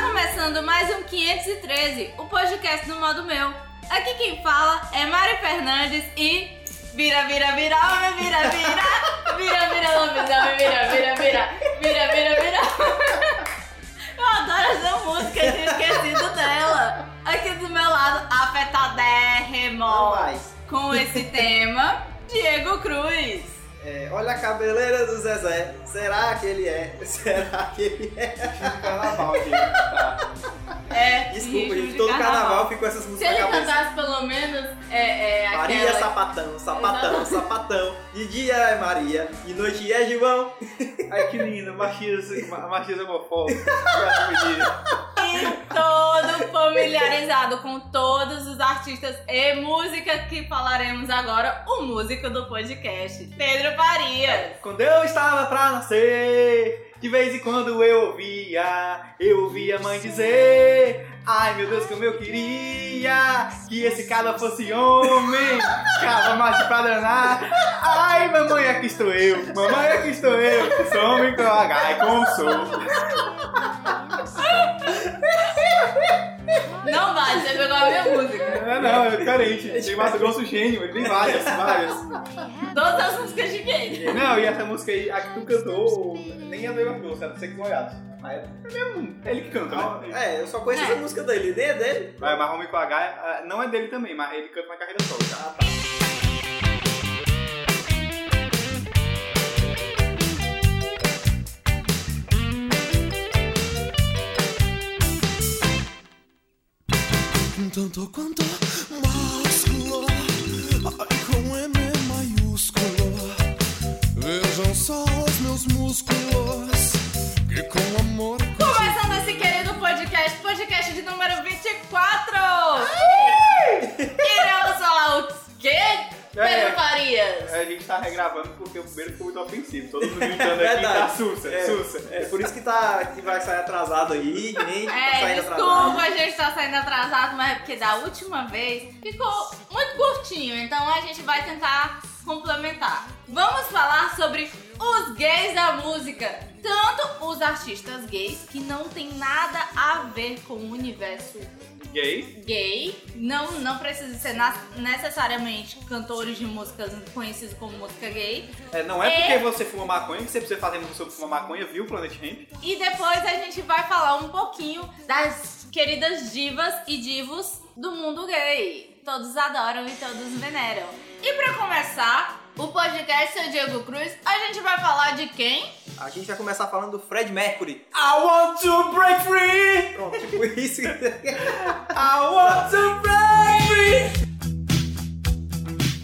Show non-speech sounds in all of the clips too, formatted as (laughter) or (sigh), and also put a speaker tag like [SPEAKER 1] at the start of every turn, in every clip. [SPEAKER 1] começando mais um 513, o podcast do modo meu. Aqui quem fala é Mari Fernandes e. Vira, vira, vira, homem, vira, vira! Vira, vira, lobisomem, vira, vira, vira! Vira, vira, vira! Eu adoro essa música, eu tinha esquecido dela! Aqui do meu lado,
[SPEAKER 2] Não
[SPEAKER 1] afetadérrimo!
[SPEAKER 2] mais.
[SPEAKER 1] Com esse tema, Diego Cruz!
[SPEAKER 2] É, olha a cabeleira do Zezé. Será que ele é? (laughs) Será que ele é?
[SPEAKER 3] Filme de carnaval aqui. Tá.
[SPEAKER 1] É,
[SPEAKER 2] Desculpa,
[SPEAKER 1] ritmo
[SPEAKER 2] gente.
[SPEAKER 1] de
[SPEAKER 2] Todo carnaval eu fico com essas
[SPEAKER 1] Se
[SPEAKER 2] músicas
[SPEAKER 1] ele
[SPEAKER 2] na cabeça.
[SPEAKER 1] cantasse pelo menos é, é,
[SPEAKER 2] Maria
[SPEAKER 1] aquela
[SPEAKER 2] sapatão, sapatão, sapatão. De dia é Maria, de noite é João.
[SPEAKER 3] Ai, que lindo, é machismo, ma- machismo homofóbico. Já me diz.
[SPEAKER 1] e todo familiarizado com todos os artistas e música que falaremos agora, o músico do podcast, Pedro Farias.
[SPEAKER 3] Quando eu estava pra nascer, de vez em quando eu ouvia, eu ouvia a mãe dizer: Ai meu Deus, como eu queria que esse cara fosse homem, cara macho pra danar. Ai mamãe, aqui estou eu, mamãe, aqui estou eu, que sou homem com H e com sou.
[SPEAKER 1] Não vai, você pegou a minha música.
[SPEAKER 3] Não, não, é diferente. Tem Mato Grosso Gênio, ele tem várias, várias.
[SPEAKER 1] Todas as músicas de quem?
[SPEAKER 3] Não, e essa música aí, a que tu cantou, nem é do Eva Cruz, é do Sexo Molhado. Mas é mesmo, ele que canta, né?
[SPEAKER 2] É, eu só conheço
[SPEAKER 1] É.
[SPEAKER 2] essa música dele, nem é dele.
[SPEAKER 3] Vai, mas Homem com H é- não é dele também, mas ele canta na carreira solo, tá?
[SPEAKER 4] tanto quanto másculo e com M maiúsculo. Vejam só os meus músculos que com amor.
[SPEAKER 1] Começando esse querido podcast, podcast de número 24. Iremos falar é o quê? Pedro Farias.
[SPEAKER 3] A gente tá regravando porque o primeiro ficou muito ofensivo, todo mundo (laughs) gritando aqui,
[SPEAKER 2] Verdade.
[SPEAKER 3] tá sussa,
[SPEAKER 2] É.
[SPEAKER 3] sussa.
[SPEAKER 2] É por isso que, tá, que vai sair atrasado aí, que nem tá
[SPEAKER 1] É,
[SPEAKER 2] saindo
[SPEAKER 1] desculpa,
[SPEAKER 2] atrasado.
[SPEAKER 1] a gente tá saindo atrasado, mas é porque da última vez ficou muito curtinho, então a gente vai tentar complementar. Vamos falar sobre os gays da música. Tanto os artistas gays, que não tem nada a ver com o universo
[SPEAKER 3] Gay?
[SPEAKER 1] gay, não, não precisa ser na- necessariamente cantores de músicas conhecidos como música gay.
[SPEAKER 3] É, não é porque
[SPEAKER 1] É.
[SPEAKER 3] você fuma maconha que você precisa fazer música sobre fumar maconha, viu, Planet Hemp?
[SPEAKER 1] E depois a gente vai falar um pouquinho das queridas divas e divos do mundo gay. Todos adoram e todos veneram. E pra começar, o podcast Seu Diego Cruz, a gente vai falar de quem?
[SPEAKER 2] A gente vai começar falando do Fred Mercury.
[SPEAKER 3] I want to break free!
[SPEAKER 2] Pronto,
[SPEAKER 3] (laughs)
[SPEAKER 2] tipo isso.
[SPEAKER 3] I want to break free!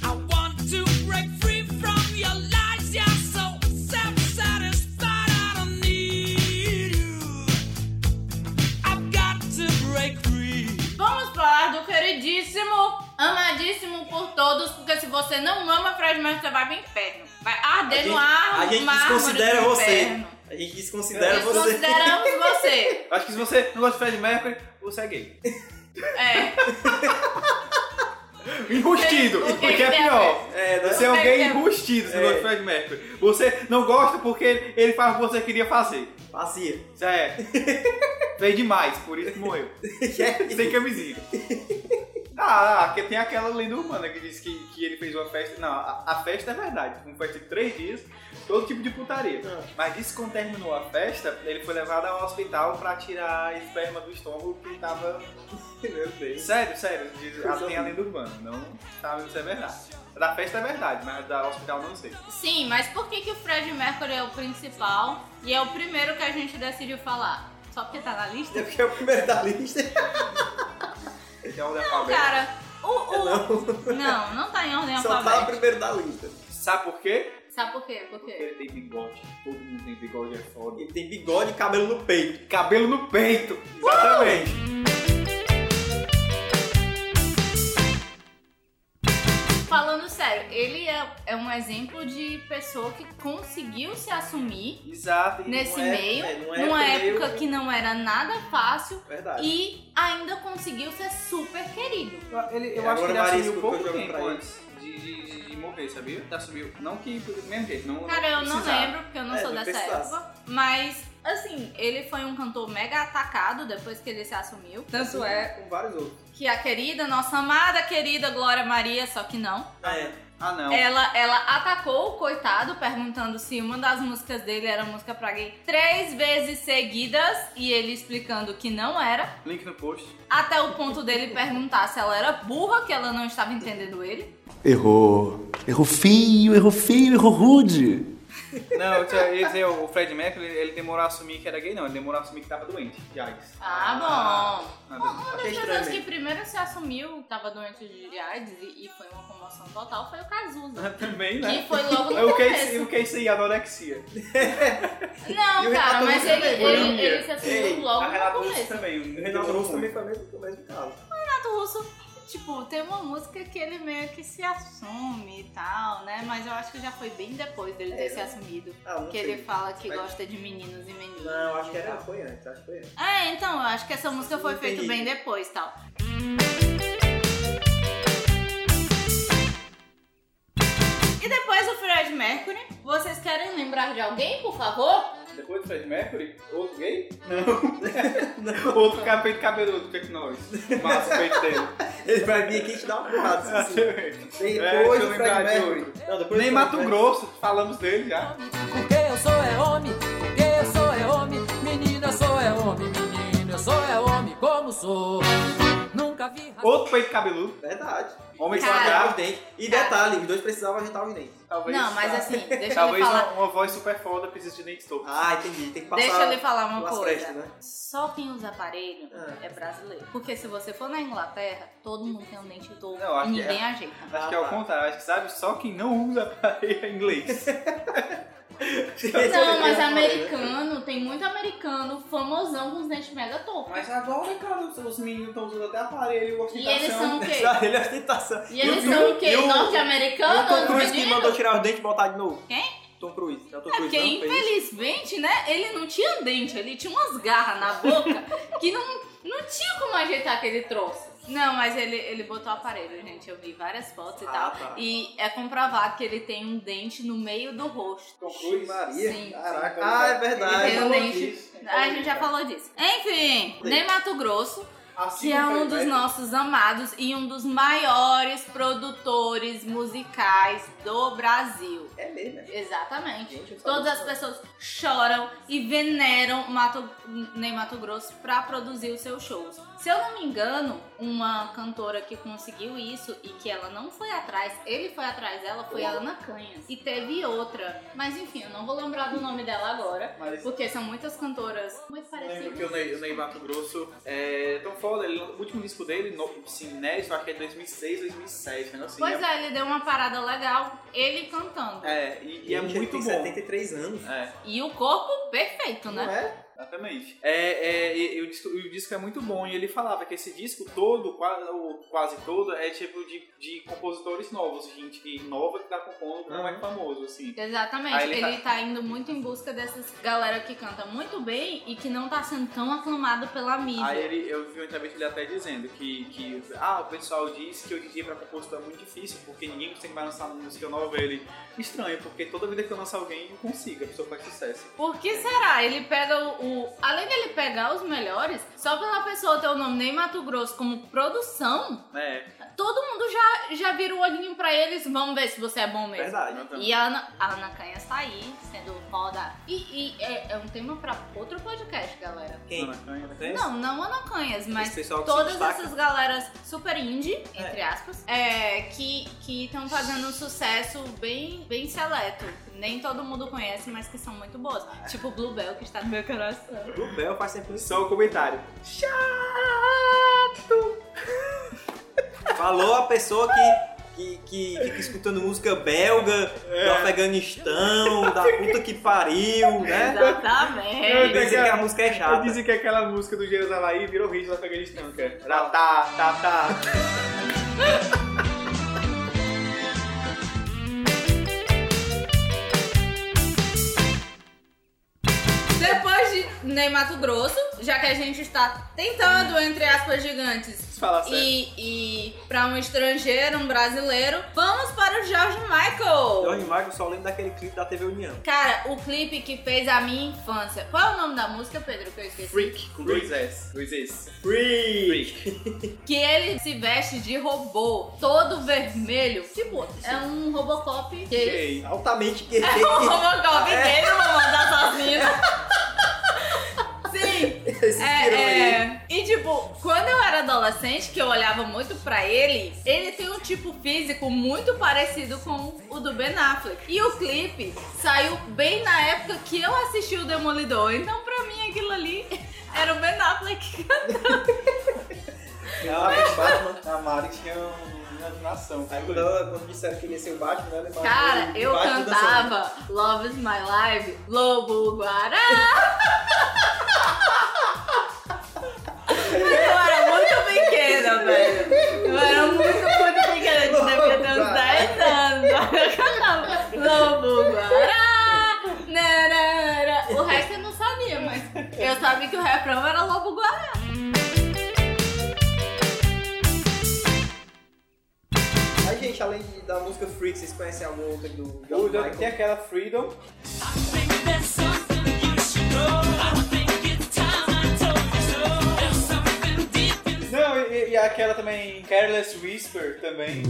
[SPEAKER 5] I want to break free from your lies. You're so self-satisfied. I don't need you. I've got to break free.
[SPEAKER 1] Vamos falar do queridíssimo, amadíssimo por todos, porque se você não ama Fred Mercury, você vai pro inferno. Vai arder
[SPEAKER 2] A gente-
[SPEAKER 1] no ar,
[SPEAKER 2] a gente
[SPEAKER 1] mármore
[SPEAKER 2] desconsidera
[SPEAKER 1] do
[SPEAKER 2] você.
[SPEAKER 1] inferno.
[SPEAKER 2] A gente desconsidera você.
[SPEAKER 1] Desconsideramos você.
[SPEAKER 3] Acho que se você não gosta de Fred Mercury, você é gay.
[SPEAKER 1] É.
[SPEAKER 3] Enrustido,
[SPEAKER 1] O que
[SPEAKER 3] porque
[SPEAKER 1] que
[SPEAKER 3] é
[SPEAKER 1] tem a
[SPEAKER 3] pior.
[SPEAKER 2] É, não-
[SPEAKER 3] Você é alguém
[SPEAKER 1] É.
[SPEAKER 3] enrustido,
[SPEAKER 2] É.
[SPEAKER 3] se não gosta de Fred Mercury. Você não gosta porque ele, ele faz o que você queria fazer.
[SPEAKER 2] Fazia. (laughs)
[SPEAKER 3] Isso é. Fez demais, por isso que morreu. Sem camisinha. Ah, ah, que tem aquela lenda urbana que diz que, que ele fez uma festa. Não, a, a festa é verdade. Uma festa de três dias, todo tipo de putaria.
[SPEAKER 2] Ah.
[SPEAKER 3] Mas disse que quando terminou a festa, ele foi levado ao hospital pra tirar a esperma do estômago que tava
[SPEAKER 2] Meu Deus.
[SPEAKER 3] Sério, sério, diz, ah,
[SPEAKER 2] Coisa
[SPEAKER 3] tem a lenda urbana, não sabe se é verdade. A Da festa é verdade, mas a da hospital eu não sei.
[SPEAKER 1] Sim, mas por que, que o Fred Mercury é o principal e é o primeiro que a gente decidiu falar? Só porque tá na lista?
[SPEAKER 2] É porque é o primeiro da lista.
[SPEAKER 3] Então, o
[SPEAKER 1] Não,
[SPEAKER 3] alfabeto.
[SPEAKER 1] cara. O, o...
[SPEAKER 2] Não.
[SPEAKER 1] (laughs) Não, não tá em ordem
[SPEAKER 2] Só tá o
[SPEAKER 1] alfabética.
[SPEAKER 2] primeiro da lista.
[SPEAKER 3] Sabe por quê?
[SPEAKER 1] Sabe por quê? Por
[SPEAKER 3] Porque
[SPEAKER 1] quê?
[SPEAKER 3] ele tem bigode. Todo mundo tem bigode, é foda.
[SPEAKER 2] Ele tem bigode e cabelo no peito.
[SPEAKER 3] Cabelo no peito! Exatamente.
[SPEAKER 1] Falando sério, ele é, é um exemplo de pessoa que conseguiu se assumir
[SPEAKER 3] Exato. e
[SPEAKER 1] nesse
[SPEAKER 2] é-
[SPEAKER 1] meio,
[SPEAKER 2] é, não é
[SPEAKER 1] numa
[SPEAKER 2] meio-
[SPEAKER 1] época que não era nada fácil
[SPEAKER 2] Verdade.
[SPEAKER 1] e ainda conseguiu ser super querido.
[SPEAKER 3] Ele, eu
[SPEAKER 2] Agora
[SPEAKER 3] acho que ele
[SPEAKER 2] o Marisco
[SPEAKER 3] assumiu pouco
[SPEAKER 2] ficou jogando
[SPEAKER 3] tempo
[SPEAKER 2] pra ele.
[SPEAKER 3] antes de, de, de- de morrer, sabia? Ele assumiu. Não que do mesmo jeito, não.
[SPEAKER 1] Cara, eu não
[SPEAKER 3] precisava.
[SPEAKER 1] lembro, porque eu não
[SPEAKER 2] É,
[SPEAKER 1] sou
[SPEAKER 2] não
[SPEAKER 1] dessa
[SPEAKER 2] precisasse.
[SPEAKER 1] época. Mas Assim, ele foi um cantor mega atacado depois que ele se assumiu.
[SPEAKER 3] Tanto é com vários outros.
[SPEAKER 1] Que a querida, nossa amada querida Glória Maria, só que não.
[SPEAKER 3] Ah, é. Ah, não.
[SPEAKER 1] Ela, ela atacou o coitado, perguntando se uma das músicas dele era música pra gay três vezes seguidas e ele explicando que não era,
[SPEAKER 3] Link no post.
[SPEAKER 1] até o ponto dele perguntar se ela era burra, que ela não estava entendendo ele.
[SPEAKER 6] Errou. Errou feio, errou feio, errou rude.
[SPEAKER 3] Não, eu tinha- eu ia dizer, o Fred Mercury, ele demorou a assumir que era gay, não. Ele demorou a assumir que tava doente de AIDS.
[SPEAKER 1] Ah, bom.
[SPEAKER 3] Ah,
[SPEAKER 1] Bom, uma
[SPEAKER 2] até
[SPEAKER 1] das
[SPEAKER 2] estranho,
[SPEAKER 1] pessoas que
[SPEAKER 2] hein?
[SPEAKER 1] primeiro se assumiu, tava doente de AIDS e, e foi uma comoção total, foi o
[SPEAKER 2] É
[SPEAKER 1] Cazuza.
[SPEAKER 3] (laughs) Também,
[SPEAKER 1] Que
[SPEAKER 3] né?
[SPEAKER 1] foi logo
[SPEAKER 3] É
[SPEAKER 1] no
[SPEAKER 3] o KC,
[SPEAKER 1] começo.
[SPEAKER 3] o KC e a anorexia.
[SPEAKER 2] E o
[SPEAKER 1] Não, cara, mas
[SPEAKER 2] Renato Russo
[SPEAKER 1] ele,
[SPEAKER 2] também, né?
[SPEAKER 1] ele,
[SPEAKER 3] Bolinha.
[SPEAKER 1] ele se
[SPEAKER 2] Ei,
[SPEAKER 1] assumiu
[SPEAKER 3] a
[SPEAKER 1] logo
[SPEAKER 3] Renata
[SPEAKER 1] no
[SPEAKER 3] Russo
[SPEAKER 1] comesso.
[SPEAKER 3] também.
[SPEAKER 2] O Renato Russo também foi o mesmo- o mesmo caso.
[SPEAKER 1] Renato Russo, tipo, tem uma música que ele meio que se assume e tal, né? Mas eu acho que já foi bem depois dele ter se assumido.
[SPEAKER 2] Ah, não
[SPEAKER 1] Que
[SPEAKER 2] sei.
[SPEAKER 1] ele fala que
[SPEAKER 2] Mas-
[SPEAKER 1] gosta de meninos e meninas.
[SPEAKER 2] Não, acho
[SPEAKER 1] e
[SPEAKER 2] que era,
[SPEAKER 1] tal.
[SPEAKER 2] foi antes, acho que foi antes.
[SPEAKER 1] É, então, eu acho que essa música foi
[SPEAKER 2] Não
[SPEAKER 1] feita
[SPEAKER 2] tem
[SPEAKER 1] bem
[SPEAKER 2] jeito.
[SPEAKER 1] depois e tal. E depois o Fred Mercury. Vocês querem lembrar de alguém, por favor?
[SPEAKER 3] Depois do Fred Mercury, outro gay? (laughs) Não. outro cara peito cabeludo, que é que nós? Massa, o peito (laughs) dele.
[SPEAKER 2] Ele vai vir aqui e te dar uma (laughs) porrada. assim. Depois
[SPEAKER 3] É, deixa eu
[SPEAKER 2] do
[SPEAKER 3] lembrar
[SPEAKER 2] Fred
[SPEAKER 3] de
[SPEAKER 2] Mercury.
[SPEAKER 3] outro.
[SPEAKER 2] Não, depois
[SPEAKER 3] Nem
[SPEAKER 2] do Fred
[SPEAKER 3] Mato
[SPEAKER 2] Mercury.
[SPEAKER 3] Grosso, falamos dele já.
[SPEAKER 7] Porque eu sou é homem, porque eu sou é homem, menina eu sou é homem, menino eu sou é homem, como sou. Nunca vi razão.
[SPEAKER 3] Outro peito cabeludo,
[SPEAKER 2] Verdade.
[SPEAKER 3] homem
[SPEAKER 1] Cara.
[SPEAKER 2] Ajeitar os
[SPEAKER 3] quadrado,
[SPEAKER 2] dentes. E
[SPEAKER 1] Cara.
[SPEAKER 2] detalhe, os dois precisavam ajeitar os dentes.
[SPEAKER 3] talvez.
[SPEAKER 1] Não, mas
[SPEAKER 3] (laughs)
[SPEAKER 1] assim, deixa
[SPEAKER 3] tá. Talvez
[SPEAKER 1] eu lhe falar.
[SPEAKER 3] uma, uma voz super foda precise de Nate Stokes.
[SPEAKER 2] Ah, entendi. Tem que passar
[SPEAKER 1] Deixa eu lhe falar uma
[SPEAKER 2] pelas
[SPEAKER 1] coisa. (laughs)
[SPEAKER 2] frestas, né?
[SPEAKER 1] Só quem usa aparelho
[SPEAKER 2] Ah.
[SPEAKER 1] é brasileiro. Porque se você for na Inglaterra, todo mundo tem um dente torto
[SPEAKER 3] Não, acho
[SPEAKER 1] e
[SPEAKER 3] que
[SPEAKER 1] ninguém
[SPEAKER 3] é.
[SPEAKER 1] ajeita.
[SPEAKER 3] Acho que é o
[SPEAKER 2] tá.
[SPEAKER 3] contrário, acho que sabe só quem não usa aparelho é (laughs) inglês. é
[SPEAKER 1] Não,
[SPEAKER 3] né?
[SPEAKER 1] mas americano, tem muito americano famosão com os dentes mega tortos.
[SPEAKER 3] Mas tá agora, cara, os meninos estão usando até aparelho,
[SPEAKER 1] E eles são o quê?
[SPEAKER 2] Ele é ostentação.
[SPEAKER 1] E eles são o quê?
[SPEAKER 2] E o- E o Tom
[SPEAKER 1] Norte-americanos?
[SPEAKER 2] Cruise que mandou
[SPEAKER 1] meninos?
[SPEAKER 2] tirar os dentes e botar de novo.
[SPEAKER 1] Quem?
[SPEAKER 2] Tom Cruise. Não é o Tom
[SPEAKER 1] É
[SPEAKER 2] Cruise,
[SPEAKER 1] porque,
[SPEAKER 2] não, fez isso.
[SPEAKER 1] infelizmente, né? Ele não tinha dente, ele tinha umas garras na boca que não, não tinha como ajeitar aquele troço. Não, mas ele, ele botou aparelho, gente. Eu vi várias fotos e
[SPEAKER 2] Ah,
[SPEAKER 1] tal.
[SPEAKER 2] tá.
[SPEAKER 1] E é comprovado que ele tem um dente no meio do rosto.
[SPEAKER 3] Tom Cruise,
[SPEAKER 2] Maria.
[SPEAKER 1] Sim.
[SPEAKER 2] Caraca. Ah, é verdade.
[SPEAKER 1] Ele tem um
[SPEAKER 2] Falou
[SPEAKER 1] dente.
[SPEAKER 2] disso.
[SPEAKER 1] A gente já falou disso. Enfim, Ney Mato Grosso,
[SPEAKER 3] Assim
[SPEAKER 1] que é um
[SPEAKER 3] como Fred
[SPEAKER 1] dos
[SPEAKER 3] Mercury.
[SPEAKER 1] nossos amados e um dos maiores produtores musicais do Brasil.
[SPEAKER 2] É mesmo, né?
[SPEAKER 1] Exatamente.
[SPEAKER 2] Gente, eu falo
[SPEAKER 1] Todas as
[SPEAKER 2] isso.
[SPEAKER 1] pessoas choram e veneram Mato, Ney Mato Grosso pra produzir os seus shows. Se eu não me engano, uma cantora que conseguiu isso e que ela não foi atrás, ele foi atrás dela, foi a
[SPEAKER 3] Uhum.
[SPEAKER 1] Ana Canhas. E teve outra. Mas enfim, eu não vou lembrar do nome dela agora,
[SPEAKER 3] Mas assim
[SPEAKER 1] porque são muitas cantoras muito
[SPEAKER 3] eu lembro que
[SPEAKER 1] parecidas.
[SPEAKER 3] o Ney, o Ney Mato Grosso é tão foda, ele, o último disco dele, no, Sinés, eu acho que é 2006, 2007, né? assim.
[SPEAKER 1] Pois é, ele deu uma parada legal, ele cantando.
[SPEAKER 3] é, é, e, e é
[SPEAKER 2] Gente,
[SPEAKER 3] muito
[SPEAKER 2] ele tem
[SPEAKER 3] bom.
[SPEAKER 2] 73 anos.
[SPEAKER 3] É.
[SPEAKER 1] E o corpo perfeito,
[SPEAKER 2] Não
[SPEAKER 1] né?
[SPEAKER 2] é?
[SPEAKER 3] Exatamente. É, é, e, e o disco, e o disco é muito bom, e ele falava que esse disco todo, quase, ou quase todo, é tipo de, de compositores novos, gente que nova que tá compondo, que não
[SPEAKER 2] Uhum.
[SPEAKER 3] é famoso, assim.
[SPEAKER 1] Exatamente,
[SPEAKER 3] Aí ele
[SPEAKER 1] ele, tá... indo muito em busca dessas galera que canta muito bem e que não tá sendo tão aclamado pela mídia.
[SPEAKER 3] Aí ele, eu vi uma entrevista dele até dizendo que, que ah, o pessoal diz que hoje em dia pra compositor é muito difícil, porque ninguém consegue mais lançar uma música nova. Ele, estranho, porque toda vida que eu lanço alguém, eu consigo, a pessoa faz sucesso.
[SPEAKER 1] Por que será? Ele pega o, o- Além dele pegar os melhores, só pela pessoa ter o nome Ney Mato Grosso como produção,
[SPEAKER 3] É,
[SPEAKER 1] todo mundo já, já vira o olhinho pra eles. Vamos ver se você é bom mesmo.
[SPEAKER 3] verdade.
[SPEAKER 1] E a Ana, a Ana Canhas tá aí, sendo foda. E, e é, é um tema pra outro podcast, galera.
[SPEAKER 2] Quem?
[SPEAKER 3] Ana Canha, né?
[SPEAKER 1] Não, não Ana Canhas, mas
[SPEAKER 2] Esse pessoal que se
[SPEAKER 1] todas
[SPEAKER 2] destaca.
[SPEAKER 1] essas galeras super indie, entre aspas, é, que estão fazendo um sucesso bem, bem seleto. Nem todo mundo conhece, mas que são muito boas. Tipo Bluebell, que está no meu
[SPEAKER 3] (laughs)
[SPEAKER 1] coração.
[SPEAKER 2] Do Bel faz sempre isso.
[SPEAKER 1] um
[SPEAKER 3] Só o comentário.
[SPEAKER 2] Falou a pessoa que, que, que fica escutando música belga,
[SPEAKER 3] É.
[SPEAKER 2] do Afeganistão, da puta que pariu, né?
[SPEAKER 1] Exatamente.
[SPEAKER 2] Dizem que a música é
[SPEAKER 3] Eu
[SPEAKER 2] chata.
[SPEAKER 3] disse que aquela música do Jerusalém virou hit no Afeganistão, cara. Ratá, tá, tá.
[SPEAKER 1] (laughs) Depois de nem Mato Grosso, já que a gente está tentando, entre aspas, gigantes.
[SPEAKER 3] Se falar sério.
[SPEAKER 1] E, e para um estrangeiro, um brasileiro, vamos para o George Michael.
[SPEAKER 2] George Michael só lembra daquele clipe da TV União.
[SPEAKER 1] Cara, o clipe que fez a minha infância. Qual é o nome da música, Pedro, que eu esqueci?
[SPEAKER 3] Freak, com dois S. Dois S.
[SPEAKER 2] Free!
[SPEAKER 1] Que ele se veste de robô, todo vermelho. Tipo, é um Robocop gay.
[SPEAKER 3] Gay.
[SPEAKER 2] Altamente gay.
[SPEAKER 1] (laughs) É um Robocop gay, não vou mandar sozinho. Sim,
[SPEAKER 2] Vocês viram
[SPEAKER 1] é,
[SPEAKER 2] aí?
[SPEAKER 1] é. E tipo, quando eu era adolescente, que eu olhava muito pra ele, ele tem um tipo físico muito parecido com o do Ben Affleck. E o clipe saiu bem na época que eu assisti o Demolidor. Então, pra mim, aquilo ali (laughs) era o Ben Affleck.
[SPEAKER 3] Realmente, Batman, a Mari tinha uma imaginação.
[SPEAKER 2] Aí quando, ela- quando disseram que ele ia ser o Batman, né? lembrava
[SPEAKER 1] Cara,
[SPEAKER 2] do
[SPEAKER 1] eu
[SPEAKER 2] Batman dançando.
[SPEAKER 1] cantava Love is My Life, Lobo Guará. Mas eu era muito pequena, velho. Eu era muito, muito pequena. Eu devia ter uns 10 anos. Eu cantava Lobo Guará. narara. O resto eu não sabia, mas eu sabia que o refrão era Lobo Guará.
[SPEAKER 2] Mas, gente, além de- da música Freak, vocês conhecem alguma outra do
[SPEAKER 3] O
[SPEAKER 2] George
[SPEAKER 3] Doug tem
[SPEAKER 2] Michael?
[SPEAKER 3] aquela Freedom. Não, e, e aquela também, Careless Whisper também.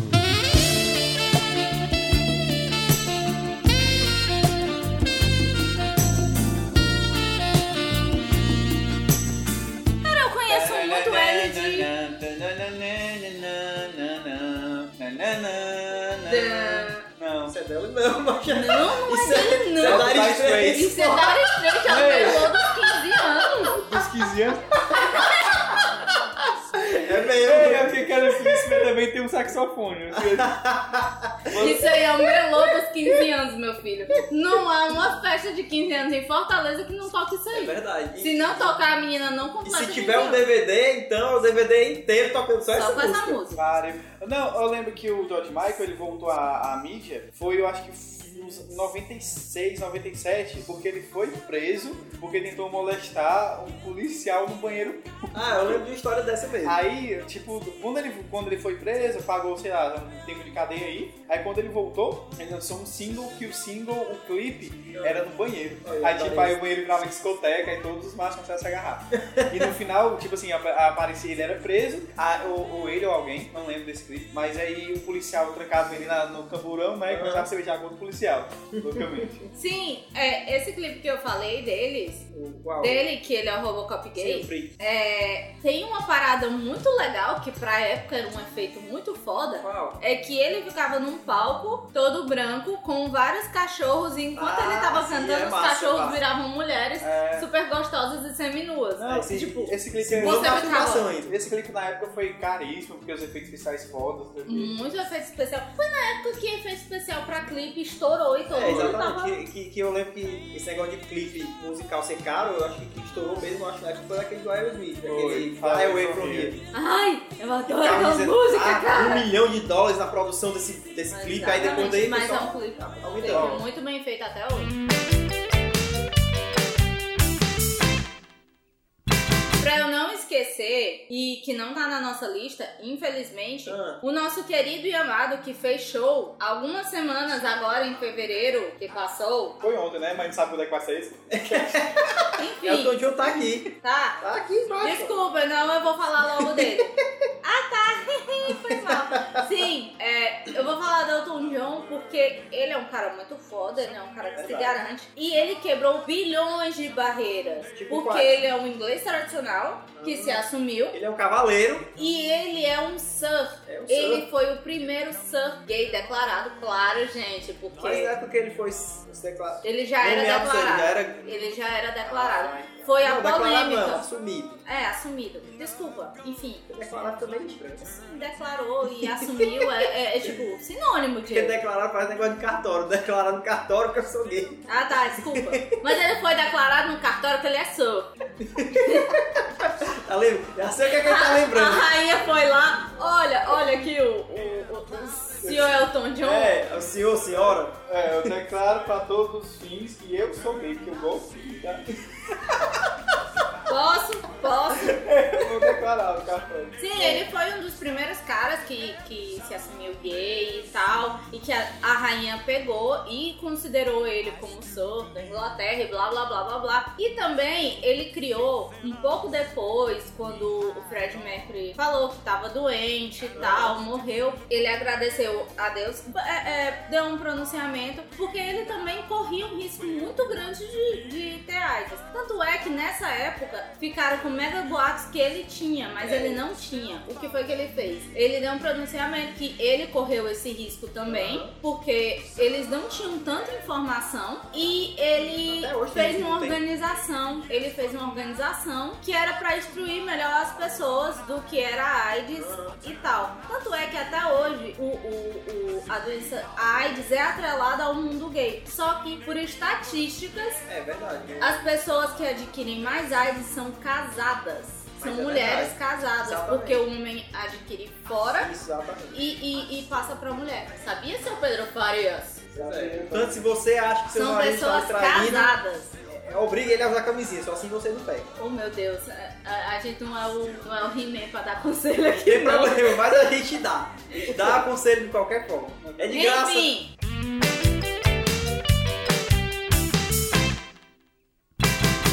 [SPEAKER 1] Cara, eu conheço muito ele
[SPEAKER 3] (laughs)
[SPEAKER 1] de...
[SPEAKER 3] Não.
[SPEAKER 2] Isso é dela? Não, (laughs) mas...
[SPEAKER 1] Não, não é dele,
[SPEAKER 2] Isso é
[SPEAKER 1] não.
[SPEAKER 2] Dire
[SPEAKER 3] Dire
[SPEAKER 2] Straits.
[SPEAKER 1] Isso é Dire Straits, ela
[SPEAKER 3] Ei.
[SPEAKER 1] pelou dos 15 anos.
[SPEAKER 3] Dos 15 anos.
[SPEAKER 2] É
[SPEAKER 3] É, é
[SPEAKER 2] mesmo.
[SPEAKER 3] porque Careless Whisper também tem um saxofone.
[SPEAKER 1] Isso aí é o melô dos 15 anos, meu filho. Não há uma festa de 15 anos em Fortaleza que não toque isso
[SPEAKER 2] É
[SPEAKER 1] aí.
[SPEAKER 2] verdade. E-
[SPEAKER 1] Se não tocar, a menina não
[SPEAKER 2] E
[SPEAKER 1] completa.
[SPEAKER 2] se
[SPEAKER 1] 15
[SPEAKER 2] tiver um
[SPEAKER 1] anos.
[SPEAKER 2] DVD, então é o DVD inteiro tocando só,
[SPEAKER 1] Só
[SPEAKER 2] essa
[SPEAKER 1] com essa
[SPEAKER 2] música.
[SPEAKER 1] música.
[SPEAKER 3] Pariu. Não, eu lembro que o George Michael ele voltou à, à mídia, foi eu acho que nos 96, 97, porque ele foi preso porque tentou molestar um policial no banheiro
[SPEAKER 2] Ah, eu lembro de uma história dessa mesmo.
[SPEAKER 3] Aí, tipo, quando ele, quando ele foi preso, pagou, sei lá, um tempo de cadeia aí. Aí quando ele voltou, ele lançou um single que o single, o clipe, era no banheiro.
[SPEAKER 2] Olha,
[SPEAKER 3] Aí, tipo,
[SPEAKER 2] parece.
[SPEAKER 3] aí o banheiro virava discoteca e todos os machos começaram a se agarrar. E no final, tipo assim, apa- aparecia, ele era preso, a- ou, ou ele ou alguém, não lembro desse clipe, mas aí o policial trancava ele na- no camburão, né? E começava a se beijar com outro policial, loucamente.
[SPEAKER 1] Sim, é, esse clipe que eu falei deles,
[SPEAKER 2] O- Qual?
[SPEAKER 1] dele, que ele é o Robocop
[SPEAKER 2] Sim,
[SPEAKER 1] gay,
[SPEAKER 2] o Freak.
[SPEAKER 1] é, tem uma parada muito legal, que pra época era um efeito muito foda.
[SPEAKER 2] Qual?
[SPEAKER 1] É que ele ficava num palco todo branco com vários cachorros e enquanto
[SPEAKER 2] Ah,
[SPEAKER 1] ele tava
[SPEAKER 2] sim,
[SPEAKER 1] cantando,
[SPEAKER 2] é
[SPEAKER 1] os
[SPEAKER 2] massa,
[SPEAKER 1] cachorros
[SPEAKER 2] massa.
[SPEAKER 1] viravam mulheres
[SPEAKER 3] É.
[SPEAKER 1] super gostosas e seminuas.
[SPEAKER 3] Não,
[SPEAKER 2] Esse-
[SPEAKER 3] tipo, esse clipe
[SPEAKER 2] Esse
[SPEAKER 3] é
[SPEAKER 2] não
[SPEAKER 1] você
[SPEAKER 2] é
[SPEAKER 1] vai
[SPEAKER 2] masturbação
[SPEAKER 1] acabar.
[SPEAKER 2] ainda.
[SPEAKER 3] Esse clipe na época foi caríssimo, porque os efeitos especiais fodas. não sei o quê.
[SPEAKER 1] Muito efeito especial. Foi na época que efeito especial pra clipe estourou e todo
[SPEAKER 2] É,
[SPEAKER 1] mundo
[SPEAKER 2] exatamente.
[SPEAKER 1] tava.
[SPEAKER 2] Que, que, que eu lembro que esse negócio de clipe musical ser caro, eu acho que, que estourou mesmo, eu acho que foi aquele do Aerosmith. Aquele
[SPEAKER 3] Foi, Fly
[SPEAKER 2] Fly Away
[SPEAKER 3] From
[SPEAKER 2] From
[SPEAKER 3] Here.
[SPEAKER 2] Here.
[SPEAKER 1] Ai, eu adoro aquela
[SPEAKER 2] Camiseta-
[SPEAKER 1] música,
[SPEAKER 2] Tá, Ah,
[SPEAKER 1] cara.
[SPEAKER 2] Um milhão de dólares na produção desse, desse
[SPEAKER 1] Mas
[SPEAKER 2] clipe, aí depois
[SPEAKER 1] exatamente,
[SPEAKER 2] daí
[SPEAKER 1] Mas é
[SPEAKER 2] pessoal,
[SPEAKER 1] um clipe
[SPEAKER 2] ah,
[SPEAKER 1] feito
[SPEAKER 2] aumentando.
[SPEAKER 1] muito bem feito até hoje. Pra eu não esquecer, e que não tá na nossa lista, infelizmente,
[SPEAKER 2] Ah.
[SPEAKER 1] o nosso querido e amado que fez show algumas semanas agora em fevereiro que passou.
[SPEAKER 3] Foi ontem, né? Mas não sabe quando é que vai sair isso.
[SPEAKER 2] É
[SPEAKER 1] Enfim,
[SPEAKER 2] Elton John tá aqui.
[SPEAKER 1] tá?
[SPEAKER 2] Tá aqui, próximo.
[SPEAKER 1] Desculpa, não, eu vou falar logo dele. (laughs) ah, tá. (laughs) Foi mal. Sim, é, eu vou falar do Elton John porque ele é um cara muito foda, né? Um cara que se
[SPEAKER 2] Verdade.
[SPEAKER 1] garante. E ele quebrou bilhões de barreiras.
[SPEAKER 2] Tipo
[SPEAKER 1] porque
[SPEAKER 2] quais?
[SPEAKER 1] ele é um inglês tradicional que se assumiu.
[SPEAKER 2] Ele é um cavaleiro.
[SPEAKER 1] E ele é um surf.
[SPEAKER 2] É um
[SPEAKER 1] Ele
[SPEAKER 2] surf.
[SPEAKER 1] foi o primeiro surf gay declarado, claro, gente, porque
[SPEAKER 2] Mas não é porque ele foi se declarado.
[SPEAKER 1] ele já era
[SPEAKER 2] nomeado, se ele
[SPEAKER 1] declarado.
[SPEAKER 2] Já era...
[SPEAKER 1] Ele já era declarado. Foi a
[SPEAKER 2] não, declarado não,
[SPEAKER 1] polêmica.
[SPEAKER 2] assumido.
[SPEAKER 1] É, assumido. Desculpa. Enfim,
[SPEAKER 2] Declarado também é estranho.
[SPEAKER 1] declarou e assumiu é, é- é, tipo sinônimo de.
[SPEAKER 2] Porque declarado faz negócio de cartório. Declarar no cartório que eu sou gay.
[SPEAKER 1] Ah tá, desculpa. Mas ele foi declarado no cartório que ele é surf.
[SPEAKER 2] Tá lembrando? Já sei o que, é que ele tá
[SPEAKER 1] A (laughs)
[SPEAKER 2] lembrando.
[SPEAKER 1] rainha foi lá, olha, olha aqui o, o, o, o senhor Elton John.
[SPEAKER 2] É, o senhor, senhora.
[SPEAKER 3] É, eu declaro pra todos os fins que eu sou gay, que eu gosto. de vida. vou declarar o cara falando.
[SPEAKER 1] Sim, ele foi um dos primeiros caras que, que se assumiu gay e tal, e que a, a rainha pegou e considerou ele como sor da Inglaterra e blá blá blá blá blá. E também ele criou, um pouco depois, quando o Fred Mercury falou que tava doente e tal, morreu, ele agradeceu a Deus, é, é, deu um pronunciamento, porque ele também corria um risco muito grande de, de ter AIDS. Tanto é que nessa época ficaram com mega boatos que ele tinha, mas ele não tinha. O que foi que ele fez? Ele deu um pronunciamento que ele correu esse risco também, porque eles não tinham tanta informação e ele
[SPEAKER 2] Até hoje
[SPEAKER 1] fez
[SPEAKER 2] eles não
[SPEAKER 1] uma
[SPEAKER 2] têm.
[SPEAKER 1] organização. Ele fez uma organização que era pra instruir melhor as pessoas do que era a AIDS e tal. Tanto é que até hoje o, o- o- a doença a AIDS é atrelada ao mundo gay. Só que por estatísticas
[SPEAKER 2] É verdade.
[SPEAKER 1] as pessoas que adquirem mais AIDS são casadas. São
[SPEAKER 2] Mas é
[SPEAKER 1] mulheres
[SPEAKER 2] verdade.
[SPEAKER 1] casadas,
[SPEAKER 2] Exatamente.
[SPEAKER 1] porque o homem adquire fora
[SPEAKER 3] Exatamente.
[SPEAKER 1] e, e, e passa pra mulher. Sabia, seu Pedro Farias?
[SPEAKER 3] Exatamente.
[SPEAKER 2] Portanto, se você acha que seu
[SPEAKER 1] São
[SPEAKER 2] marido está
[SPEAKER 1] pessoas
[SPEAKER 2] traído,
[SPEAKER 1] casadas.
[SPEAKER 2] é, obriga ele a usar camisinha, só assim você não pega.
[SPEAKER 1] Oh, meu Deus. a- A, a gente não é o, não é o He-Man pra dar conselho aqui,
[SPEAKER 2] Tem
[SPEAKER 1] não.
[SPEAKER 2] problema, mas a gente dá.
[SPEAKER 1] (laughs)
[SPEAKER 2] Dá conselho de qualquer forma. É de graça.
[SPEAKER 1] Enfim,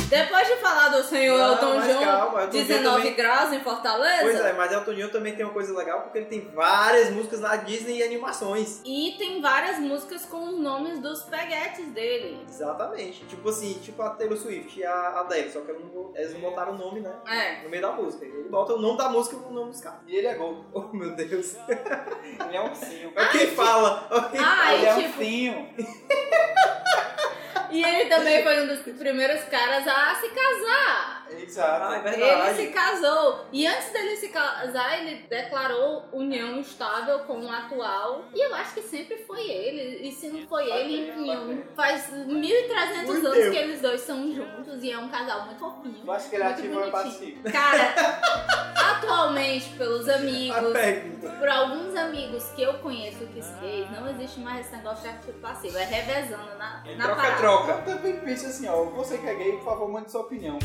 [SPEAKER 1] depois de falar do senhor
[SPEAKER 2] Não,
[SPEAKER 1] Elton
[SPEAKER 2] mas
[SPEAKER 1] John,
[SPEAKER 2] calma, Elton John
[SPEAKER 1] 19
[SPEAKER 2] também-
[SPEAKER 1] graus em Fortaleza,
[SPEAKER 2] Pois é, mas Elton John também tem uma coisa legal porque ele tem várias músicas na Disney e animações.
[SPEAKER 1] E tem várias músicas com os nomes dos peguetes dele.
[SPEAKER 2] Exatamente. Tipo assim, tipo a Taylor Swift e a Adele, só que eles não bo- eles não botaram o nome, né?
[SPEAKER 1] É.
[SPEAKER 2] No meio da música. Ele bota o nome da música no nome dos caras.
[SPEAKER 3] E ele é gol.
[SPEAKER 2] (laughs) Oh meu Deus.
[SPEAKER 3] Ele é um ursinho.
[SPEAKER 2] É quem fala. É quem
[SPEAKER 1] Ai,
[SPEAKER 3] ele é um
[SPEAKER 1] tipo-
[SPEAKER 3] ursinho.
[SPEAKER 1] E ele também foi um dos primeiros caras a se casar.
[SPEAKER 2] Ah, é
[SPEAKER 3] Exato.
[SPEAKER 1] Ele
[SPEAKER 2] verdade.
[SPEAKER 1] se casou. E antes dele se casar, ele declarou união estável com o atual. E eu acho que sempre foi ele. E se não foi ele, enfim. Faz 1.300
[SPEAKER 2] Muito
[SPEAKER 1] anos
[SPEAKER 2] tempo.
[SPEAKER 1] que eles dois são juntos e é um casal muito fofinho.
[SPEAKER 3] Eu acho que ele é
[SPEAKER 1] muito
[SPEAKER 3] ativo ou é
[SPEAKER 1] bonitinho.
[SPEAKER 3] passivo.
[SPEAKER 1] Cara, atualmente, pelos
[SPEAKER 2] A
[SPEAKER 3] (laughs)
[SPEAKER 1] amigos,
[SPEAKER 2] pergunta.
[SPEAKER 1] Por alguns amigos que eu conheço que são gays, não existe mais esse negócio de ativo e passivo. É revezando na, na parada.
[SPEAKER 2] Troca-troca.
[SPEAKER 3] Eu também penso assim, ó. Você que é gay, por favor, mande sua opinião.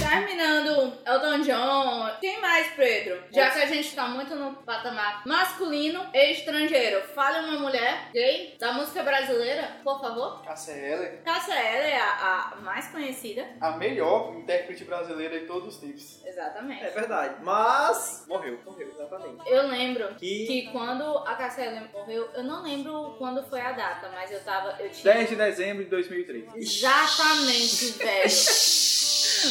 [SPEAKER 1] Terminando Elton John. Quem mais, Pedro? Já que a gente tá muito no patamar masculino e estrangeiro. Fale uma mulher gay da música brasileira, por favor.
[SPEAKER 3] Cássia Heller,
[SPEAKER 1] Cássia ela é a, a mais conhecida.
[SPEAKER 3] a melhor intérprete brasileira de todos os tempos.
[SPEAKER 2] É
[SPEAKER 1] Exatamente.
[SPEAKER 2] verdade. Mas.
[SPEAKER 3] Morreu.
[SPEAKER 2] Morreu, exatamente.
[SPEAKER 1] Eu lembro
[SPEAKER 2] Que-
[SPEAKER 1] que quando a Cássia Eller morreu, eu não lembro quando foi a data, mas eu tava. Eu tinha
[SPEAKER 3] 10 de dezembro de 2003.
[SPEAKER 1] Exatamente, velho.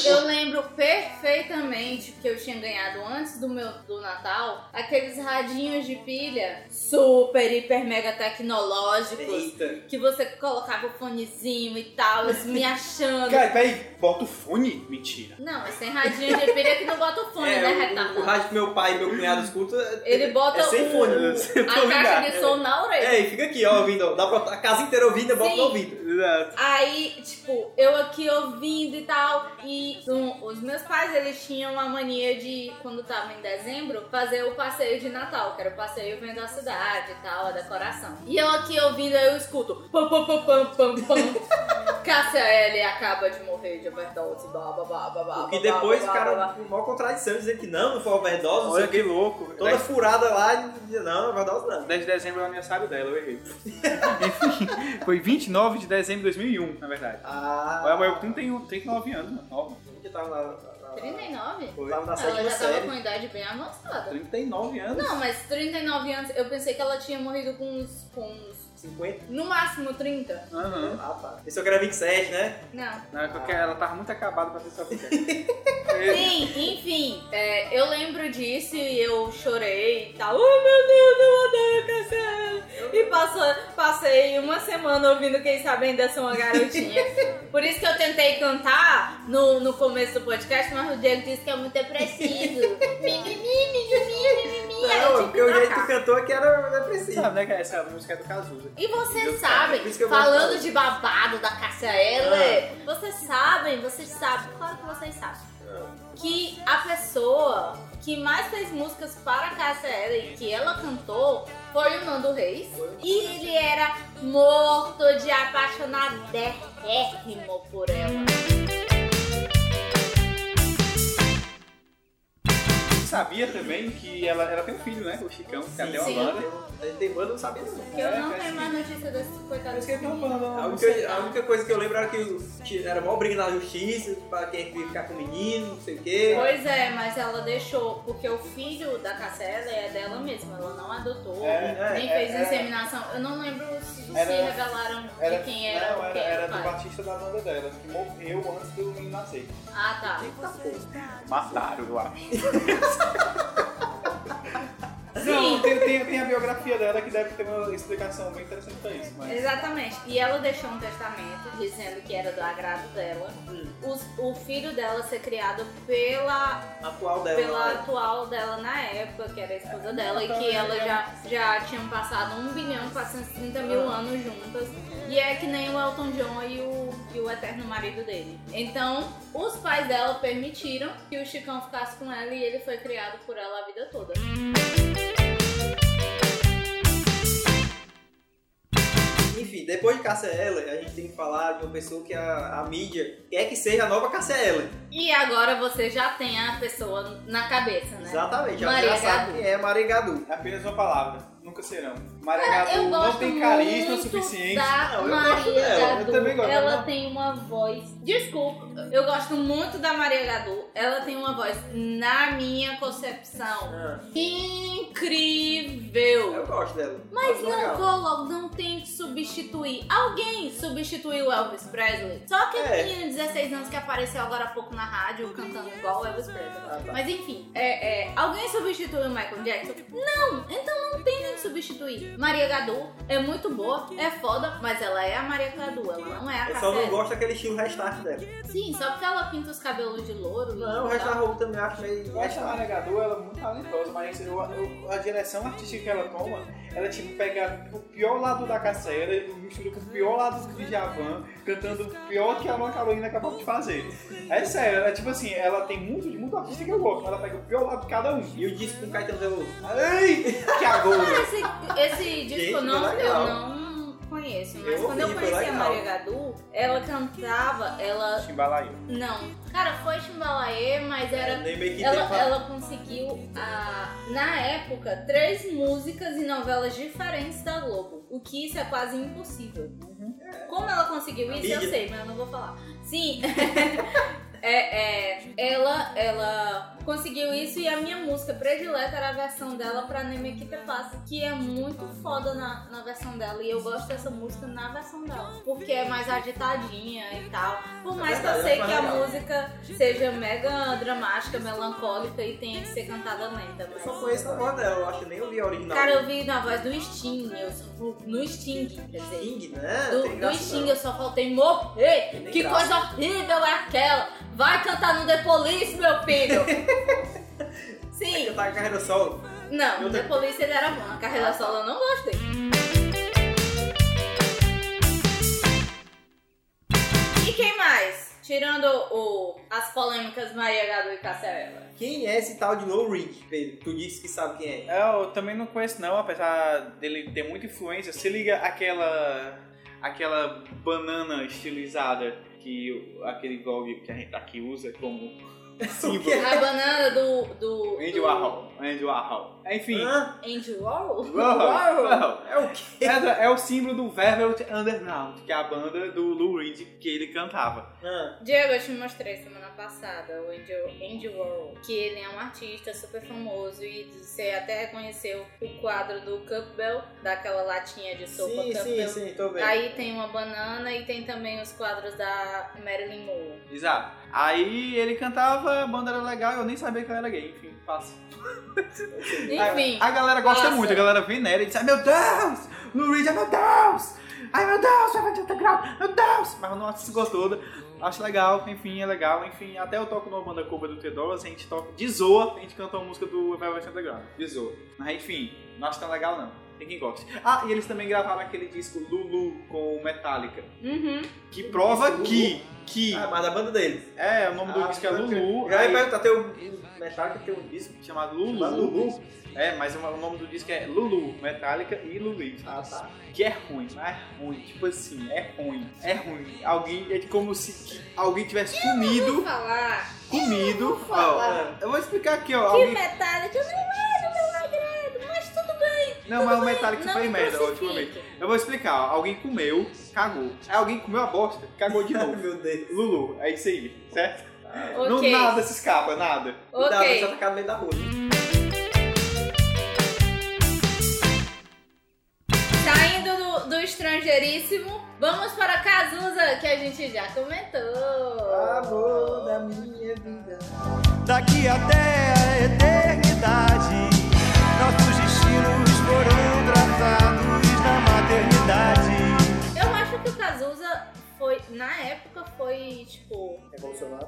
[SPEAKER 1] Eu lembro perfeitamente que eu tinha ganhado antes do meu do Natal aqueles radinhos de pilha super, hiper, mega tecnológicos
[SPEAKER 2] Eita.
[SPEAKER 1] que você colocava o fonezinho e tal, eu me achando.
[SPEAKER 3] Cara, peraí, bota o fone? Mentira.
[SPEAKER 1] Não, mas tem radinho de pilha que não bota o fone, né,
[SPEAKER 2] É, o, o
[SPEAKER 1] retardado?
[SPEAKER 2] rádio que meu pai e meu cunhado escuta. é-
[SPEAKER 1] Ele bota
[SPEAKER 2] é sem
[SPEAKER 1] o-
[SPEAKER 2] fone.
[SPEAKER 1] a
[SPEAKER 2] Eu (laughs) tô
[SPEAKER 1] caixa
[SPEAKER 2] ligado.
[SPEAKER 1] de som na orelha.
[SPEAKER 2] É, e fica aqui, ó, ouvindo. ó. Dá pra a casa inteira ouvindo, eu boto
[SPEAKER 1] Sim.
[SPEAKER 2] no ouvido.
[SPEAKER 3] Exato.
[SPEAKER 1] Aí, tipo, eu aqui ouvindo e tal. E um, os meus pais, eles tinham a mania de, quando tava em dezembro, fazer o passeio de Natal, que era o passeio vendo a cidade e tal, a decoração. E eu aqui ouvindo, aí eu escuto. Pam, pam, pam, pam, pam,
[SPEAKER 2] (laughs)
[SPEAKER 1] pam. Cássia L acaba de morrer de overdose, blá, blá, blá, blá, blá.
[SPEAKER 2] Porque
[SPEAKER 1] blá, blá,
[SPEAKER 2] depois
[SPEAKER 1] blá,
[SPEAKER 2] o
[SPEAKER 1] blá,
[SPEAKER 2] cara,
[SPEAKER 1] blá.
[SPEAKER 2] com maior contradição, dizendo que não, não foi overdose, não sei
[SPEAKER 3] Olha
[SPEAKER 2] o quê.
[SPEAKER 3] que louco.
[SPEAKER 2] Toda furada lá, e dizia, não, overdose não.
[SPEAKER 3] 10 de dezembro é o aniversário dela, eu errei. (laughs) Enfim, foi 29 de dezembro de 2001, na verdade.
[SPEAKER 2] Ah.
[SPEAKER 3] Ela morreu com 31, 39 anos, nova.
[SPEAKER 2] que tava na, na, na,
[SPEAKER 1] 39?
[SPEAKER 2] tava na
[SPEAKER 1] Ela
[SPEAKER 2] sétima
[SPEAKER 1] já tava
[SPEAKER 2] série.
[SPEAKER 1] com idade bem avançada.
[SPEAKER 3] 39 anos?
[SPEAKER 1] Não, mas 39 anos, eu pensei que ela tinha morrido com uns, com uns
[SPEAKER 2] 50?
[SPEAKER 1] no máximo 30.
[SPEAKER 3] Aham.
[SPEAKER 2] Ah, tá. Esse é o que era 27, né?
[SPEAKER 1] Não.
[SPEAKER 3] Não, é porque ela tava muito acabada pra ter (laughs) essa vida.
[SPEAKER 1] Sim, enfim, é, eu lembro disso e eu chorei e tal. Oh meu Deus, eu odeio Cassiano! E passou, passei uma semana ouvindo Quem Sabe Ainda Sou Uma Garotinha. Por isso que eu tentei cantar no, no começo do podcast, mas o Diego disse que é muito depressivo. (laughs) Mimimi, mimimi, mimimi. Aí tipo, eu
[SPEAKER 2] não,
[SPEAKER 1] tive
[SPEAKER 2] porque
[SPEAKER 1] que
[SPEAKER 2] o jeito
[SPEAKER 1] trocar.
[SPEAKER 2] que cantou aqui era depressivo.
[SPEAKER 3] Sabe, né, que essa música é do Cazuza.
[SPEAKER 1] E vocês
[SPEAKER 2] Deus,
[SPEAKER 1] sabem,
[SPEAKER 2] por isso que eu
[SPEAKER 1] falando
[SPEAKER 2] gosto. Ah.
[SPEAKER 1] de babado da Cássia Eller, vocês sabem, vocês sabem, claro que vocês sabem,
[SPEAKER 2] Ah.
[SPEAKER 1] que a pessoa que mais fez músicas para a Cássia Eller e que ela cantou foi o Nando Reis. E ele era morto de apaixonadérrimo por ela.
[SPEAKER 3] Hum. Sabia também que ela, ela tem um filho, né? O Chicão, que até uma
[SPEAKER 1] Sim.
[SPEAKER 3] banda.
[SPEAKER 2] Tem banda, eu não sabia não.
[SPEAKER 1] Que eu não
[SPEAKER 3] É,
[SPEAKER 1] tenho mais notícia desse coitado.
[SPEAKER 3] Parece que ele tá tem um uma banda.
[SPEAKER 2] A única, a única coisa que eu lembro era que o- que era mó briga na justiça, pra quem queria ficar com o menino, não sei o quê.
[SPEAKER 1] Pois é, mas ela deixou, porque o filho da Cassela é dela mesma, ela não adotou,
[SPEAKER 3] É,
[SPEAKER 1] nem
[SPEAKER 3] é,
[SPEAKER 1] fez
[SPEAKER 3] era-
[SPEAKER 1] inseminação. Eu não lembro se, se
[SPEAKER 3] Era-
[SPEAKER 1] revelaram
[SPEAKER 3] Era,
[SPEAKER 1] de quem era,
[SPEAKER 3] não,
[SPEAKER 1] o
[SPEAKER 3] era,
[SPEAKER 1] quem era,
[SPEAKER 3] era
[SPEAKER 1] o
[SPEAKER 3] do
[SPEAKER 1] pai.
[SPEAKER 3] Batista da banda dela, que morreu antes do menino nascer.
[SPEAKER 1] Ah, tá.
[SPEAKER 3] Mataram, eu acho.
[SPEAKER 1] Sim.
[SPEAKER 3] Não, tem, tem, tem a biografia dela que deve ter uma explicação bem interessante pra isso,
[SPEAKER 1] É.
[SPEAKER 3] mas.
[SPEAKER 1] Exatamente. E ela deixou um testamento dizendo que era do agrado dela.
[SPEAKER 3] Hum.
[SPEAKER 1] Os- o filho dela ser criado pela
[SPEAKER 2] Atual dela.
[SPEAKER 1] pela
[SPEAKER 2] né?
[SPEAKER 1] atual dela na época, que era a esposa dela, e
[SPEAKER 3] então
[SPEAKER 1] que
[SPEAKER 3] é- Ah.
[SPEAKER 1] elas já, já tinham passado 1 bilhão e 430 mil anos juntas. E é que nem o Elton John e o, e o eterno marido dele. Então, os pais dela permitiram que o Chicão ficasse com ela e ele foi criado por ela a vida toda.
[SPEAKER 2] Enfim, depois de Cassia Eller, a gente tem que falar de uma pessoa que é a, a mídia quer que seja a nova Cassia Eller.
[SPEAKER 1] E agora você já tem a pessoa na cabeça, né?
[SPEAKER 2] Exatamente, já,
[SPEAKER 1] Maria
[SPEAKER 2] já sabe
[SPEAKER 1] Gadu.
[SPEAKER 2] quem é Maria Gadu.
[SPEAKER 3] É apenas uma palavra, nunca serão. Maria
[SPEAKER 1] É, Eu
[SPEAKER 3] Gadu
[SPEAKER 1] gosto
[SPEAKER 3] não tem carisma
[SPEAKER 1] muito
[SPEAKER 3] suficiente.
[SPEAKER 1] da
[SPEAKER 2] Não, eu gosto
[SPEAKER 1] Maria
[SPEAKER 2] dela, eu
[SPEAKER 1] Gadu.
[SPEAKER 3] também gosto
[SPEAKER 1] ela
[SPEAKER 3] dela.
[SPEAKER 1] tem uma voz. Desculpa, eu gosto muito da Maria Gadu. Ela tem uma voz, na minha concepção,
[SPEAKER 2] Ah, eu
[SPEAKER 3] É
[SPEAKER 1] incrível.
[SPEAKER 2] gosto dela.
[SPEAKER 1] Mas
[SPEAKER 2] Acho
[SPEAKER 1] não
[SPEAKER 2] legal.
[SPEAKER 1] colo, não tem que substituir. Alguém substituiu o Elvis Presley. Só aquele
[SPEAKER 2] É.
[SPEAKER 1] menino de 16 anos que apareceu agora há pouco na rádio cantando igual o Elvis Presley.
[SPEAKER 2] Ah, tá.
[SPEAKER 1] Mas enfim, é, é, alguém substituiu o Michael Jackson? Não, então não tem nem que substituir. Maria Gadu é muito boa, é foda, mas ela é a Maria Gadu, ela não é a
[SPEAKER 2] Eu só não
[SPEAKER 1] Cassiane.
[SPEAKER 2] gosto daquele estilo restart dela.
[SPEAKER 1] Sim, só porque ela pinta os cabelos de louro. e
[SPEAKER 2] Não,
[SPEAKER 1] tal.
[SPEAKER 2] o restart roupa também acho meio
[SPEAKER 3] Eu acho a
[SPEAKER 2] restart.
[SPEAKER 3] Maria Gadu ela é muito talentosa, mas eu- eu- a direção artística que ela toma, ela tipo pega o pior lado da Casseira e mistura com o pior lado do Djavan, cantando pior que a Ana Carolina acabou de fazer. É sério, ela, tipo assim, ela tem muito, muito artista que eu gosto, mas ela pega o pior lado de cada um.
[SPEAKER 2] E o disco com Caetano Veloso.
[SPEAKER 3] Ei, que agora!
[SPEAKER 1] Esse, esse disco
[SPEAKER 2] Gente,
[SPEAKER 1] não,
[SPEAKER 2] foi
[SPEAKER 1] eu
[SPEAKER 2] legal.
[SPEAKER 1] não conheço, mas
[SPEAKER 2] Eu
[SPEAKER 1] quando eu
[SPEAKER 2] ouvi, foi
[SPEAKER 1] conheci a
[SPEAKER 2] legal.
[SPEAKER 1] Maria Gadu, ela cantava, ela.
[SPEAKER 3] Chimbalaí.
[SPEAKER 1] Não. Cara, foi Chimbalaê, mas era
[SPEAKER 2] Nem meio que tem
[SPEAKER 1] Ela,
[SPEAKER 2] pra-
[SPEAKER 1] ela conseguiu, ah, na época, três músicas e novelas diferentes da Globo. O que isso é quase impossível.
[SPEAKER 2] Uhum.
[SPEAKER 1] Como ela conseguiu isso, eu
[SPEAKER 2] Mídia.
[SPEAKER 1] sei, mas eu não vou falar. Sim. (laughs) É, é, ela, ela conseguiu isso e a minha música predileta era a versão dela pra Nemequita Passe, que é muito foda na, na versão dela. E eu gosto dessa música na versão dela, porque é mais agitadinha e tal.
[SPEAKER 2] É
[SPEAKER 1] Por mais que eu sei que a música seja mega dramática, melancólica e tenha que ser cantada lenta.
[SPEAKER 2] Eu
[SPEAKER 1] Mas...
[SPEAKER 2] só conheço a voz dela, eu acho que nem ouvi a original.
[SPEAKER 1] Cara, eu vi na voz do Sting, eu sou- no Sting, quer dizer.
[SPEAKER 2] Sting, né?
[SPEAKER 1] Do,
[SPEAKER 2] Tem
[SPEAKER 1] do
[SPEAKER 2] graça,
[SPEAKER 1] Sting,
[SPEAKER 2] não.
[SPEAKER 1] eu só faltei morrer.
[SPEAKER 2] Tem
[SPEAKER 1] Que
[SPEAKER 2] graça.
[SPEAKER 1] coisa horrível é aquela? Vai cantar no The Police, meu
[SPEAKER 2] (laughs)
[SPEAKER 1] filho!
[SPEAKER 2] Tem é que
[SPEAKER 1] Sim,
[SPEAKER 2] cantar carreira solo.
[SPEAKER 1] não, no
[SPEAKER 2] Eu Ah, tá.
[SPEAKER 1] The Police ele era bom, a carreira solo eu não gostei. E quem mais? Tirando o, as polêmicas Maria Gadu e Casserela.
[SPEAKER 2] Quem é esse tal de No Rick, Pedro? Tu disse que
[SPEAKER 1] (laughs)
[SPEAKER 2] sabe quem é.
[SPEAKER 3] É, eu também não conheço não, apesar dele ter muita influência. Se liga aquela aquela banana estilizada que o- aquele blog que a gente aqui usa como símbolo.
[SPEAKER 1] A banana do. do
[SPEAKER 3] Andy Warhol, Andy Warhol. Enfim,
[SPEAKER 2] Hã?
[SPEAKER 1] do Andy Warhol?
[SPEAKER 3] Warhol, Warhol.
[SPEAKER 2] Ah, É o quê?
[SPEAKER 3] É, é o símbolo do Velvet Underground, que é a banda do Lou Reed que ele cantava.
[SPEAKER 2] Hã?
[SPEAKER 1] Diego, eu te mostrei semana passada o Andy, Andy Warhol, que ele é um artista super famoso e você até reconheceu o quadro do Campbell, daquela latinha de sopa
[SPEAKER 2] Sim, sim,
[SPEAKER 1] Campbell.
[SPEAKER 2] sim, tô vendo.
[SPEAKER 1] Aí tem uma banana e tem também os quadros da Marilyn Monroe.
[SPEAKER 3] Exato. Aí ele cantava, a banda era legal, eu nem sabia que ela era gay, enfim, passa. Ah,
[SPEAKER 1] Enfim,
[SPEAKER 3] A, a galera gosta
[SPEAKER 1] passa.
[SPEAKER 3] muito, a galera venera e diz: Ai meu Deus! Lou Reed, ai meu Deus! Ai meu Deus, vai de underground, meu Deus! Mas eu não assisto gosto toda. Acho legal, enfim, é legal, enfim. Até eu toco numa banda cuba do T-Dollars, a gente toca de zoa, a gente canta uma música do Velvet Underground, de zoa. Mas enfim, não acho tão legal não. Tem quem goste. Ah, e eles também gravaram aquele disco Lulu com o Metallica,
[SPEAKER 1] uhum.
[SPEAKER 3] que prova
[SPEAKER 2] Lulu?
[SPEAKER 3] que, que,
[SPEAKER 2] Ah, mas da banda deles.
[SPEAKER 3] é, o nome do disco é Lulu.
[SPEAKER 2] Já
[SPEAKER 3] aí-
[SPEAKER 2] ia perguntar, tem o
[SPEAKER 3] Metallica tem um disco chamado Lulu. Lulu. É, mas o o nome do disco é Lulu, Metallica e Lulu. Ah, tá. Que é ruim, mas é ruim. Tipo assim, é ruim. É ruim. Alguém, é como se alguém tivesse
[SPEAKER 1] Vou
[SPEAKER 3] comido,
[SPEAKER 1] falar
[SPEAKER 3] comido.
[SPEAKER 1] falar.
[SPEAKER 3] Ó, eu vou explicar aqui, ó.
[SPEAKER 1] que
[SPEAKER 3] Alguém
[SPEAKER 1] Metallica não é do meu agrado, mas tudo bem.
[SPEAKER 3] Não,
[SPEAKER 1] tudo
[SPEAKER 3] mas o
[SPEAKER 1] bem,
[SPEAKER 3] Metallica
[SPEAKER 1] não
[SPEAKER 3] foi
[SPEAKER 1] me
[SPEAKER 3] merda
[SPEAKER 1] crucifique.
[SPEAKER 3] ultimamente. Eu vou explicar. ó. Alguém comeu, cagou. Aí alguém comeu a bosta, cagou
[SPEAKER 1] (laughs)
[SPEAKER 3] de
[SPEAKER 2] Ai, (laughs)
[SPEAKER 3] novo.
[SPEAKER 2] meu Deus.
[SPEAKER 3] Lulu, é isso aí, certo? Não,
[SPEAKER 1] Ok,
[SPEAKER 3] nada se escapa, nada.
[SPEAKER 2] Cuidado,
[SPEAKER 1] ok.
[SPEAKER 2] só ficar no meio da rua.
[SPEAKER 1] Saindo do, do estrangeiríssimo, vamos para Cazuza, que a gente já comentou.
[SPEAKER 2] Amor da minha vida.
[SPEAKER 8] Daqui até a eternidade, nossos destinos foram traçados na maternidade.
[SPEAKER 1] Eu acho que o Cazuza foi, na época, foi, tipo,
[SPEAKER 2] Revolucionário.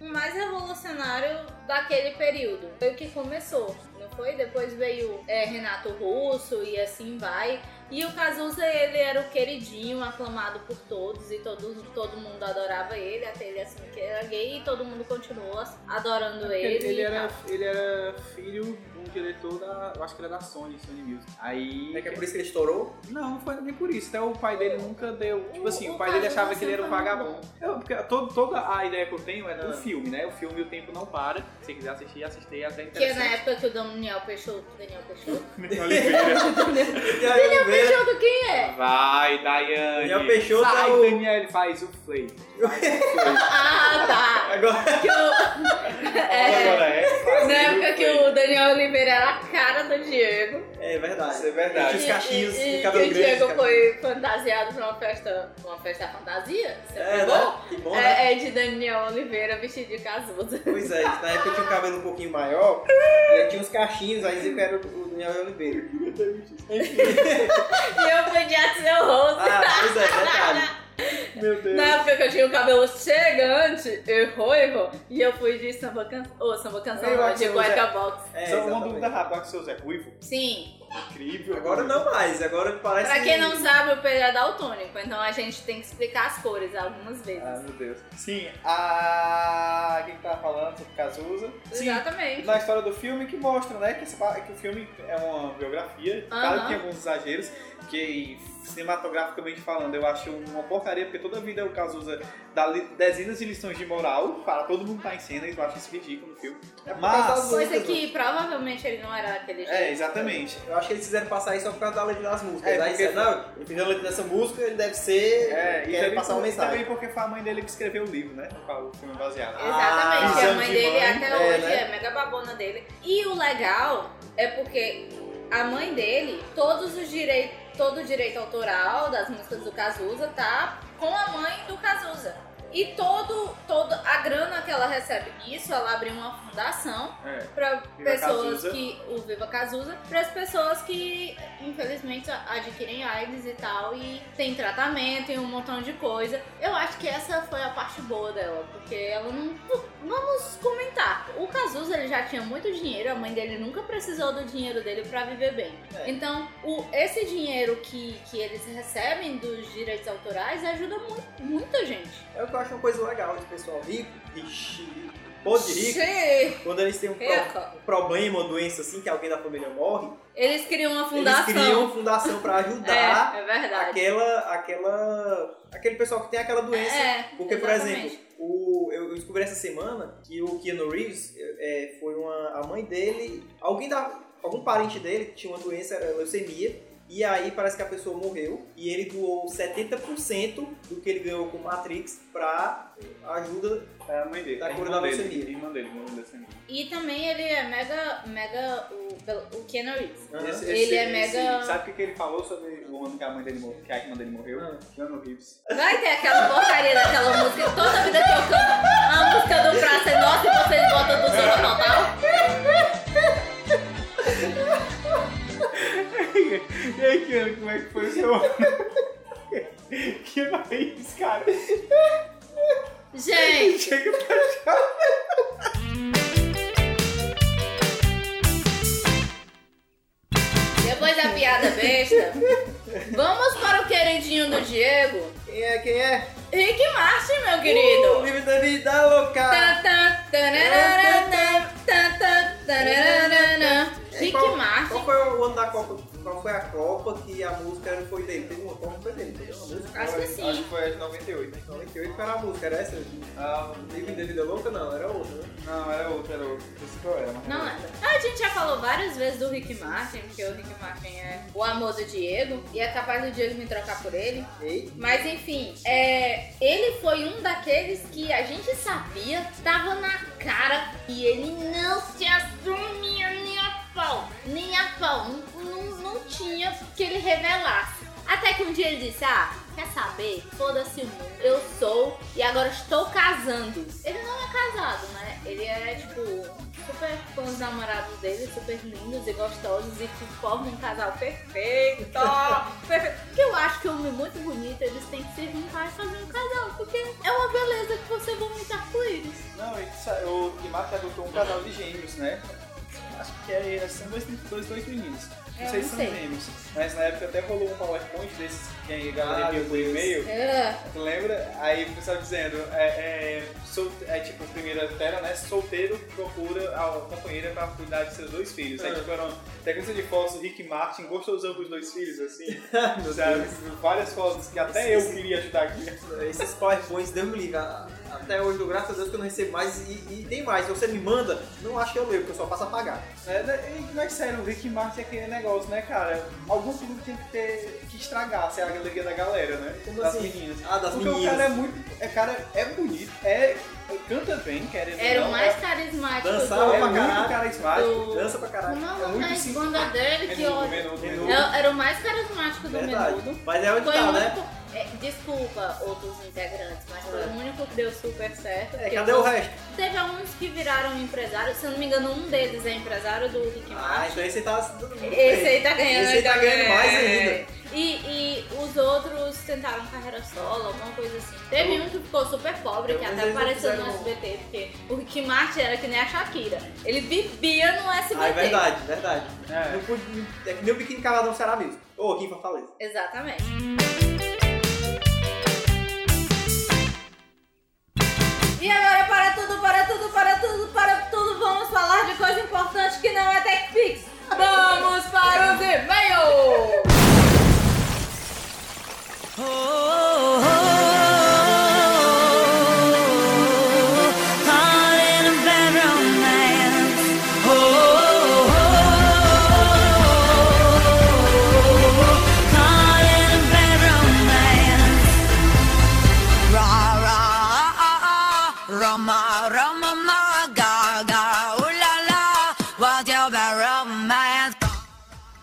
[SPEAKER 1] o mais revolucionário daquele período. Foi o que começou, não foi? Depois veio é, Renato Russo e assim vai. E o Cazuza, ele era o queridinho, aclamado por todos e todo, todo mundo adorava ele, até ele assumir que era gay e todo mundo continuou adorando ele.
[SPEAKER 3] Ele,
[SPEAKER 1] e
[SPEAKER 3] ele era,
[SPEAKER 1] tal.
[SPEAKER 3] ele era filho de um diretor da. Eu acho que era da Sony, Sony Music. Aí.
[SPEAKER 2] É que é por isso que ele estourou?
[SPEAKER 3] Não, não foi nem por isso. Até o pai dele nunca deu. Tipo assim,
[SPEAKER 1] o
[SPEAKER 3] o pai dele
[SPEAKER 1] Cazuza
[SPEAKER 3] achava que ele era um
[SPEAKER 1] sempre foi muito
[SPEAKER 3] vagabundo. Eu, porque todo- toda a ideia que eu tenho é do
[SPEAKER 2] Ah.
[SPEAKER 3] filme, né? O filme O Tempo Não Para. Se você quiser assistir, assistir é até
[SPEAKER 1] Que é na
[SPEAKER 3] interessante.
[SPEAKER 1] época que o Daniel Peixoto. Daniel
[SPEAKER 2] (laughs)
[SPEAKER 1] Peixoto?
[SPEAKER 2] Daniel Oliveira.
[SPEAKER 1] Peixoto quem é?
[SPEAKER 3] Vai, Daiane.
[SPEAKER 2] Daniel Peixoto
[SPEAKER 3] Sai,
[SPEAKER 2] é o-
[SPEAKER 3] Daniel, faz o play.
[SPEAKER 1] Ah, tá.
[SPEAKER 2] Agora,
[SPEAKER 1] Que o... é,
[SPEAKER 3] Agora é.
[SPEAKER 1] (laughs) na época que o Daniel Oliveira era a cara do Diego.
[SPEAKER 2] é verdade.
[SPEAKER 3] Isso é verdade.
[SPEAKER 2] Tinha os cachinhos,
[SPEAKER 1] e, e,
[SPEAKER 2] o
[SPEAKER 1] e
[SPEAKER 2] cabelo
[SPEAKER 1] o
[SPEAKER 2] grande.
[SPEAKER 1] Diego
[SPEAKER 2] cara.
[SPEAKER 1] foi fantasiado pra uma festa. Uma festa fantasia? Sempre
[SPEAKER 2] É,
[SPEAKER 1] bom?
[SPEAKER 2] né? Que bom, né?
[SPEAKER 1] É, é de Daniel Oliveira vestido de casusa. (laughs)
[SPEAKER 2] Pois é, na época eu tinha o cabelo um pouquinho maior, e tinha uns cachinhos, aí dizia que era o Daniel Oliveira.
[SPEAKER 1] E eu podia ser o rosto.
[SPEAKER 2] Ah, pois é, detalhe.
[SPEAKER 3] Meu Deus.
[SPEAKER 1] Na época que eu tinha o cabelo chegante e ruivo, e eu fui de samba canção, ou samba canção,
[SPEAKER 3] Eu
[SPEAKER 1] não,
[SPEAKER 3] acho
[SPEAKER 1] de
[SPEAKER 3] que você-
[SPEAKER 1] cueca box.
[SPEAKER 2] (laughs) É,
[SPEAKER 3] Só uma
[SPEAKER 2] exatamente.
[SPEAKER 3] dúvida rápida, o seu Zé Ruivo.
[SPEAKER 1] Sim,
[SPEAKER 3] Incrível.
[SPEAKER 2] Agora não mais, agora parece
[SPEAKER 1] Pra quem não sabe, o Pedro é daltônico, então a gente tem que explicar as cores algumas vezes.
[SPEAKER 3] Ah, meu Deus. Sim, a. Ah, Quem tava falando sobre Cazuza? Sim,
[SPEAKER 1] Exatamente.
[SPEAKER 3] na história do filme que mostra, né, que, essa pa- que o filme é uma biografia, claro que tem alguns exageros, que cinematograficamente falando eu acho uma porcaria, porque toda vida o Cazuza dá li- dezenas de lições de moral, para todo mundo tá em cena, eu acho isso ridículo no filme.
[SPEAKER 2] Ah,
[SPEAKER 3] Mas,
[SPEAKER 1] Coisa é que provavelmente ele não era aquele
[SPEAKER 3] tá é,
[SPEAKER 1] jeito.
[SPEAKER 3] exatamente.
[SPEAKER 2] né? Eu acho que eles quiseram passar isso só por causa da letra das músicas.
[SPEAKER 3] É,
[SPEAKER 2] aí
[SPEAKER 3] porque-
[SPEAKER 2] disseram, não, ele fez a letra dessa música, ele deve ser...
[SPEAKER 3] É, e
[SPEAKER 2] quer
[SPEAKER 3] também,
[SPEAKER 2] passar uma
[SPEAKER 3] por-
[SPEAKER 2] mensagem.
[SPEAKER 3] também porque foi a mãe dele que escreveu o livro, né, no qual o filme é baseado.
[SPEAKER 1] Exatamente,
[SPEAKER 3] Ah,
[SPEAKER 1] a mãe
[SPEAKER 3] visão de
[SPEAKER 1] dele
[SPEAKER 3] mãe,
[SPEAKER 1] até
[SPEAKER 2] é,
[SPEAKER 1] hoje
[SPEAKER 2] né?
[SPEAKER 1] é mega babona dele. E o legal é porque a mãe dele, todos os direitos, todo o direito autoral das músicas do Cazuza tá com a mãe do Cazuza. E todo, todo a grana que ela recebe nisso, ela abriu uma fundação
[SPEAKER 3] É.
[SPEAKER 1] para
[SPEAKER 3] Viva
[SPEAKER 1] pessoas
[SPEAKER 3] Cazuza.
[SPEAKER 1] que o Viva Cazuza, para as pessoas que infelizmente adquirem AIDS e tal e tem tratamento e um montão de coisa. Eu acho que essa foi a parte boa dela, porque ela não vamos comentar. O Cazuza ele já tinha muito dinheiro, a mãe dele nunca precisou do dinheiro dele para viver bem. Então, o, esse dinheiro que, que eles recebem dos direitos autorais ajuda mu- muita gente.
[SPEAKER 2] É o que eu acho uma coisa legal de pessoal rico, ixi, podre rico,
[SPEAKER 1] Sim.
[SPEAKER 2] quando eles têm um, pro-
[SPEAKER 1] Rico.
[SPEAKER 2] um problema, uma doença assim, que alguém da família morre,
[SPEAKER 1] Eles criam uma
[SPEAKER 2] eles
[SPEAKER 1] fundação.
[SPEAKER 2] criam uma fundação pra ajudar
[SPEAKER 1] é, é verdade.
[SPEAKER 2] aquela, aquela, aquele pessoal que tem aquela doença.
[SPEAKER 1] É,
[SPEAKER 2] Porque, por
[SPEAKER 1] exatamente.
[SPEAKER 2] exemplo, o, eu eu descobri essa semana que o Keanu Reeves é, foi uma, a mãe dele, alguém da, algum parente dele tinha uma doença, era leucemia, e aí parece que a pessoa morreu e ele doou 70% do que ele ganhou com Matrix pra ajuda.
[SPEAKER 3] É a mãe dele.
[SPEAKER 2] Da
[SPEAKER 3] a irmã
[SPEAKER 2] cura da
[SPEAKER 3] dele,
[SPEAKER 2] leucemia.
[SPEAKER 3] Irmã dele, irmã dele, assim.
[SPEAKER 1] E também ele é mega, mega, o, o Keanu Reeves.
[SPEAKER 2] Esse-
[SPEAKER 1] Ele é mega-
[SPEAKER 3] Sabe o que que ele falou sobre o ano que a mãe dele morreu? Que a irmã dele morreu?
[SPEAKER 2] Ah.
[SPEAKER 3] Keanu Reeves. (laughs)
[SPEAKER 1] Vai ter aquela porcaria daquela música, toda vida que eu canto, a música do Praça é Nossa e vocês botam do seu total.
[SPEAKER 3] E aí, Keanu, como é que foi
[SPEAKER 2] (laughs)
[SPEAKER 3] o seu ano? que país, cara?
[SPEAKER 2] (laughs)
[SPEAKER 1] Gente,
[SPEAKER 3] Chega pra cá.
[SPEAKER 1] depois da piada besta, vamos para o queridinho do Diego.
[SPEAKER 2] Quem é? Quem é? Uh!
[SPEAKER 1] Rick Martin, meu querido.
[SPEAKER 2] O livre da vida louca!
[SPEAKER 1] Tan, tan, tanarara, tan,
[SPEAKER 2] Copa, qual foi a Copa que a música foi dele? Teve uma Copa que foi dele, teve uma música.
[SPEAKER 1] Acho que
[SPEAKER 3] Acho
[SPEAKER 1] sim.
[SPEAKER 3] que foi a de 98.
[SPEAKER 2] 98 era a música, era essa?
[SPEAKER 3] Ah,
[SPEAKER 2] Living the Vida Louca não, era outra, né?
[SPEAKER 3] não, era outra, era outra. Não é. sei qual era, mas.
[SPEAKER 1] Não lembro. A gente já falou várias vezes do Rick Martin, porque o Rick Martin é o amor do Diego, e é capaz do Diego me trocar por ele.
[SPEAKER 2] Ei,
[SPEAKER 1] Mas enfim, é, ele foi um daqueles que a gente sabia, tava na cara e ele não se assumia nem a pau, nem a pau, não, não, não tinha que ele revelasse. Até que um dia ele disse: Ah, quer saber? Foda-se o mundo, eu sou e agora estou casando. Ele não é casado, né? Ele é tipo. Super com os namorados dele, super lindos e gostosos e que formam um casal perfeito.
[SPEAKER 2] (laughs)
[SPEAKER 1] perfeito. Porque eu acho que um homem muito bonito, eles têm que se juntar e fazer um casal, porque é uma beleza que você vomitar arco-íris.
[SPEAKER 3] Não, ele sa- o Guimarães adotou um casal de gêmeos, né? Acho que é, são dois, dois, dois meninos. Não
[SPEAKER 1] É,
[SPEAKER 3] sei
[SPEAKER 1] eu
[SPEAKER 3] se
[SPEAKER 1] não
[SPEAKER 3] são
[SPEAKER 1] sei.
[SPEAKER 3] gêmeos. Mas na época até rolou um PowerPoint desses que a galera
[SPEAKER 2] Ah,
[SPEAKER 3] enviou
[SPEAKER 2] meu
[SPEAKER 3] por
[SPEAKER 2] Deus.
[SPEAKER 3] e-mail.
[SPEAKER 1] Ah,
[SPEAKER 3] Tu lembra? Aí o pessoal dizendo, é, é, sol- é tipo, primeira tela, né? Solteiro procura a companheira pra cuidar de seus dois filhos. Aí
[SPEAKER 2] Ah.
[SPEAKER 3] tipo, eram técnicas de fotos, Rick Martin gostosão com os dois
[SPEAKER 2] (laughs)
[SPEAKER 3] filhos, assim. Sabe? Várias fotos que até eu queria ajudar aqui.
[SPEAKER 2] Esses powerpoints, Deus me livre. a- Até hoje, eu, graças a Deus, que eu não recebo mais. E, e tem mais, você me manda, não acho que eu leio, porque eu só passo a pagar.
[SPEAKER 3] É, né, e, mas sério, o Rick Martin é aquele negócio, né, cara? Algum filme tinha que ter que estragar, se é a galeria da galera, né?
[SPEAKER 2] Como
[SPEAKER 3] das
[SPEAKER 2] assim?
[SPEAKER 3] meninas.
[SPEAKER 2] Ah, das
[SPEAKER 3] Porque o
[SPEAKER 2] meninas.
[SPEAKER 3] cara é muito. É, cara, é bonito, é, canta bem, querendo. ou
[SPEAKER 1] Era
[SPEAKER 3] não,
[SPEAKER 1] o mais carismático
[SPEAKER 2] Dançava
[SPEAKER 3] É, é
[SPEAKER 2] pra
[SPEAKER 1] do...
[SPEAKER 3] muito
[SPEAKER 2] caralho.
[SPEAKER 3] carismático.
[SPEAKER 1] do-
[SPEAKER 2] Dança pra caralho.
[SPEAKER 1] Como é o
[SPEAKER 3] é
[SPEAKER 1] nome
[SPEAKER 3] muito
[SPEAKER 1] da
[SPEAKER 3] sim-
[SPEAKER 1] banda dele que
[SPEAKER 3] Menudo,
[SPEAKER 1] olha.
[SPEAKER 3] menudo, menudo.
[SPEAKER 1] É- Era o mais carismático do
[SPEAKER 2] Verdade.
[SPEAKER 1] menudo.
[SPEAKER 2] Mas é onde
[SPEAKER 1] Foi
[SPEAKER 2] tá,
[SPEAKER 1] o
[SPEAKER 2] né?
[SPEAKER 1] único. é, desculpa outros integrantes, mas foi
[SPEAKER 2] É.
[SPEAKER 1] o único que deu super certo.
[SPEAKER 2] É,
[SPEAKER 1] porque
[SPEAKER 2] cadê o resto?
[SPEAKER 1] Teve alguns que viraram empresário, se eu não me engano, um deles é empresário do Rick
[SPEAKER 2] Ah,
[SPEAKER 1] Martin.
[SPEAKER 2] então esse aí tá. tudo bem.
[SPEAKER 1] Esse aí tá ganhando. É.
[SPEAKER 2] Esse aí tá ganhando mais ainda.
[SPEAKER 1] E, e os outros tentaram carreira solo, alguma coisa assim. Teve um que ficou super pobre,
[SPEAKER 2] pelo
[SPEAKER 1] que
[SPEAKER 2] menos
[SPEAKER 1] até
[SPEAKER 2] eles não
[SPEAKER 1] apareceu no
[SPEAKER 2] fizeram-
[SPEAKER 1] SBT, porque o Rick Martin era que nem a Shakira. Ele vivia no SBT.
[SPEAKER 2] Ah, é verdade, verdade.
[SPEAKER 3] É.
[SPEAKER 2] Não pude, é que nem o biquíni caladão será mesmo. Ou aqui em Fortaleza.
[SPEAKER 1] Exatamente. E agora, para tudo, para tudo, para tudo, para tudo, vamos falar de coisa importante que não é TechPix. Vamos para os e-mails!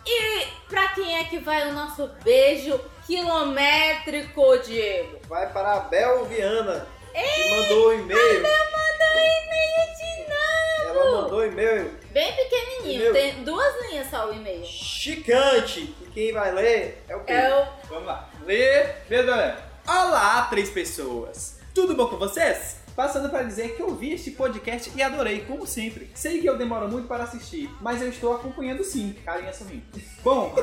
[SPEAKER 1] E pra quem é que vai o nosso beijo quilométrico, Diego?
[SPEAKER 2] Vai para a Bel Viana, que mandou um e-mail.
[SPEAKER 1] Ela mandou e-mail um de novo!
[SPEAKER 2] Ela mandou um e-mail
[SPEAKER 1] Bem pequenininho,
[SPEAKER 2] E-mail.
[SPEAKER 1] tem duas linhas só o e-mail.
[SPEAKER 2] chicante. E quem vai ler é o Pedro.
[SPEAKER 1] É o
[SPEAKER 3] Vamos lá. Lê, lê, dona.
[SPEAKER 2] Olá, três pessoas! Tudo bom com vocês? Passando para dizer que eu vi este podcast e adorei, como sempre. Sei que eu demoro muito para assistir, mas eu estou acompanhando sim.
[SPEAKER 3] Carinha sorrindo.
[SPEAKER 2] (laughs)
[SPEAKER 3] Bom,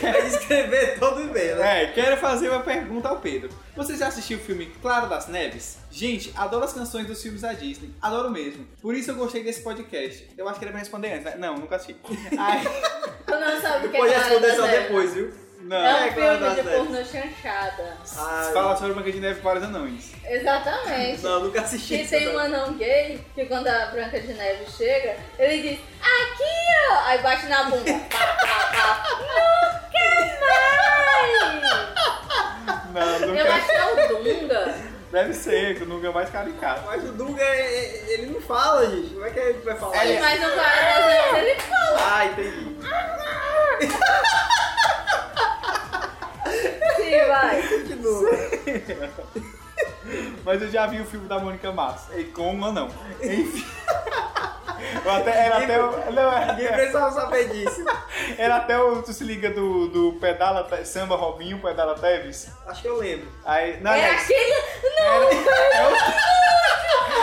[SPEAKER 2] Vai escrever todo o e-mail, né?
[SPEAKER 3] é, quero fazer uma pergunta ao Pedro. Você já assistiu o filme Claro das Neves? Gente, adoro as canções dos filmes da Disney. Adoro mesmo. Por isso eu gostei desse podcast. Eu acho que ele vai responder antes, né? Não,
[SPEAKER 2] (laughs)
[SPEAKER 3] nunca assisti. Ai,
[SPEAKER 1] Eu não sabia o que
[SPEAKER 2] Pode
[SPEAKER 1] é
[SPEAKER 2] responder
[SPEAKER 1] Clara
[SPEAKER 2] só
[SPEAKER 1] da Neve.
[SPEAKER 2] depois, viu?
[SPEAKER 3] não.
[SPEAKER 1] É
[SPEAKER 2] É,
[SPEAKER 1] um
[SPEAKER 2] Clara
[SPEAKER 1] filme de
[SPEAKER 2] da Neve.
[SPEAKER 1] porno chanchada.
[SPEAKER 2] Ai,
[SPEAKER 3] Fala sobre uma que de neve para os anões.
[SPEAKER 1] Exatamente.
[SPEAKER 2] Ah, Não, nunca assisti.
[SPEAKER 1] Que
[SPEAKER 2] isso,
[SPEAKER 1] tem
[SPEAKER 2] não.
[SPEAKER 1] um anão gay que quando a Branca de Neve chega, ele diz, aqui ó! Aí bate na bunda. Pá, pá, pá. Nunca mais!
[SPEAKER 3] Não,
[SPEAKER 1] Eu
[SPEAKER 3] nunca.
[SPEAKER 1] acho que é o Dunga.
[SPEAKER 3] Deve ser, que nunca é mais caricato.
[SPEAKER 2] Mas o Dunga, é- é- ele não fala, gente. Como é que ele vai falar?
[SPEAKER 1] Ele faz um cara das ele fala.
[SPEAKER 2] Ah, entendi.
[SPEAKER 1] Sim, vai.
[SPEAKER 2] Continua. (laughs)
[SPEAKER 3] Mas eu já vi o filme da Mônica Massa. E com uma não.
[SPEAKER 1] (laughs)
[SPEAKER 3] Enfim. Eu até, era até. o- Não, era
[SPEAKER 2] Ninguém
[SPEAKER 3] até.
[SPEAKER 2] precisava saber disso.
[SPEAKER 3] Era até o. Tu se liga do, do Pedala Te- Samba Robinho, Pedala Teves?
[SPEAKER 2] Acho que eu lembro.
[SPEAKER 3] Aí. Não,
[SPEAKER 1] É
[SPEAKER 3] aliás,
[SPEAKER 1] aquele... Não!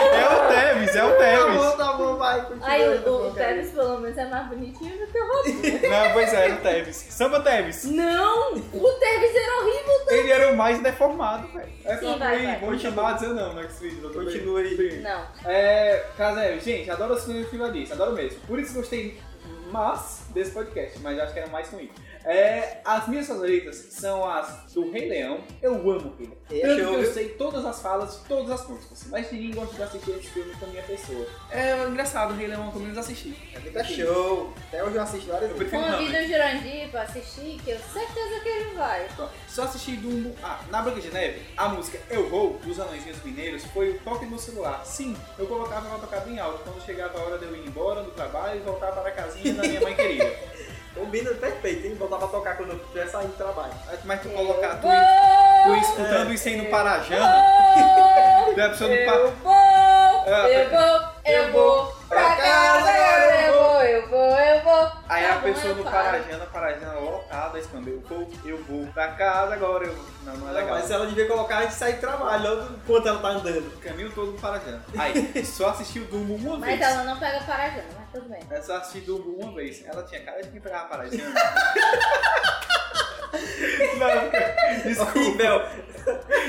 [SPEAKER 3] é o Teves, é o
[SPEAKER 2] Tá
[SPEAKER 3] Teves.
[SPEAKER 2] bom, tá bom, vai. Continua. tá
[SPEAKER 1] Aí
[SPEAKER 2] essa
[SPEAKER 1] o, o
[SPEAKER 2] porcaria.
[SPEAKER 1] Travis pelo menos é mais bonitinho do que o Robin.
[SPEAKER 3] (laughs) Não, pois é, era o Teves. Samba Teves.
[SPEAKER 1] Não! O Travis era horrível também.
[SPEAKER 3] Ele era o mais deformado, velho. É
[SPEAKER 1] Sim, vai, vai.
[SPEAKER 3] vou te chamar eu não, né?
[SPEAKER 2] Continua aí.
[SPEAKER 1] Não.
[SPEAKER 3] É, Casé, gente, adoro os filmes de Filadice, adoro mesmo. Por isso gostei mas desse podcast, mas acho que era mais ruim. É, as minhas favoritas são as do Rei Leão. Eu amo o Rei Leão.
[SPEAKER 2] Esse
[SPEAKER 3] Tanto que
[SPEAKER 2] eu-
[SPEAKER 3] eu sei todas as falas de todas as músicas, mas ninguém gosta de assistir esse filme com a minha pessoa. É engraçado, o Rei Leão eu também menos assisti.
[SPEAKER 2] É muita show. Até hoje eu assisto várias
[SPEAKER 3] Eu
[SPEAKER 2] vezes.
[SPEAKER 3] prefiro Hamlet.
[SPEAKER 1] Convida o Jurandir pra assistir, que eu certeza que ele vai.
[SPEAKER 3] Só assisti do. Ah, na Branca de Neve, a música Eu Vou, dos Anõezinhos Mineiros, foi o toque do meu celular. Sim, eu colocava ela tocada em alto quando chegava a hora de eu ir embora do trabalho e voltar para a casinha da minha mãe querida.
[SPEAKER 2] Combina perfeito, hein? Voltar pra tocar quando eu estiver saindo do trabalho.
[SPEAKER 3] Mas tu colocar tu,
[SPEAKER 1] Vou,
[SPEAKER 3] tu escutando isso aí no Parajana,
[SPEAKER 1] vou,
[SPEAKER 3] tu é a pessoa do
[SPEAKER 1] eu
[SPEAKER 3] pa...
[SPEAKER 1] vou, (laughs) eu vou, eu vou pra casa, eu vou, eu vou, eu vou.
[SPEAKER 3] Aí
[SPEAKER 1] Tá
[SPEAKER 3] a
[SPEAKER 1] bom,
[SPEAKER 3] pessoa
[SPEAKER 1] eu
[SPEAKER 3] do
[SPEAKER 1] paro.
[SPEAKER 3] Parajana, Parajana lotada, escambeu. Eu vou, eu vou pra casa agora, eu vou. Não, não é
[SPEAKER 2] Não,
[SPEAKER 3] legal.
[SPEAKER 2] mas ela devia colocar antes de sair do trabalho, logo enquanto ela tá andando. (laughs)
[SPEAKER 3] O caminho todo do Parajana.
[SPEAKER 1] (laughs)
[SPEAKER 3] Aí, só assisti o Dumbo uma
[SPEAKER 1] Mas
[SPEAKER 3] vez.
[SPEAKER 1] ela não pega parajana, mas tudo bem.
[SPEAKER 3] Eu só assisti Dumbo uma vez. Ela tinha cara de que pegava Parajana. não, desculpa.
[SPEAKER 2] Horrível.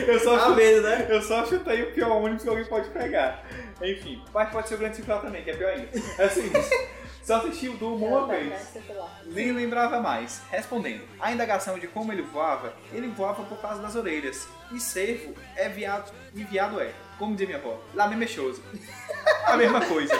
[SPEAKER 3] Eu só,
[SPEAKER 2] Tá
[SPEAKER 3] chutei,
[SPEAKER 2] vendo, (laughs) né?
[SPEAKER 3] eu só chutei o pior ônibus que alguém pode pegar. Enfim, mas pode ser o Grande Circular também, que é pior ainda. É o seguinte, só assisti o Dumbo uma
[SPEAKER 1] Ela tá
[SPEAKER 3] vez.
[SPEAKER 1] atrás do celular.
[SPEAKER 3] Nem lembrava mais. Respondendo, a indagação de como ele voava, ele voava por causa das orelhas. E cervo é viado, e viado é, como dizia minha avó, lá mesmo é choso. (laughs) A mesma coisa.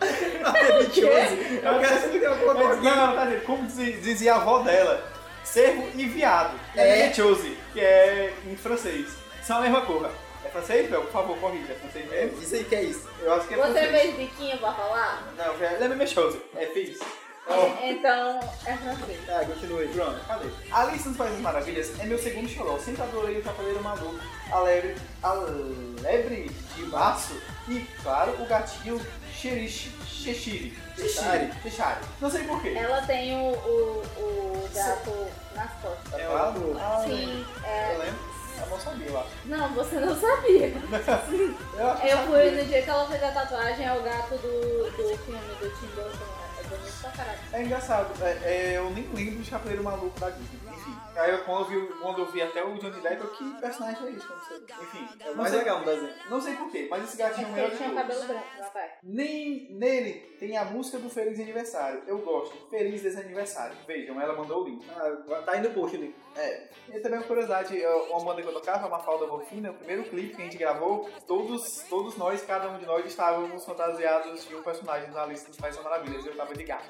[SPEAKER 2] É mentiroso. Eu quero explicar o que eu
[SPEAKER 3] Não,
[SPEAKER 2] vou dizer.
[SPEAKER 3] não, tá dizendo, como diz- dizia a avó dela, cervo e viado,
[SPEAKER 2] É.
[SPEAKER 3] é chose, que é em francês. São a mesma coisa. É francês, Bel? Por favor, corrija. É francês mesmo?
[SPEAKER 2] Diz aí que é isso.
[SPEAKER 3] Eu acho que é
[SPEAKER 1] Você
[SPEAKER 3] francês.
[SPEAKER 1] fez biquinho pra falar?
[SPEAKER 3] Não, é la même chose. É fiz.
[SPEAKER 1] Então, é francês.
[SPEAKER 2] tá,
[SPEAKER 3] Ah, continuei. Pronto, cadê? Alice nos Países das Maravilhas é meu segundo xodó. Sempre adorei o Chapeleiro Maluco, a lebre, a lebre de março e, claro, o gatinho Xerish, Xexiri.
[SPEAKER 2] Xexiri.
[SPEAKER 3] Xexari. Não sei porquê.
[SPEAKER 1] Ela tem o, o, o gato nas costas.
[SPEAKER 2] um
[SPEAKER 3] É lá do... Ah,
[SPEAKER 1] Sim, é.
[SPEAKER 3] Eu lembro. Eu não sabia, eu acho.
[SPEAKER 1] Não, você não sabia.
[SPEAKER 3] Eu acho que
[SPEAKER 1] Eu
[SPEAKER 3] sabia.
[SPEAKER 1] fui no dia que ela fez a tatuagem, é o gato do, do filme do Tim Burton. né? É bonito pra caralho.
[SPEAKER 3] É engraçado, é, é, eu nem lembro do Chapeleiro Maluco da Disney. Enfim, aí eu, quando, eu vi, quando eu vi até o Johnny Depp, eu, que personagem é isso? Eu Não sei. Enfim,
[SPEAKER 2] É o mais
[SPEAKER 3] eu não sei-
[SPEAKER 2] legal no desenho.
[SPEAKER 3] Não sei porquê, mas esse
[SPEAKER 1] É
[SPEAKER 3] gatinho
[SPEAKER 1] porque
[SPEAKER 3] meu é
[SPEAKER 1] ele tinha
[SPEAKER 3] maravilhoso.
[SPEAKER 1] cabelo branco, papai.
[SPEAKER 3] Nem nele tem a música do Feliz Aniversário. Eu gosto. Feliz Desaniversário. Vejam, ela mandou o link.
[SPEAKER 2] Ah, tá aí no post ali.
[SPEAKER 3] É. E também uma curiosidade, eu- uma banda que eu tocava, Mafalda Wolfina, o primeiro clipe que a gente gravou, todos, todos nós, cada um de nós, estávamos fantasiados de um personagem da Alice dos Países das Maravilhas. e Eu tava
[SPEAKER 2] (laughs)
[SPEAKER 3] de gato.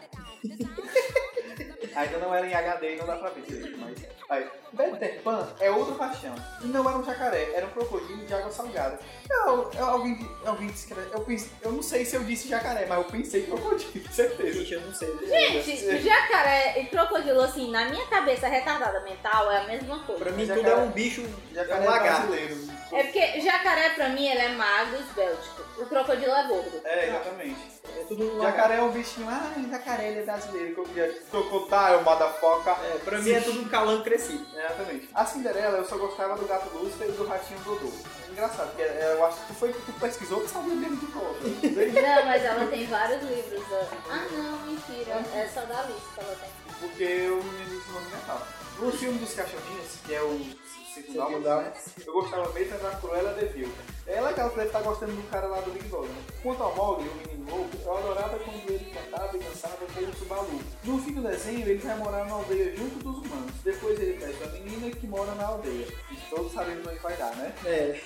[SPEAKER 3] Ainda não era em HD e não dá pra ver direito, mas... Aí, Peter Pan é outra paixão. E não era um jacaré, era um crocodilo de água salgada. Eu, eu- alguém, alguém disse que era... Eu, pense- eu não sei se eu disse jacaré, mas eu pensei em crocodilo, (laughs) certeza.
[SPEAKER 2] Gente, eu não sei.
[SPEAKER 1] Gente, jacaré e crocodilo, assim, na minha cabeça retardada mental, é a mesma coisa.
[SPEAKER 2] Pra mim
[SPEAKER 3] Jacaré-
[SPEAKER 2] tudo é um bicho, é
[SPEAKER 3] Jacaré
[SPEAKER 2] um lagarto.
[SPEAKER 3] brasileiro.
[SPEAKER 1] É porque jacaré, pra mim, ele é magro e esbéltico. O crocodilo é gordo.
[SPEAKER 3] É, exatamente.
[SPEAKER 2] É tudo um lagarto.
[SPEAKER 3] Jacaré é um bichinho, ah, jacaré ele é brasileiro, como já tocou, tá, é uma da foca.
[SPEAKER 2] É, pra mim é tudo um calango crescido.
[SPEAKER 3] Exatamente. A Cinderela eu só gostava do gato Lúcifer e do ratinho Dodô. Engraçado, porque é, eu acho que tu foi que tu pesquisou que sabia mesmo
[SPEAKER 2] (laughs)
[SPEAKER 3] de volta.
[SPEAKER 1] Não, mas ela tem vários livros. ó. Ah, não, mentira. É só da Alice que ela tem.
[SPEAKER 3] porque eu me lembro do nome mental. No filme dos cachorrinhos, que é o segundo álbum, né? Eu gostava mesmo da Cruella de Vil. É legal, você deve estar gostando do cara lá do Big Brother, né? Quanto ao Mogli, o menino louco, eu adorava quando ele cantava e dançava pelo Subalu. No fim do desenho, ele vai morar na aldeia junto dos humanos. Depois ele pega a menina que mora na aldeia. E todos sabemos onde vai dar, né?
[SPEAKER 2] É.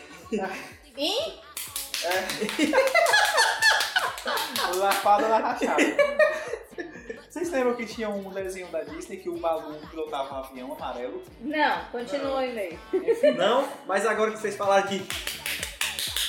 [SPEAKER 1] Hein?
[SPEAKER 3] Lapada na (laughs) rachada. Vocês lembram que tinha um desenho da Disney que o Balu pilotava um avião amarelo?
[SPEAKER 1] Não, continua aí, meio.
[SPEAKER 2] Não, mas agora que vocês falaram que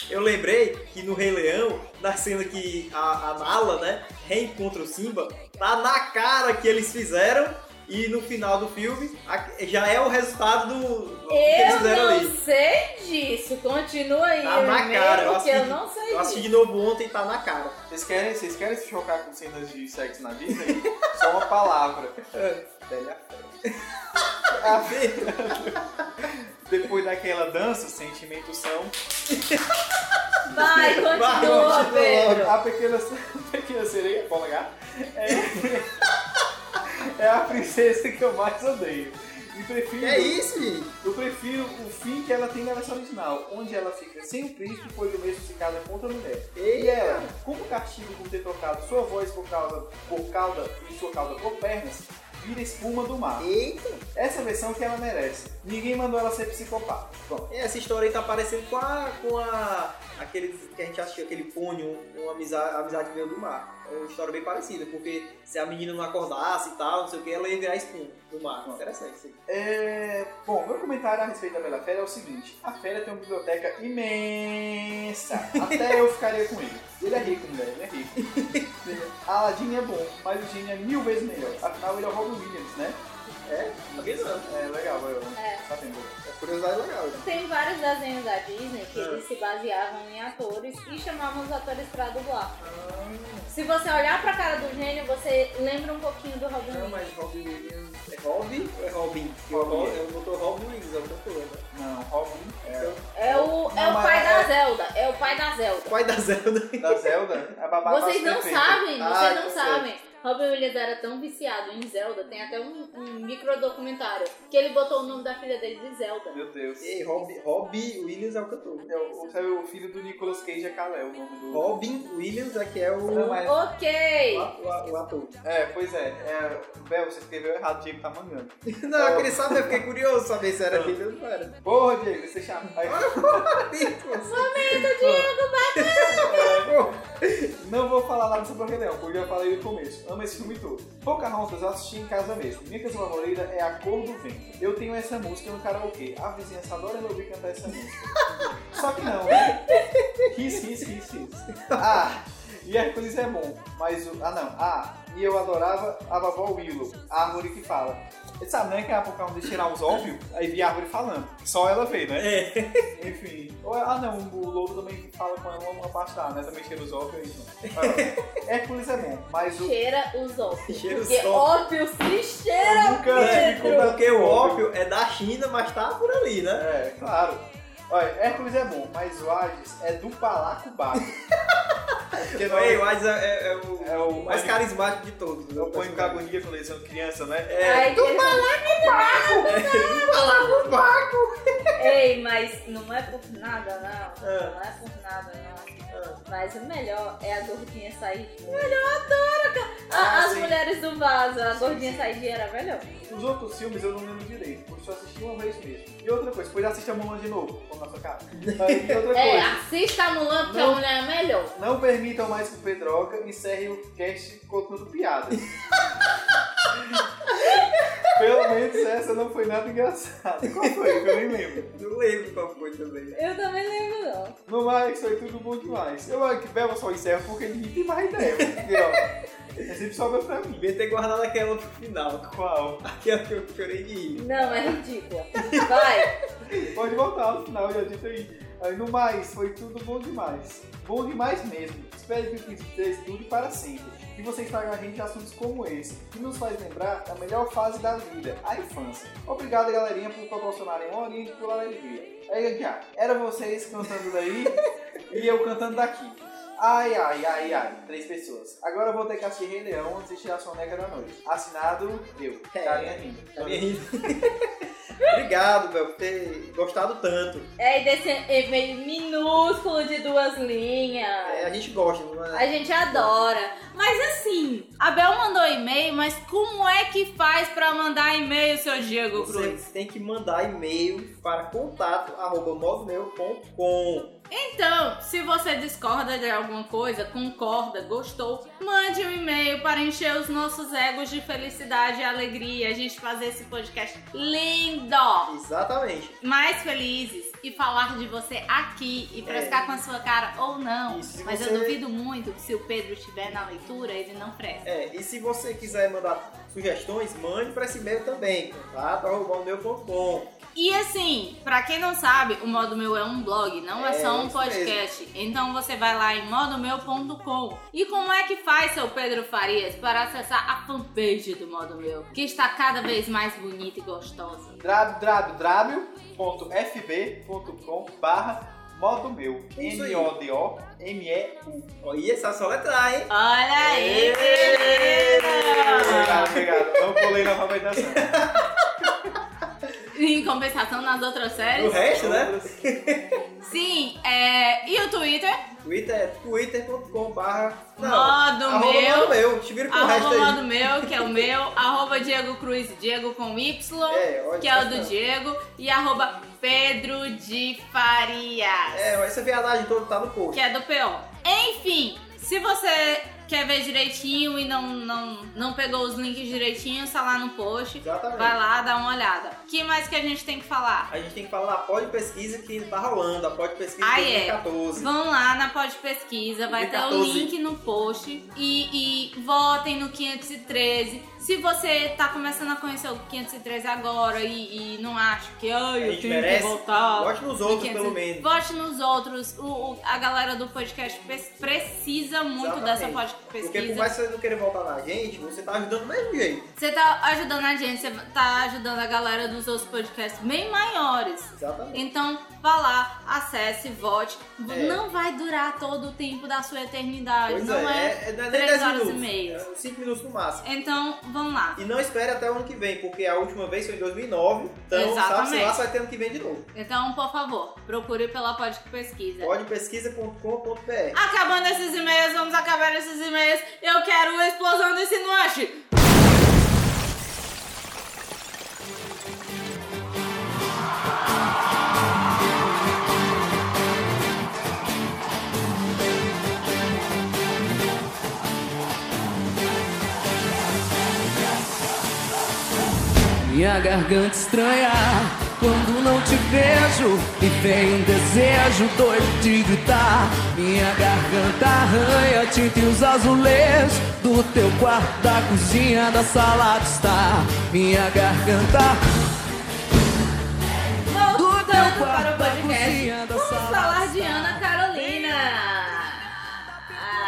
[SPEAKER 2] eu lembrei que no Rei Leão, na cena que a, a Nala, né, reencontra o Simba, tá na cara que eles fizeram e no final do filme a- já é o resultado do, do que eles
[SPEAKER 1] Eu
[SPEAKER 2] fizeram
[SPEAKER 1] não
[SPEAKER 2] ali.
[SPEAKER 1] sei disso. Continua aí,
[SPEAKER 2] Tá na
[SPEAKER 1] Eumeu,
[SPEAKER 2] cara, eu
[SPEAKER 1] porque eu
[SPEAKER 2] assisti-
[SPEAKER 1] não sei
[SPEAKER 2] Eu assisti
[SPEAKER 1] disso.
[SPEAKER 2] de novo ontem e tá na cara.
[SPEAKER 3] Vocês querem, vocês querem se chocar com cenas de sexo na Disney? (laughs) Só uma palavra. Velha fé. (laughs) Depois daquela dança, sentimentos são.
[SPEAKER 1] Vai, continua,
[SPEAKER 2] continua,
[SPEAKER 1] Pedro.
[SPEAKER 3] A pequena, a pequena sereia, pode ligar? É, é a princesa que eu mais odeio. E prefiro.
[SPEAKER 2] É isso, gente.
[SPEAKER 3] Eu prefiro o fim que ela tem na versão original, onde ela fica sem o príncipe, pois o mesmo se casa com outra mulher. E ela, como castigo por ter trocado sua voz por causa por cauda e sua cauda por pernas, vira espuma do mar.
[SPEAKER 2] Eita!
[SPEAKER 3] Essa versão que ela merece. Ninguém mandou ela ser psicopata. Bom,
[SPEAKER 2] Essa história aí tá parecendo com a. com a. aquele que a gente assistiu, aquele pônio, uma amizade, amizade veio do mar. É uma história bem parecida, porque se a menina não acordasse e tal, não sei o que, ela ia virar espuma do mar. Interessante isso aí.
[SPEAKER 3] é... Bom, meu comentário a respeito da Bela Fera é o seguinte: a Fera tem uma biblioteca imensa. Até eu ficaria com ele. Ele é rico, mulher, ele é rico. Aladdin é bom, mas o Genie é mil vezes melhor. Afinal, ele é o Robin Williams, né?
[SPEAKER 2] Tá pensando?
[SPEAKER 3] É legal, eu.
[SPEAKER 1] É.
[SPEAKER 3] Tá vendo?
[SPEAKER 2] É curiosidade legal. né?
[SPEAKER 1] Tem vários desenhos da Disney
[SPEAKER 2] Ah.
[SPEAKER 1] que eles se baseavam em atores e chamavam os atores pra dublar.
[SPEAKER 2] Ah.
[SPEAKER 1] Se você olhar pra cara do gênio, você lembra um pouquinho do Robin
[SPEAKER 2] Não,
[SPEAKER 1] Williams.
[SPEAKER 2] mas Robin Williams. É Robin ou é Robin? Porque o
[SPEAKER 3] Robin.
[SPEAKER 2] Ro- É o doutor Robin Williams, é o doutor, né?
[SPEAKER 3] Não, Robin é
[SPEAKER 1] É o, é
[SPEAKER 3] Não,
[SPEAKER 1] o
[SPEAKER 3] mas
[SPEAKER 1] pai da
[SPEAKER 3] é-
[SPEAKER 1] Zelda. É o pai da Zelda.
[SPEAKER 2] Pai da Zelda. (laughs)
[SPEAKER 3] da Zelda. A babá
[SPEAKER 1] Vocês não sabem, vocês
[SPEAKER 3] Ah,
[SPEAKER 1] não
[SPEAKER 3] eu sei.
[SPEAKER 1] sabem. Robin Williams era tão viciado em Zelda, tem até um, um micro documentário que ele botou o nome da filha dele de Zelda.
[SPEAKER 3] Meu Deus.
[SPEAKER 2] Ei, Robin, Robin Williams é o cantor.
[SPEAKER 3] É o, o- sabe, o filho do Nicolas Cage é Kalé, o nome do.
[SPEAKER 2] Robin Williams é que é o,
[SPEAKER 3] Não, mas-
[SPEAKER 1] Ok!
[SPEAKER 2] o- o- o ator. (laughs)
[SPEAKER 3] É, pois é. é Bel, você escreveu errado, o Diego tá mangando.
[SPEAKER 2] Não, eu queria saber, eu fiquei curioso saber se era dele ou não era.
[SPEAKER 3] Porra, Diego, você chama. Aí, não vou falar nada sobre o Rei Leão, porque eu já falei no começo. Amo esse filme todo. Pocahontas eu assisti em casa mesmo. Minha canção favorita é A Cor do Vento. Eu tenho essa música no karaokê. A vizinhança adora me ouvir cantar essa música. Só que não, né? Riz, riz, riz, riz. Ah, e Hércules é bom, mas o... Ah, não. Ah, e eu adorava a vovó Willow, a árvore que fala. Você sabe, né, que a Pocahontas tirar os óbvios, aí vi a árvore falando. Só ela vê, né?
[SPEAKER 2] É.
[SPEAKER 3] Enfim. Ou- ah, não, o lobo também fala com ela uma pastar, né? Também cheira os óculos. (laughs) Então. Hércules é bom, mas o.
[SPEAKER 1] Cheira os óculos.
[SPEAKER 2] (laughs) Cheira os
[SPEAKER 1] Porque ópio se cheira!
[SPEAKER 3] Eu nunca tive contato
[SPEAKER 2] Porque
[SPEAKER 3] com
[SPEAKER 2] o ópio é da China, mas tá por ali, né?
[SPEAKER 3] É, claro. Olha, Hércules é bom, mas o Hades é do Palacobaco. Porque não
[SPEAKER 2] Ei,
[SPEAKER 3] é,
[SPEAKER 2] o Hades é, é o,
[SPEAKER 3] é o é
[SPEAKER 2] mais carismático de todos. né?
[SPEAKER 3] Eu ponho com agonia quando eles são criança, né?
[SPEAKER 1] Ai,
[SPEAKER 2] do
[SPEAKER 1] que- Ei, mas não é por nada, não.
[SPEAKER 2] É.
[SPEAKER 1] Não é por nada, não.
[SPEAKER 2] Ah,
[SPEAKER 1] Mas o melhor é a gordinha sair. Melhor, eu adoro. cara.
[SPEAKER 3] Ah,
[SPEAKER 1] A- as
[SPEAKER 3] sim.
[SPEAKER 1] mulheres do vaso, a gordinha saidinha era melhor.
[SPEAKER 3] Os outros filmes eu não lembro direito, porque só assisti uma vez mesmo. E outra coisa, depois assiste a Mulan de novo, como na sua (laughs) cara. E outra coisa.
[SPEAKER 1] É, assista a Mulan porque
[SPEAKER 3] Não.
[SPEAKER 1] a mulher é melhor.
[SPEAKER 3] Não permitam mais que o Pedroca encerre o cast contando piadas. Pelo menos essa não foi nada engraçada. Qual foi? Que Eu nem lembro.
[SPEAKER 2] não lembro qual foi também.
[SPEAKER 1] Eu também lembro, não.
[SPEAKER 3] No mais, foi tudo bom demais. Eu acho que Bela só encerra porque ninguém tem mais ideia. Porque, ó, é sempre sobra pra mim.
[SPEAKER 2] Devia ter guardado aquela pro final. (laughs)
[SPEAKER 3] Qual?
[SPEAKER 2] Aquela que eu chorei de
[SPEAKER 3] (laughs)
[SPEAKER 2] rir.
[SPEAKER 1] Não, é ridícula. Vai.
[SPEAKER 3] Pode voltar no final, já dito aí. Aí, no mais, foi tudo bom demais. Bom demais mesmo. Espero que o 15 dure para sempre. E vocês tragam a gente de assuntos como esse, que nos faz lembrar da melhor fase da vida, a infância. Obrigado, galerinha, por proporcionarem uma horinha de pular alegria. Aí, já, era vocês cantando daí (laughs) e eu cantando daqui. Ai, ai, ai, ai, três pessoas. Agora eu vou ter que assistir Rei Leão antes de tirar a soneca da noite. Assinado, eu,
[SPEAKER 2] É,
[SPEAKER 3] Carinha Rindo.
[SPEAKER 2] Minha rindo. Obrigado, Bel, por ter gostado tanto.
[SPEAKER 1] (laughs) É desse e-mail minúsculo de duas linhas.
[SPEAKER 2] É, a gente gosta, não é?
[SPEAKER 1] A gente adora. Mas assim, a Bel mandou e-mail, mas como é que faz pra mandar e-mail, seu Diego
[SPEAKER 2] Você
[SPEAKER 1] Cruz?
[SPEAKER 2] tem que mandar e-mail para contato.movemail.com.
[SPEAKER 1] Então, se você discorda de alguma coisa, concorda, gostou, mande um e-mail para encher os nossos egos de felicidade e alegria. A gente fazer esse podcast lindo,
[SPEAKER 2] Exatamente.
[SPEAKER 1] mais felizes e falar de você aqui e frescar com a sua cara ou não.
[SPEAKER 2] É. Isso, se
[SPEAKER 1] Mas
[SPEAKER 2] você-
[SPEAKER 1] eu duvido muito que se o Pedro estiver na leitura, ele não fresca.
[SPEAKER 2] É, e se você quiser mandar sugestões, mande para esse e-mail também. Contato.movemail.com.
[SPEAKER 1] E assim, pra quem não sabe, o Modo Meu é um blog, não é,
[SPEAKER 2] É,
[SPEAKER 1] só um
[SPEAKER 2] isso
[SPEAKER 1] podcast. Então você vai lá em modomeu.com. E como é que faz, seu Pedro Farias, para acessar a fanpage do Modo Meu, que está cada vez mais bonita e gostosa?
[SPEAKER 3] www.fb.com barra modo meu
[SPEAKER 2] Isso aí.
[SPEAKER 3] M-O-D-O M-E
[SPEAKER 2] Ó, E essa só letrar, hein?
[SPEAKER 1] Olha aí,
[SPEAKER 2] Ê!
[SPEAKER 1] menina!
[SPEAKER 3] É (laughs) Obrigado, obrigado. Não pulei na alfabetização.
[SPEAKER 1] Em compensação nas outras
[SPEAKER 2] O
[SPEAKER 1] séries.
[SPEAKER 3] É
[SPEAKER 2] resto, né?
[SPEAKER 1] Sim, é, e o Twitter?
[SPEAKER 2] Twitter é twitter.com.br. Não,
[SPEAKER 1] Modo
[SPEAKER 2] arroba
[SPEAKER 1] meu.
[SPEAKER 2] Modo meu. Te vira pro resto
[SPEAKER 1] Arroba
[SPEAKER 2] aí.
[SPEAKER 1] modo meu, que é o meu. arroba Diego Cruz, Diego com Y,
[SPEAKER 2] É, olha,
[SPEAKER 1] que é o do
[SPEAKER 2] tá.
[SPEAKER 1] Diego. E arroba Pedro de Farias,
[SPEAKER 2] É, essa viadagem toda tá no post.
[SPEAKER 1] que é do PO. Enfim, se você quer ver direitinho e não, não, não pegou os links direitinho, tá lá no post.
[SPEAKER 2] Exatamente.
[SPEAKER 1] Vai lá, dá uma olhada. O que mais que a gente tem que falar?
[SPEAKER 2] A gente tem que falar da pós pesquisa que tá rolando, a pós pesquisa
[SPEAKER 1] Ah,
[SPEAKER 2] de
[SPEAKER 1] é.
[SPEAKER 2] 2014.
[SPEAKER 1] Vão lá na Pod Pesquisa, vai ter o
[SPEAKER 2] 2014.
[SPEAKER 1] link no post e, e votem no 513. Se você tá começando a conhecer o 513 agora e, e não acha que
[SPEAKER 2] A
[SPEAKER 1] ai, eu
[SPEAKER 2] gente
[SPEAKER 1] tenho
[SPEAKER 2] merece.
[SPEAKER 1] é que voltar.
[SPEAKER 2] Vote nos
[SPEAKER 1] no
[SPEAKER 2] outros,
[SPEAKER 1] 513.
[SPEAKER 2] pelo menos.
[SPEAKER 1] Vote nos outros. O, o- a galera do podcast pe- precisa muito dessa
[SPEAKER 2] Exatamente.
[SPEAKER 1] Pod
[SPEAKER 2] Porque por
[SPEAKER 1] Pesquisa.
[SPEAKER 2] mais que você não queira voltar na gente, você tá ajudando do mesmo jeito.
[SPEAKER 1] Você tá ajudando a gente, você tá ajudando a galera dos outros podcasts bem maiores.
[SPEAKER 2] Exatamente.
[SPEAKER 1] Então, vá lá, acesse, vote.
[SPEAKER 2] É.
[SPEAKER 1] Não vai durar todo o tempo da sua eternidade,
[SPEAKER 2] Pois
[SPEAKER 1] não é?
[SPEAKER 2] é, é, não é nem
[SPEAKER 1] três
[SPEAKER 2] 10
[SPEAKER 1] horas e
[SPEAKER 2] minutos.
[SPEAKER 1] meia.
[SPEAKER 2] É 5 minutos no máximo.
[SPEAKER 1] Então, vamos lá.
[SPEAKER 2] E não espere até o ano que vem, porque a última vez foi em 2009. Então, sabe-se
[SPEAKER 1] Exatamente.
[SPEAKER 2] lá, vai ter ano que vem de novo.
[SPEAKER 1] Então, por favor, procure pela Pod Pesquisa.
[SPEAKER 2] Podpesquisa.com.br
[SPEAKER 1] Acabando esses e-mails, vamos acabar esses e-mails. Eu quero uma explosão do insinuante.
[SPEAKER 7] Minha garganta estranha quando não te vejo e vem um desejo doido de gritar. Minha garganta arranha tinta e os azulejos do teu quarto, da cozinha, da sala de estar. Minha garganta
[SPEAKER 1] Voltando
[SPEAKER 7] quarto, é
[SPEAKER 1] para o podcast,
[SPEAKER 7] cozinha da
[SPEAKER 1] vamos
[SPEAKER 7] sala.
[SPEAKER 1] falar de Ana Carolina.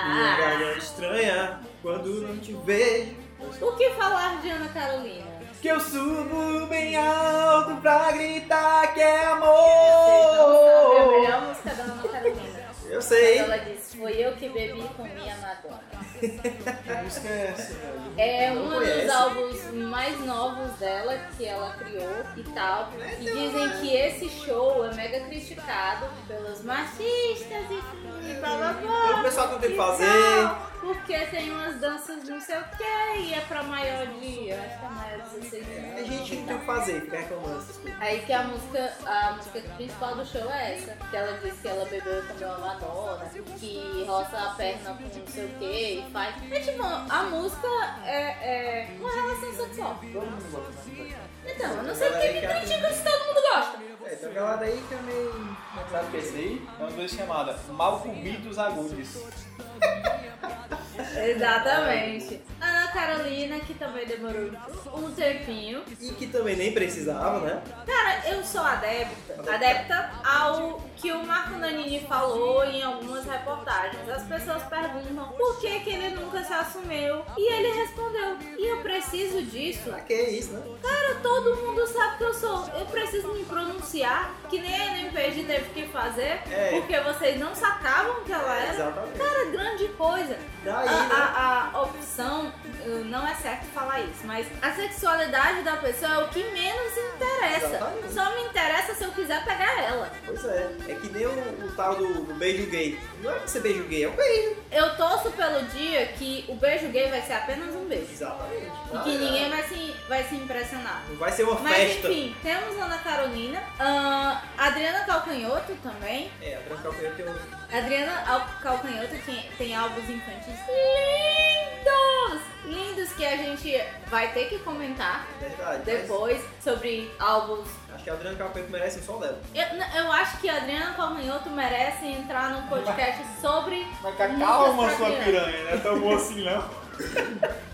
[SPEAKER 2] Minha
[SPEAKER 1] Ah,
[SPEAKER 2] garganta estranha quando não te vejo.
[SPEAKER 1] o que falar de Ana Carolina?
[SPEAKER 3] Que eu subo bem alto pra gritar que é
[SPEAKER 1] Sabe a
[SPEAKER 3] amor.
[SPEAKER 1] melhor música da Ana (laughs) Carolina.
[SPEAKER 2] Eu sei.
[SPEAKER 1] Ela disse, foi eu que bebi e comi a Madonna.
[SPEAKER 2] Que música é essa?
[SPEAKER 1] É
[SPEAKER 2] Não
[SPEAKER 1] um
[SPEAKER 2] conhece.
[SPEAKER 1] dos álbuns mais novos dela, que ela criou e tal. E dizem que esse show é mega criticado pelos machistas e, e blá blá blá.
[SPEAKER 2] O pessoal que não tem o que
[SPEAKER 1] e
[SPEAKER 2] fazer.
[SPEAKER 1] tal, Porque tem umas danças não sei o que e é pra maior de, eu acho que é maior de 16 anos.
[SPEAKER 2] A gente
[SPEAKER 1] e
[SPEAKER 2] não
[SPEAKER 1] tal.
[SPEAKER 2] tem o que fazer, fica reclamando essas coisas.
[SPEAKER 1] Aí que a música, a música principal do show é essa, que ela diz que ela bebeu e comeu a Madonna, que roça a perna com não sei o que e faz. É tipo, a música é, é uma relação sexual. Então, eu não sei porque me critica se todo mundo gosta.
[SPEAKER 2] É, tem uma galera aí que é meio.
[SPEAKER 3] Sabe o que é isso aí? É uma coisa chamada Mal Comidos Agudes.
[SPEAKER 1] Exatamente. Ana Carolina, que também demorou um tempinho.
[SPEAKER 2] E que também nem precisava, né?
[SPEAKER 1] Cara, eu sou adepta, adepta ao que o Marco Nanini falou em algumas reportagens. As pessoas perguntam por que, que ele nunca se assumiu. E ele respondeu: e eu preciso disso.
[SPEAKER 2] Pra que isso, né?
[SPEAKER 1] Cara, todo mundo sabe que eu sou. Eu preciso me pronunciar, que nem a NMPG teve que fazer,
[SPEAKER 2] É.
[SPEAKER 1] porque vocês não sacavam que ela era.
[SPEAKER 2] Exatamente.
[SPEAKER 1] Cara, grande coisa.
[SPEAKER 2] Daí,
[SPEAKER 1] a,
[SPEAKER 2] né?
[SPEAKER 1] a- a opção, uh, não é certo falar isso, mas a sexualidade da pessoa é o que menos interessa.
[SPEAKER 2] Exatamente.
[SPEAKER 1] Só me interessa se eu quiser pegar ela.
[SPEAKER 2] Pois é. É que nem o, o tal do, do beijo gay. Não é pra ser beijo gay, é um beijo.
[SPEAKER 1] Eu torço pelo dia que o beijo gay vai ser apenas um beijo.
[SPEAKER 2] Exatamente.
[SPEAKER 1] E que ninguém vai se, vai se impressionar.
[SPEAKER 2] Não vai ser uma
[SPEAKER 1] Mas
[SPEAKER 2] festa.
[SPEAKER 1] enfim, temos Ana Carolina, ahn, Adriana Calcanhoto também.
[SPEAKER 2] É, a Transcalcanha tem um.
[SPEAKER 1] Adriana Al- Calcanhoto tem, tem álbuns infantis lindos! Lindos que a gente vai ter que comentar
[SPEAKER 2] Verdade.
[SPEAKER 1] depois sobre álbuns.
[SPEAKER 2] mas Acho que a Adriana Calcanha merece um só dela.
[SPEAKER 1] Eu, eu acho que a Adriana Calcanhoto merece entrar num podcast sobre.
[SPEAKER 3] Mas com a
[SPEAKER 1] músicas
[SPEAKER 3] calma,
[SPEAKER 1] pra
[SPEAKER 3] sua
[SPEAKER 1] criança.
[SPEAKER 3] piranha, não é tão bom assim não.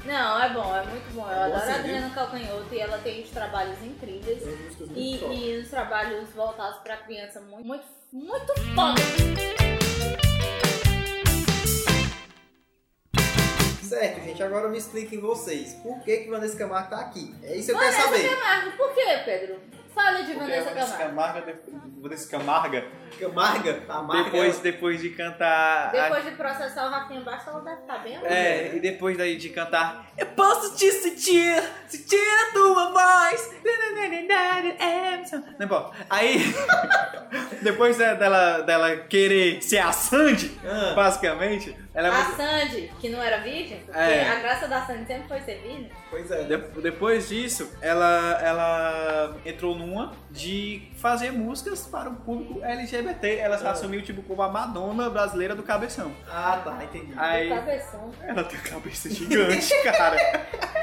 [SPEAKER 1] Não, é bom, é muito bom. Eu
[SPEAKER 2] bom
[SPEAKER 1] adoro
[SPEAKER 2] assim,
[SPEAKER 1] a Adriana Calcanhoto e ela tem uns trabalhos incríveis.
[SPEAKER 2] Tem músicas muito
[SPEAKER 1] E,
[SPEAKER 2] top.
[SPEAKER 1] e os trabalhos voltados pra criança muito, muito, muito foda.
[SPEAKER 2] Certo, gente, agora me expliquem vocês. Por que que Vanessa Camargo tá aqui? É isso que eu quero
[SPEAKER 1] Vanessa
[SPEAKER 2] saber.
[SPEAKER 1] Camargo, por quê, Pedro? Fala de
[SPEAKER 3] Porque a
[SPEAKER 5] é
[SPEAKER 1] Vanessa
[SPEAKER 3] Vanessa
[SPEAKER 1] Camargo.
[SPEAKER 3] Camarga, de- Vanessa Camarga
[SPEAKER 2] Camarga, a marca.
[SPEAKER 3] depois, depois de cantar. a-
[SPEAKER 1] Depois de processar o Rafinha Basta, ela deve estar bem
[SPEAKER 3] É, e depois daí de cantar Eu posso te sentir, sentir a tua voz é, Não importa Aí, (laughs) depois de- dela, dela querer ser a Sandy,
[SPEAKER 2] Ah.
[SPEAKER 3] basicamente Ela é
[SPEAKER 1] A
[SPEAKER 3] muito-
[SPEAKER 1] Sandy, que não era virgem, porque
[SPEAKER 3] É.
[SPEAKER 1] a graça da Sandy sempre foi ser virgem.
[SPEAKER 2] Pois é.
[SPEAKER 3] de- depois disso, ela, ela entrou numa de fazer músicas para o público LGBT. Ela se
[SPEAKER 2] Ah.
[SPEAKER 3] assumiu tipo como a Madonna brasileira do cabeção.
[SPEAKER 2] Ah, tá, entendi.
[SPEAKER 3] Aí,
[SPEAKER 1] Do cabeção.
[SPEAKER 3] ela tem a cabeça (laughs) gigante, cara.
[SPEAKER 2] é,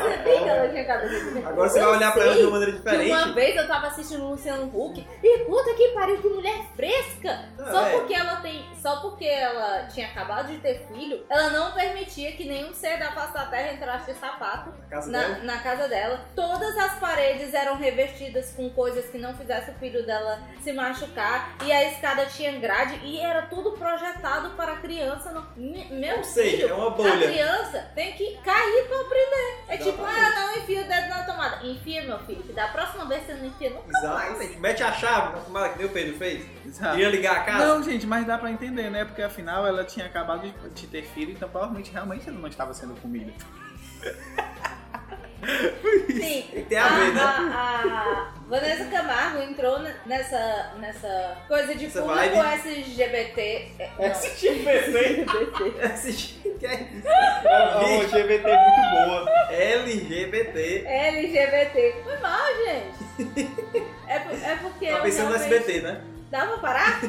[SPEAKER 1] Sabia que ela tinha cabeça de
[SPEAKER 2] Agora você vai olhar pra ela de uma maneira
[SPEAKER 1] Que
[SPEAKER 2] diferente.
[SPEAKER 1] uma vez eu tava assistindo o Luciano Huck e puta que pariu, que mulher fresca!
[SPEAKER 2] Não,
[SPEAKER 1] só
[SPEAKER 2] é.
[SPEAKER 1] porque ela tem. Só porque ela tinha acabado de ter filho, ela não permitia que nenhum ser da face da terra entrasse de sapato
[SPEAKER 2] Casa
[SPEAKER 1] na,
[SPEAKER 2] dela.
[SPEAKER 1] na casa dela. Todas as paredes eram revestidas com coisas que não fizesse o filho dela se machucar. E a escada tinha grade e era tudo projetado para a criança. Não... Me- Meu
[SPEAKER 2] Ou seja, é
[SPEAKER 1] filho,
[SPEAKER 2] uma
[SPEAKER 1] a
[SPEAKER 2] bolha.
[SPEAKER 1] criança tem que cair pra aprender. É tipo,
[SPEAKER 2] Exatamente.
[SPEAKER 1] ah, não enfia o dedo na tomada. Enfia, meu filho, que da próxima vez você não enfia nunca mais.
[SPEAKER 2] Exatamente. Mete a chave na tomada que nem o Pedro fez.
[SPEAKER 3] Exato.
[SPEAKER 2] Queria ligar a casa.
[SPEAKER 3] Não, gente, mas dá pra entender, né? Porque afinal ela tinha acabado de, de ter filho, então provavelmente realmente ela não estava sendo comida.
[SPEAKER 1] Sim.
[SPEAKER 2] (laughs)
[SPEAKER 1] Ah,
[SPEAKER 2] Tem a ver, né?
[SPEAKER 1] a- a Vanessa Camargo entrou ne- nessa, nessa coisa de
[SPEAKER 2] Essa
[SPEAKER 1] público
[SPEAKER 2] vibe.
[SPEAKER 1] SGBT. é, não,
[SPEAKER 3] LGBT.
[SPEAKER 2] Esse- que é isso?
[SPEAKER 3] É uma
[SPEAKER 2] Bicho.
[SPEAKER 3] LGBT muito boa.
[SPEAKER 2] LGBT.
[SPEAKER 1] LGBT. Foi mal, gente.
[SPEAKER 2] (laughs)
[SPEAKER 1] É, por- é porque.
[SPEAKER 2] Tá
[SPEAKER 1] eu
[SPEAKER 2] pensando no
[SPEAKER 1] realmente-
[SPEAKER 2] SBT, né?
[SPEAKER 1] Dá pra
[SPEAKER 2] (laughs)
[SPEAKER 1] parar?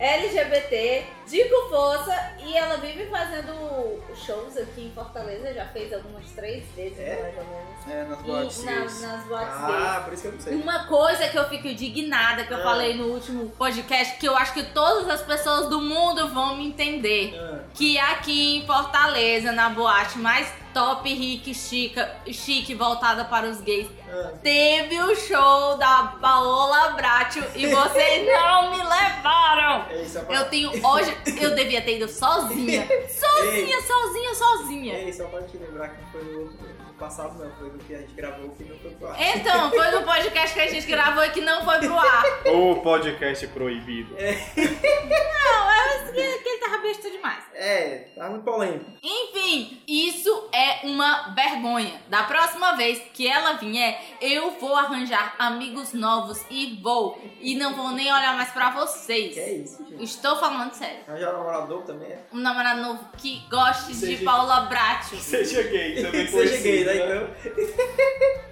[SPEAKER 1] LGBT, digo força, e ela vive fazendo shows aqui em Fortaleza, já fez algumas três vezes,
[SPEAKER 2] É?
[SPEAKER 1] mais ou menos.
[SPEAKER 3] É, nas
[SPEAKER 1] E
[SPEAKER 3] boates.
[SPEAKER 1] na- nas boates gays.
[SPEAKER 2] Ah, por isso que eu não sei.
[SPEAKER 1] Uma coisa que eu fico indignada, que eu
[SPEAKER 2] Ah.
[SPEAKER 1] falei no último podcast, que eu acho que todas as pessoas do mundo vão me entender
[SPEAKER 2] Ah,
[SPEAKER 1] que aqui em Fortaleza, na boate mais top, rica, e chica, chique, voltada para os gays,
[SPEAKER 2] ah.
[SPEAKER 1] teve o show da Paola Bracho e
[SPEAKER 2] (laughs)
[SPEAKER 1] vocês não me levaram!
[SPEAKER 2] É isso, é pra-
[SPEAKER 1] Eu tenho hoje, eu devia ter ido sozinha, sozinha, sozinha, sozinha.
[SPEAKER 2] Ei, só é pra te lembrar que não foi no outro no passado, não. Foi no que a gente gravou, que não foi pro ar.
[SPEAKER 1] Então, foi no podcast que a gente gravou e que não foi pro ar.
[SPEAKER 3] Ou podcast proibido.
[SPEAKER 2] É.
[SPEAKER 1] Não, eu acho que que ele tava besta demais.
[SPEAKER 2] É, tá muito polêmico.
[SPEAKER 1] Enfim, isso é uma vergonha. Da próxima vez que ela vier, eu vou arranjar amigos novos e vou. E não vou nem olhar mais pra vocês.
[SPEAKER 2] Que é isso, gente.
[SPEAKER 1] Estou falando sério.
[SPEAKER 2] Arranjar namorador também é.
[SPEAKER 1] Um namorado novo que goste de
[SPEAKER 3] Seja-
[SPEAKER 1] Paula Bracho.
[SPEAKER 3] Seja
[SPEAKER 2] (laughs)
[SPEAKER 3] gay, também
[SPEAKER 2] Seja gay, né?
[SPEAKER 3] conhecido,
[SPEAKER 2] Então,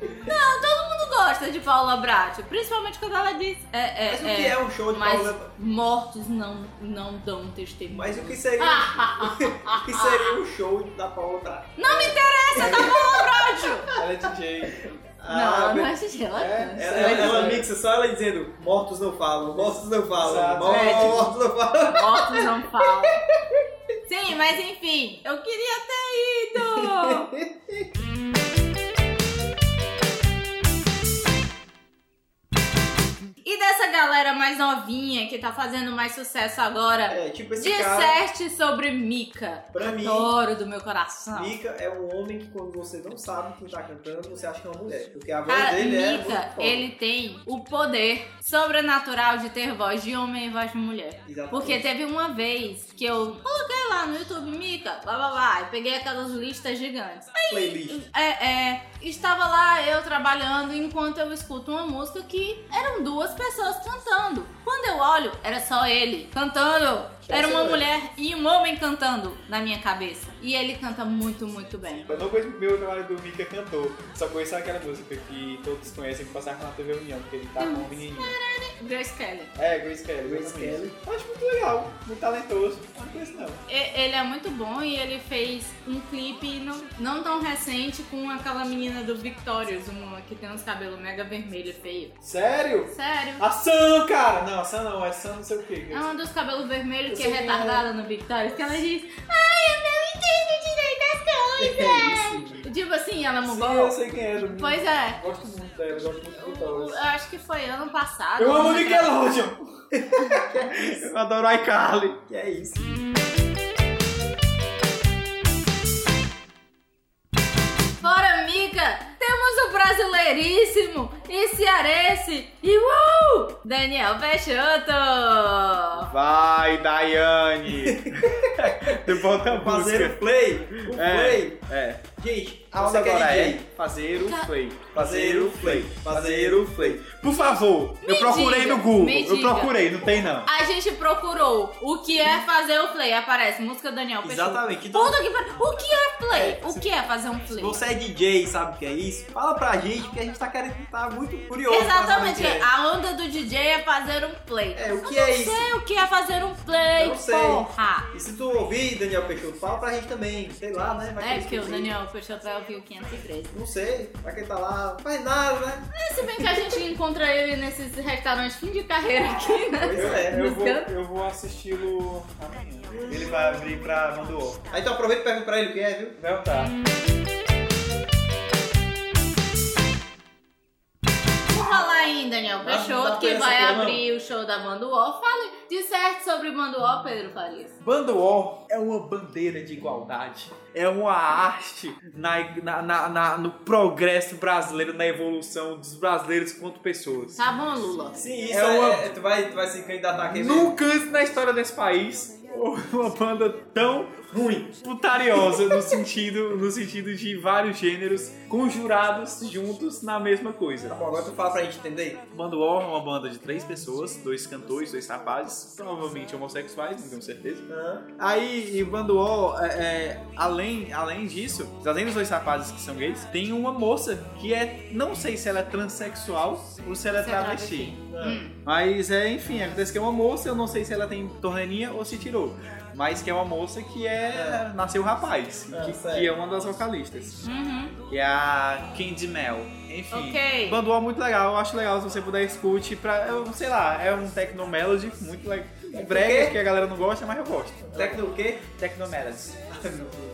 [SPEAKER 1] Todo mundo gosta de Paula Bracho, principalmente quando ela diz. É,
[SPEAKER 2] mas o
[SPEAKER 1] é,
[SPEAKER 2] que
[SPEAKER 1] é.
[SPEAKER 2] é um show de
[SPEAKER 1] Mas
[SPEAKER 2] Paula?
[SPEAKER 1] mortos não, não dão um testemunho.
[SPEAKER 2] Mas o
[SPEAKER 1] (laughs)
[SPEAKER 2] que seria, um (laughs) o que seria o show da Paula Bracho?
[SPEAKER 1] Não me interessa da Paula Bracho!
[SPEAKER 3] (laughs) Ela é DJ.
[SPEAKER 1] não, ela não
[SPEAKER 2] Ah, ela,
[SPEAKER 1] é de ela.
[SPEAKER 3] É,
[SPEAKER 2] ela, ela mixa só ela dizendo mortos não falam, mortos não falam,
[SPEAKER 3] Exato.
[SPEAKER 2] mor-
[SPEAKER 1] É, tipo-
[SPEAKER 2] mortos não falam.
[SPEAKER 1] Mortos não falam. Sim, mas enfim, eu queria ter ido! E dessa galera mais novinha que tá fazendo mais sucesso agora,
[SPEAKER 2] É, tipo esse cara,
[SPEAKER 1] disserte sobre Mika,
[SPEAKER 2] pra mim,
[SPEAKER 1] touro do meu coração.
[SPEAKER 2] Mika é um homem que quando você não sabe quem tá cantando, você acha que é uma mulher. Porque a voz
[SPEAKER 1] Cara,
[SPEAKER 2] dele é muito
[SPEAKER 1] Mika,
[SPEAKER 2] forte.
[SPEAKER 1] ele tem o poder sobrenatural de ter voz de homem e voz de mulher.
[SPEAKER 2] Exatamente.
[SPEAKER 1] Porque teve uma vez que eu coloquei lá no YouTube, Mica, blá blá blá, e peguei aquelas listas gigantes.
[SPEAKER 2] Playlist.
[SPEAKER 1] É, é, estava lá eu trabalhando enquanto eu escuto uma música que eram duas pessoas cantando. Quando eu olho, era só ele cantando. Era
[SPEAKER 2] é
[SPEAKER 1] uma mulher e um homem cantando na minha cabeça. E ele canta muito, muito bem.
[SPEAKER 3] Eu não conheço o meu trabalho do Mika cantor. Só conheço aquela música que todos conhecem que passava na TV União, que ele tá com um menininho.
[SPEAKER 1] Grace Kelly.
[SPEAKER 3] É, Grace Kelly.
[SPEAKER 2] Grace
[SPEAKER 3] exatamente. Eu acho muito legal, muito talentoso. Mas não conheço não.
[SPEAKER 1] E- Ele é muito bom e ele fez um clipe não, não tão recente com aquela menina do Victorious, uma que tem uns cabelos mega vermelho feio.
[SPEAKER 3] Sério?
[SPEAKER 1] Sério?
[SPEAKER 3] A Sam, cara! Não, a Sam não, é Sam não sei o que.
[SPEAKER 1] É uma dos cabelos vermelhos
[SPEAKER 3] Eu
[SPEAKER 1] que é
[SPEAKER 3] sei quem é.
[SPEAKER 1] retardada no Victorious, que ela diz Ai, eu não entendo direito as
[SPEAKER 3] (laughs)
[SPEAKER 1] coisas! Tipo assim, ela é
[SPEAKER 3] É Sim, eu
[SPEAKER 1] mongol.
[SPEAKER 3] sei quem é do mundo.
[SPEAKER 1] Pois é.
[SPEAKER 3] Gosto muito dela, gosto muito do
[SPEAKER 1] Eu
[SPEAKER 3] Thomas.
[SPEAKER 1] acho que foi ano passado. né?
[SPEAKER 3] Eu amo o
[SPEAKER 1] ano
[SPEAKER 3] Nickelodeon! (laughs) Eu adoro a iCarly.
[SPEAKER 2] Que é isso.
[SPEAKER 1] Fora Mica, temos Isso, brasileiríssimo! E cearense! E uou! Daniel Peixoto!
[SPEAKER 3] Vai, Daiane! (laughs) Tu bota a
[SPEAKER 2] Fazer
[SPEAKER 3] música.
[SPEAKER 2] o play. O play.
[SPEAKER 3] É.
[SPEAKER 2] Gente,
[SPEAKER 3] A
[SPEAKER 2] você
[SPEAKER 3] onda
[SPEAKER 2] que é
[SPEAKER 3] agora é
[SPEAKER 2] DJ,
[SPEAKER 3] fazer o play.
[SPEAKER 2] Fazer o play.
[SPEAKER 3] Fazer o play. Por favor,
[SPEAKER 1] Me
[SPEAKER 3] eu procurei
[SPEAKER 1] diga,
[SPEAKER 3] no Google.
[SPEAKER 1] me
[SPEAKER 3] Eu
[SPEAKER 1] diga.
[SPEAKER 3] procurei, não tem não.
[SPEAKER 1] A gente procurou o que é fazer o play. Aparece música Daniel Peixoto.
[SPEAKER 2] Exatamente. Então,
[SPEAKER 1] Puta que pariu. O que é play? O que é fazer um play?
[SPEAKER 2] você é DJ, sabe o que é isso? Fala pra gente, porque a gente tá querendo, tá muito curioso. pra saber o
[SPEAKER 1] Exatamente,
[SPEAKER 2] que é.
[SPEAKER 1] a onda do DJ é fazer um play.
[SPEAKER 2] É, o que
[SPEAKER 1] eu
[SPEAKER 2] é
[SPEAKER 1] não
[SPEAKER 2] isso?
[SPEAKER 1] sei o que é fazer um play,
[SPEAKER 2] Não sei.
[SPEAKER 1] porra.
[SPEAKER 2] E se tu ouvir, Daniel Peixoto, fala pra gente também. Sei lá, né? Vai que
[SPEAKER 1] É,
[SPEAKER 2] ele
[SPEAKER 1] porque o
[SPEAKER 2] escuta.
[SPEAKER 1] Daniel Peixoto vai ouvir o 513.
[SPEAKER 2] Não sei, vai que ele tá lá, não faz nada, né?
[SPEAKER 1] É, se bem que a gente encontra ele nesses restaurantes fim de carreira aqui, né?
[SPEAKER 2] Pois é.
[SPEAKER 1] Nos
[SPEAKER 3] Eu vou,
[SPEAKER 1] cantos.
[SPEAKER 3] eu vou assisti-lo amanhã. Ele vai abrir pra Manduó.
[SPEAKER 2] Aí então aproveita e pergunta pra ele o que é, viu?
[SPEAKER 3] Vai voltar.
[SPEAKER 1] Vamos falar em Daniel
[SPEAKER 2] Vai,
[SPEAKER 1] Peixoto,
[SPEAKER 2] dá
[SPEAKER 1] que
[SPEAKER 2] pra
[SPEAKER 1] vai
[SPEAKER 2] essa porra,
[SPEAKER 1] abrir o show da Banda UOL. Fale de certo sobre Banda UOL, Pedro Farias.
[SPEAKER 3] Bandool é uma bandeira de igualdade. É uma arte na- na- na- na- no progresso brasileiro, na evolução dos brasileiros quanto pessoas.
[SPEAKER 1] Tá bom, Lula?
[SPEAKER 2] Sim, isso
[SPEAKER 3] É uma-
[SPEAKER 2] tu, vai, tu vai se candidatar aqui mesmo.
[SPEAKER 3] Nunca antes na história desse país uma banda tão ruim, putariosa no sentido, no sentido de vários gêneros conjurados juntos na mesma coisa.
[SPEAKER 2] Bom, agora tu fala pra gente entender.
[SPEAKER 3] Banduol é uma banda de três pessoas, dois cantores, dois rapazes, provavelmente homossexuais, não tenho certeza.
[SPEAKER 2] Aham.
[SPEAKER 3] Aí, e Banduol, é, é, além, além disso, além dos dois rapazes que são gays, tem uma moça que é, não sei se ela é transexual ou se ela é
[SPEAKER 1] Se é
[SPEAKER 3] travesti.
[SPEAKER 1] Hum.
[SPEAKER 3] Mas, é, enfim, acontece que é uma moça, eu não sei se ela tem torneirinha ou se tirou. Mas que é uma moça que é, nasceu rapaz,
[SPEAKER 2] É,
[SPEAKER 3] que,
[SPEAKER 2] certo.
[SPEAKER 3] que é uma das vocalistas.
[SPEAKER 1] Uhum.
[SPEAKER 3] Que é a Candy Mel. Enfim,
[SPEAKER 1] Ok.
[SPEAKER 3] Banduol é muito legal, eu acho legal se você puder escute pra, eu, sei lá, é um techno melody muito legal. Brega, que a galera não gosta, mas eu gosto.
[SPEAKER 2] Tecno o quê?
[SPEAKER 3] Tecnomelas.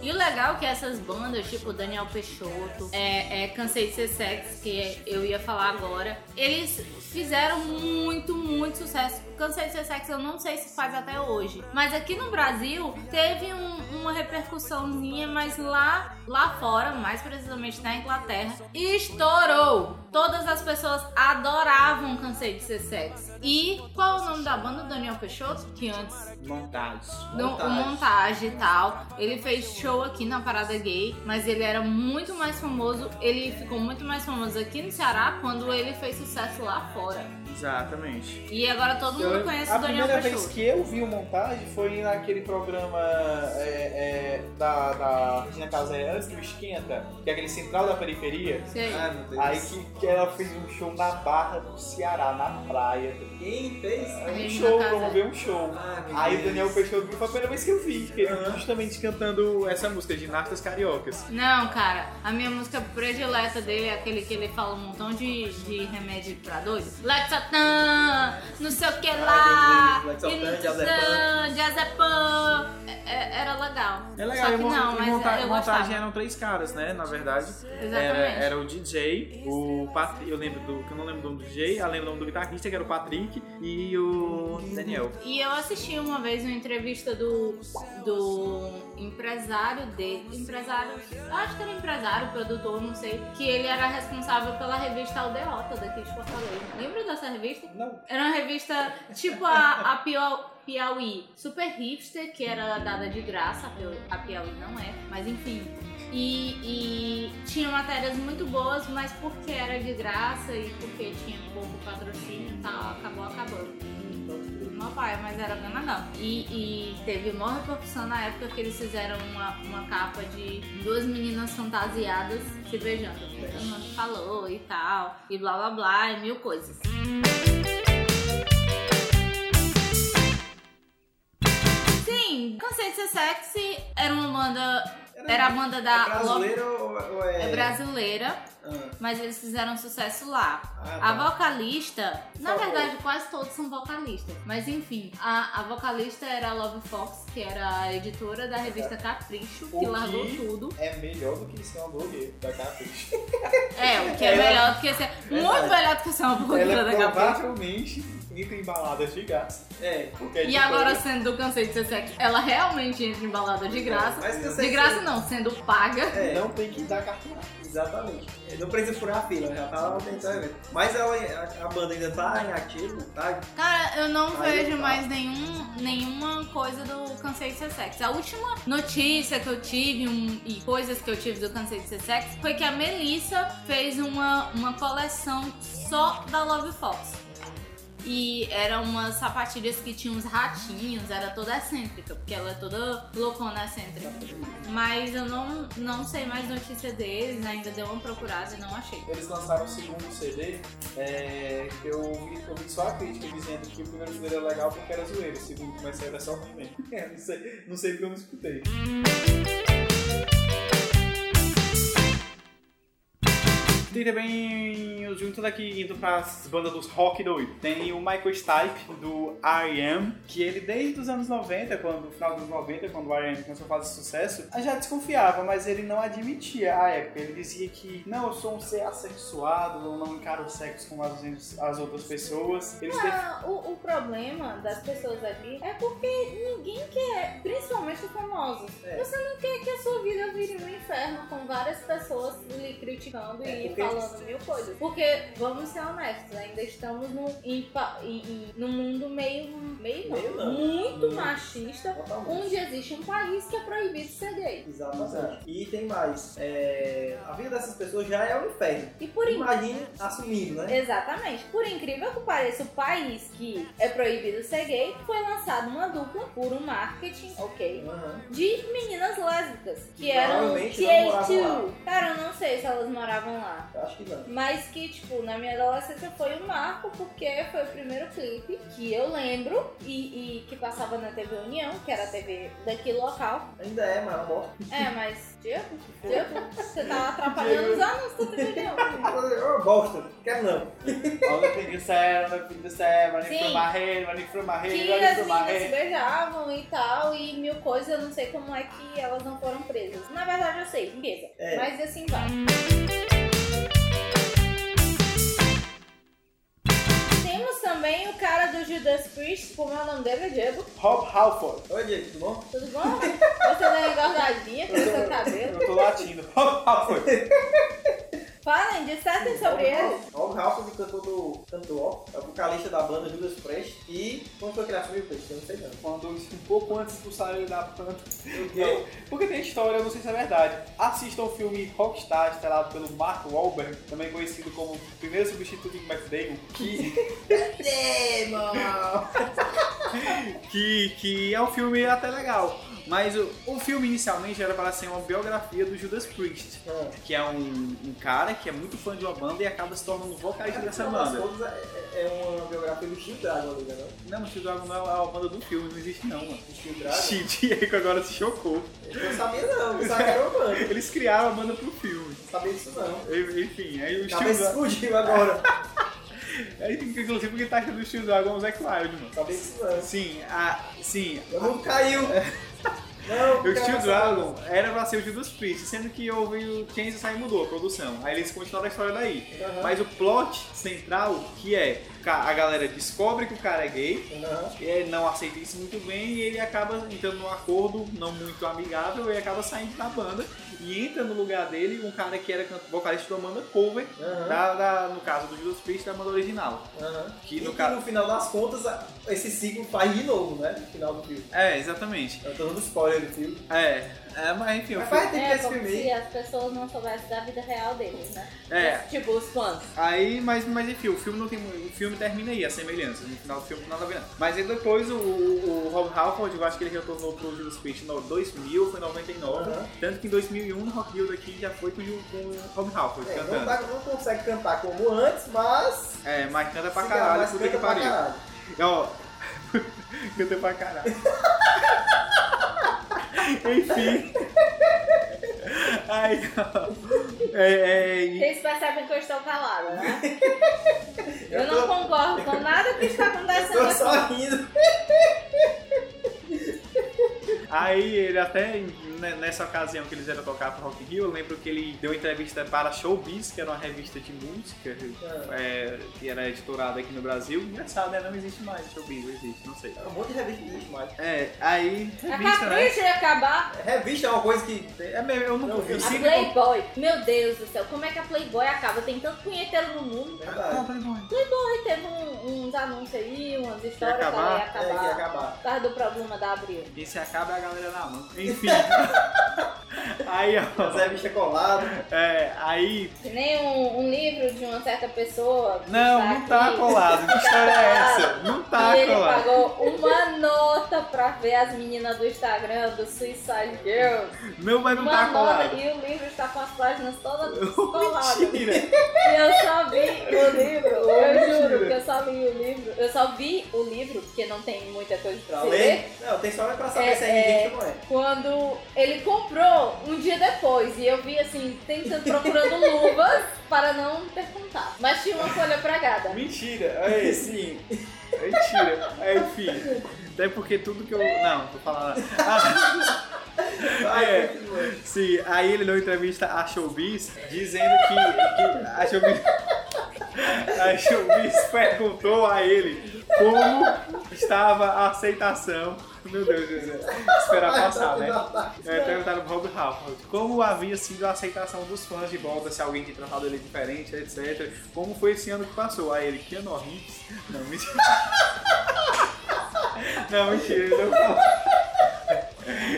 [SPEAKER 1] E o legal é que essas bandas, tipo Daniel Peixoto, é, é Cansei de Ser Sexy, que eu ia falar agora, eles fizeram muito, muito sucesso. Cansei de Ser Sexy eu não sei se faz até hoje, mas aqui no Brasil teve um- uma repercussãozinha, mas lá, lá fora, mais precisamente na Inglaterra, estourou. Todas as pessoas adoravam Cansei de Ser Sexy. E qual é o nome da banda Daniel Peixoto? Que antes
[SPEAKER 3] Montados.
[SPEAKER 1] no, o montagem e tal. Ele fez show aqui na Parada Gay, mas ele era muito mais famoso. Ele ficou muito mais famoso aqui no Ceará quando ele fez sucesso lá fora.
[SPEAKER 3] Exatamente.
[SPEAKER 1] E agora todo mundo conhece
[SPEAKER 3] a
[SPEAKER 1] o Daniel
[SPEAKER 3] primeira vez
[SPEAKER 1] Peixoto.
[SPEAKER 3] que eu vi o montagem foi naquele programa é, é, da, da Regina Casé, antes do Esquenta, que é aquele central da periferia.
[SPEAKER 1] Sei.
[SPEAKER 2] Ah, meu Deus.
[SPEAKER 3] Aí que, que ela fez um show na Barra do Ceará, na praia.
[SPEAKER 2] Quem fez?
[SPEAKER 3] Um
[SPEAKER 1] Regina
[SPEAKER 3] show,
[SPEAKER 1] Casé.
[SPEAKER 3] promoveu um show.
[SPEAKER 2] Ah, meu
[SPEAKER 3] Aí o
[SPEAKER 2] Deus.
[SPEAKER 3] Daniel Peixoto viu, foi a primeira vez é que eu vi, que ele
[SPEAKER 2] Aham.
[SPEAKER 3] justamente cantando essa música, Ginastas Cariocas.
[SPEAKER 1] Não, cara, a minha música predileta dele é aquele que ele fala um montão de, de remédio pra doido. Lexatan, não sei o que lá.
[SPEAKER 2] Ai, meu Deus,
[SPEAKER 1] e não
[SPEAKER 2] Lexatan,
[SPEAKER 1] sei
[SPEAKER 2] Diazepam.
[SPEAKER 1] o que, Diazepam. É- é- Era legal.
[SPEAKER 3] É legal,
[SPEAKER 1] Só
[SPEAKER 3] e
[SPEAKER 1] que
[SPEAKER 3] monta-
[SPEAKER 1] não, mas
[SPEAKER 3] e monta-
[SPEAKER 1] eu
[SPEAKER 3] montagem
[SPEAKER 1] gostava.
[SPEAKER 3] eram três caras, né? Na verdade. Era,
[SPEAKER 1] Exatamente.
[SPEAKER 3] era o DJ, o Patrick. Eu lembro do. que Eu não lembro o nome do DJ, eu lembro o nome do guitarrista, que era o Patrick, e o Daniel.
[SPEAKER 1] E eu assisti uma vez uma entrevista do, do empresário dele. Empresário. eu Acho que era empresário, produtor, não sei. Que ele era responsável pela revista Aldeota daqui de Fortaleza. Lembra dessa revista?
[SPEAKER 2] Não.
[SPEAKER 1] Era uma revista tipo a, a Piau- Piauí. Super hipster, que era dada de graça. a Piau- A Piauí não é, mas enfim. E, e tinha matérias muito boas, mas porque era de graça e porque tinha pouco patrocínio e tal, acabou acabando. Meu pai, mas era bem legal. E, e teve maior repercussão na época que eles fizeram uma, uma capa de duas meninas fantasiadas se beijando. Todo mundo falou e tal, e blá blá blá, e mil coisas. Sim, Cansei de Ser Sexy era uma banda. Era a banda da.
[SPEAKER 2] É brasileiro ou, ou é...
[SPEAKER 1] é brasileira,
[SPEAKER 2] Ah,
[SPEAKER 1] mas eles fizeram sucesso lá.
[SPEAKER 2] ah,
[SPEAKER 1] A
[SPEAKER 2] tá.
[SPEAKER 1] vocalista, na
[SPEAKER 2] favor.
[SPEAKER 1] verdade quase todos são vocalistas, mas enfim, a, a vocalista era a Love Fox, que era a editora da revista Capricho, que
[SPEAKER 3] O
[SPEAKER 1] largou
[SPEAKER 3] que-
[SPEAKER 1] tudo.
[SPEAKER 3] É melhor do que ser uma tá, blogueira da Capricho.
[SPEAKER 1] (laughs) É, o que é melhor do que ser. Muito melhor do que ser uma
[SPEAKER 3] Ela
[SPEAKER 1] blogueira da
[SPEAKER 3] é
[SPEAKER 1] Capricho.
[SPEAKER 3] provavelmente entra em baladas de graça.
[SPEAKER 2] É.
[SPEAKER 3] porque é
[SPEAKER 1] E
[SPEAKER 3] editora.
[SPEAKER 1] agora sendo do Cansei de Ser Sexy, ela realmente entra em balada de graça.
[SPEAKER 2] Mas que eu sei
[SPEAKER 1] De
[SPEAKER 2] que-
[SPEAKER 1] graça não, sendo paga.
[SPEAKER 2] É.
[SPEAKER 3] Não tem que dar cartão.
[SPEAKER 2] Exatamente. Não precisa furar a fila, já tá lá tentando evento. Mas ela, a, a banda ainda tá em ativo, tá?
[SPEAKER 1] Cara, eu não
[SPEAKER 2] Aí
[SPEAKER 1] vejo
[SPEAKER 2] eu falo.
[SPEAKER 1] mais nenhum, nenhuma coisa do Cansei de Ser Sexy. A última notícia que eu tive um- e coisas que eu tive do Cansei de Ser Sexy foi que a Melissa fez uma, uma coleção só da Love Fox. E eram umas sapatilhas que tinham uns ratinhos, era toda excêntrica, porque ela é toda loucona excêntrica. Mas eu não, não sei mais notícia deles, ainda deu uma procurada e não achei.
[SPEAKER 9] Eles lançaram o segundo CD, é, que eu vi, eu vi só a crítica dizendo que o primeiro CD era legal porque era zoeiro, o segundo vai sair era só ruim mesmo. (laughs) É, não, sei, não sei porque eu não escutei.
[SPEAKER 3] Tem também, junto daqui, indo pras bandas dos rock doido, tem o Michael Stipe do R.E.M., que ele desde os anos 90, quando, no final dos anos 90, quando o R.E.M. começou a fazer sucesso, eu já desconfiava, mas ele não admitia à época. Ele dizia que, não, eu sou um ser assexuado, eu não encaro o sexo como as, as outras pessoas. Eles def-
[SPEAKER 1] Ah, O, o problema das pessoas aqui é porque ninguém quer, principalmente os famosos.
[SPEAKER 2] É.
[SPEAKER 1] Você não quer que a sua vida vire um inferno com várias pessoas lhe criticando e
[SPEAKER 2] É, porque-
[SPEAKER 1] falando mil coisas. Porque, vamos ser honestos, ainda estamos num, em pa- em- em- num mundo meio, meio, não,
[SPEAKER 2] Meio não.
[SPEAKER 1] muito
[SPEAKER 2] Muito.
[SPEAKER 1] machista,
[SPEAKER 2] Totalmente.
[SPEAKER 1] onde existe um país que é proibido ser gay.
[SPEAKER 2] Exatamente. E tem mais. é, a vida dessas pessoas já é um inferno.
[SPEAKER 1] E por
[SPEAKER 2] Imagine assumindo, né?
[SPEAKER 1] Exatamente. Por incrível que pareça, o país que é proibido ser gay foi lançado uma dupla por um marketing, ok,
[SPEAKER 2] Aham.
[SPEAKER 1] de meninas lésbicas, que eram
[SPEAKER 2] Provavelmente não moravam
[SPEAKER 1] K2. Cara, eu não sei se elas moravam lá.
[SPEAKER 2] Eu Acho que não.
[SPEAKER 1] Mas que, tipo, na minha adolescência foi um marco, porque foi o primeiro clipe que eu lembro e, e que passava na TV União, que era a TV daqui local.
[SPEAKER 2] Ainda é, mas a morte.
[SPEAKER 1] É, mas, Diego, Diego, você tá atrapalhando os anúncios da TV
[SPEAKER 2] (laughs)
[SPEAKER 1] União.
[SPEAKER 2] Eu gosto. Quero não.
[SPEAKER 3] Olha o Pedro Serra, olha o Pedro Serra, olha
[SPEAKER 1] Sim.
[SPEAKER 3] o Marreiro, olha o
[SPEAKER 1] que
[SPEAKER 3] Marreiro,
[SPEAKER 1] as
[SPEAKER 3] olha o
[SPEAKER 1] meninas se
[SPEAKER 3] Marreiro.
[SPEAKER 1] beijavam e tal, e mil coisas, eu não sei como é que elas não foram presas. Na verdade eu sei, beleza.
[SPEAKER 2] É.
[SPEAKER 1] Mas assim vai. Temos também o cara do Judas Priest, como é o nome dele, Diego?
[SPEAKER 3] Rob Halford,
[SPEAKER 2] Oi, Diego, tudo bom?
[SPEAKER 1] Tudo bom? Você não é engordadinha com seu cabelo?
[SPEAKER 3] eu tô latindo. (laughs) Rob Halford.
[SPEAKER 1] Falem, dissertem
[SPEAKER 2] É
[SPEAKER 1] sobre ele.
[SPEAKER 2] Rob Halford, cantor do cantor, ó, é o vocalista da banda Judas Priest. E como foi que ele assumiu o Priest? Eu não sei não.
[SPEAKER 3] Quando um pouco antes do salário da planta.
[SPEAKER 2] Eu
[SPEAKER 3] Não, Porque tem história, eu não sei se é verdade. Assista o filme Rockstar, estrelado pelo Mark Wahlberg, também conhecido como o primeiro substituto de Matt Damon, que, que, que é um filme até legal. Mas o, o filme inicialmente era para ser uma biografia do Judas Priest, que é um, um cara que é muito fã de uma banda e acaba se tornando vocalista dessa banda.
[SPEAKER 2] É, é uma biografia do Steve Dragon, liga, não?
[SPEAKER 3] Não, mas o Dragon não é a banda do filme, não existe não, mano.
[SPEAKER 2] Do Steve Dragon?
[SPEAKER 3] (laughs) Diego agora se chocou.
[SPEAKER 2] Eu não sabia não, não sabia que era uma banda.
[SPEAKER 3] Eles criaram a banda pro filme.
[SPEAKER 2] Não sabia disso não.
[SPEAKER 3] Enfim, aí o Steve
[SPEAKER 2] Cabeça
[SPEAKER 3] Dragon.
[SPEAKER 2] explodiu agora.
[SPEAKER 3] Aí, Inclusive porque tá achando o Steve Dragon o Zac Wild, mano.
[SPEAKER 2] Sabia disso não.
[SPEAKER 3] Sim, a, sim.
[SPEAKER 2] Eu não caiu. Não,
[SPEAKER 3] É. O
[SPEAKER 2] cara,
[SPEAKER 3] Steel
[SPEAKER 2] essa-
[SPEAKER 3] Dragon era pra ser o Judas Priest, sendo que houve o Chainsaw Sai mudou a produção. Aí eles continuaram a história daí.
[SPEAKER 2] Aham,
[SPEAKER 3] Mas o plot central, que é ca- a galera descobre que o cara é gay,
[SPEAKER 2] aham.
[SPEAKER 3] é, não aceita isso muito bem e ele acaba entrando num acordo não muito amigável e acaba saindo da banda e entra no lugar dele um cara que era can- vocalista da banda cover,
[SPEAKER 2] Aham.
[SPEAKER 3] da, da- no caso do Judas Priest, da banda original.
[SPEAKER 2] Aham.
[SPEAKER 3] Tá. Que
[SPEAKER 2] e
[SPEAKER 3] no
[SPEAKER 2] que
[SPEAKER 3] caso-
[SPEAKER 2] no final das contas, a- esse ciclo faz de novo, né? No final do filme.
[SPEAKER 3] É, exatamente.
[SPEAKER 2] Eu tô dando spoiler do filme.
[SPEAKER 3] É, é mas enfim, o
[SPEAKER 2] Mas
[SPEAKER 3] filme-
[SPEAKER 2] faz tempo que
[SPEAKER 1] É,
[SPEAKER 2] esse
[SPEAKER 1] como
[SPEAKER 2] filme
[SPEAKER 1] se
[SPEAKER 2] aí.
[SPEAKER 1] as pessoas não soubessem da vida real deles, né?
[SPEAKER 3] É.
[SPEAKER 1] Tipo, os fãs.
[SPEAKER 3] Aí, mas, mas enfim, o filme não tem. O filme termina aí, a semelhança. No final do filme nada a ver. Mas aí depois o, o Rob Halford, eu acho que ele retornou pro Judas Priest no 2000, foi 99.
[SPEAKER 2] Aham.
[SPEAKER 3] Tanto que em 2001 no Rock Hill daqui já foi com, o Ju- com o Rob Halford
[SPEAKER 2] É, não,
[SPEAKER 3] cantando.
[SPEAKER 2] tá- não consegue cantar como antes, mas.
[SPEAKER 3] É, mas canta pra
[SPEAKER 2] se
[SPEAKER 3] caralho,
[SPEAKER 2] mas
[SPEAKER 3] puta que
[SPEAKER 2] canta pra
[SPEAKER 3] pariu.
[SPEAKER 2] caralho.
[SPEAKER 3] Ó. (laughs) Canta
[SPEAKER 2] (laughs)
[SPEAKER 3] pra caralho. enfim. Aí, ó. É, é, e-
[SPEAKER 1] Vocês percebem que eu estou calada,
[SPEAKER 3] (laughs)
[SPEAKER 1] né? Eu não concordo com nada que está acontecendo
[SPEAKER 2] Tô
[SPEAKER 1] aqui.
[SPEAKER 2] só rindo.
[SPEAKER 3] Aí ele até, ne- nessa ocasião que eles eram tocar pro Rock in Rio, eu lembro que ele deu entrevista para a Showbiz, que era uma revista de música, é, que era editorada aqui no Brasil. Engraçado, né? Não existe mais Showbiz, não existe, não sei.
[SPEAKER 2] Um monte de revista não existe mais.
[SPEAKER 3] É, aí,
[SPEAKER 1] A
[SPEAKER 3] revista, né?
[SPEAKER 1] capricha ia acabar.
[SPEAKER 2] Revista é uma coisa que.
[SPEAKER 3] É, mesmo, eu nunca vi. Eu
[SPEAKER 1] A
[SPEAKER 3] sigo-
[SPEAKER 1] Playboy. Meu Deus do céu, como é que a Playboy acaba? Tem tanto punheteiro no mundo.
[SPEAKER 2] Verdade.
[SPEAKER 1] Aí teve um- uns anúncios aí, umas histórias
[SPEAKER 3] Ia
[SPEAKER 1] que ela ia
[SPEAKER 2] É, que ia
[SPEAKER 1] acabar.
[SPEAKER 2] acabar.
[SPEAKER 1] Por causa do problema da Abril.
[SPEAKER 3] E se acaba é a galera na mão. (laughs) Enfim. aí,
[SPEAKER 2] As
[SPEAKER 3] ó.
[SPEAKER 2] revistas coladas.
[SPEAKER 3] É, aí.
[SPEAKER 1] Que nem um, um livro de uma certa pessoa. que
[SPEAKER 3] Não, não tá
[SPEAKER 1] aqui,
[SPEAKER 3] colado. Que história é essa? Não tá
[SPEAKER 1] E ele
[SPEAKER 3] colado.
[SPEAKER 1] pagou uma nota pra ver as meninas do Instagram, do Suicide Girls.
[SPEAKER 3] Não, mas não
[SPEAKER 1] Uma
[SPEAKER 3] tá
[SPEAKER 1] nota
[SPEAKER 3] colado.
[SPEAKER 1] e o livro está com as páginas
[SPEAKER 3] (laughs)
[SPEAKER 1] todas coladas.
[SPEAKER 3] Mentira.
[SPEAKER 1] E eu só vi o livro, eu juro que eu só li o livro. Eu só vi o livro, porque não tem muita coisa pra
[SPEAKER 2] Pra
[SPEAKER 1] ler.
[SPEAKER 2] ler. Não, tem só pra saber
[SPEAKER 1] É,
[SPEAKER 2] se é
[SPEAKER 1] é.
[SPEAKER 2] revista ou não é.
[SPEAKER 1] Quando ele comprou um dia depois, e eu vi assim, tentando
[SPEAKER 3] (laughs)
[SPEAKER 1] procurando luvas para não ter contato. Mas tinha uma folha pregada.
[SPEAKER 3] Mentira, aí sim. Mentira, aí enfim. Até porque tudo que eu. Não, vou falar. nada. Ah,
[SPEAKER 2] Vai,
[SPEAKER 3] É.
[SPEAKER 2] continua.
[SPEAKER 3] sim, aí ele deu entrevista à Showbiz dizendo que. que a Showbiz. (laughs) A Showbiz perguntou a ele como estava a aceitação. Meu Deus, José. Esperar passar, né? É, perguntaram pro Rob Halford como havia sido a aceitação dos fãs de volta, se alguém tinha tratado ele diferente, etc. Como foi esse ano que passou? Aí ele, Keanu Reeves? Não, mentira. (laughs) não, mentira, ele não falou.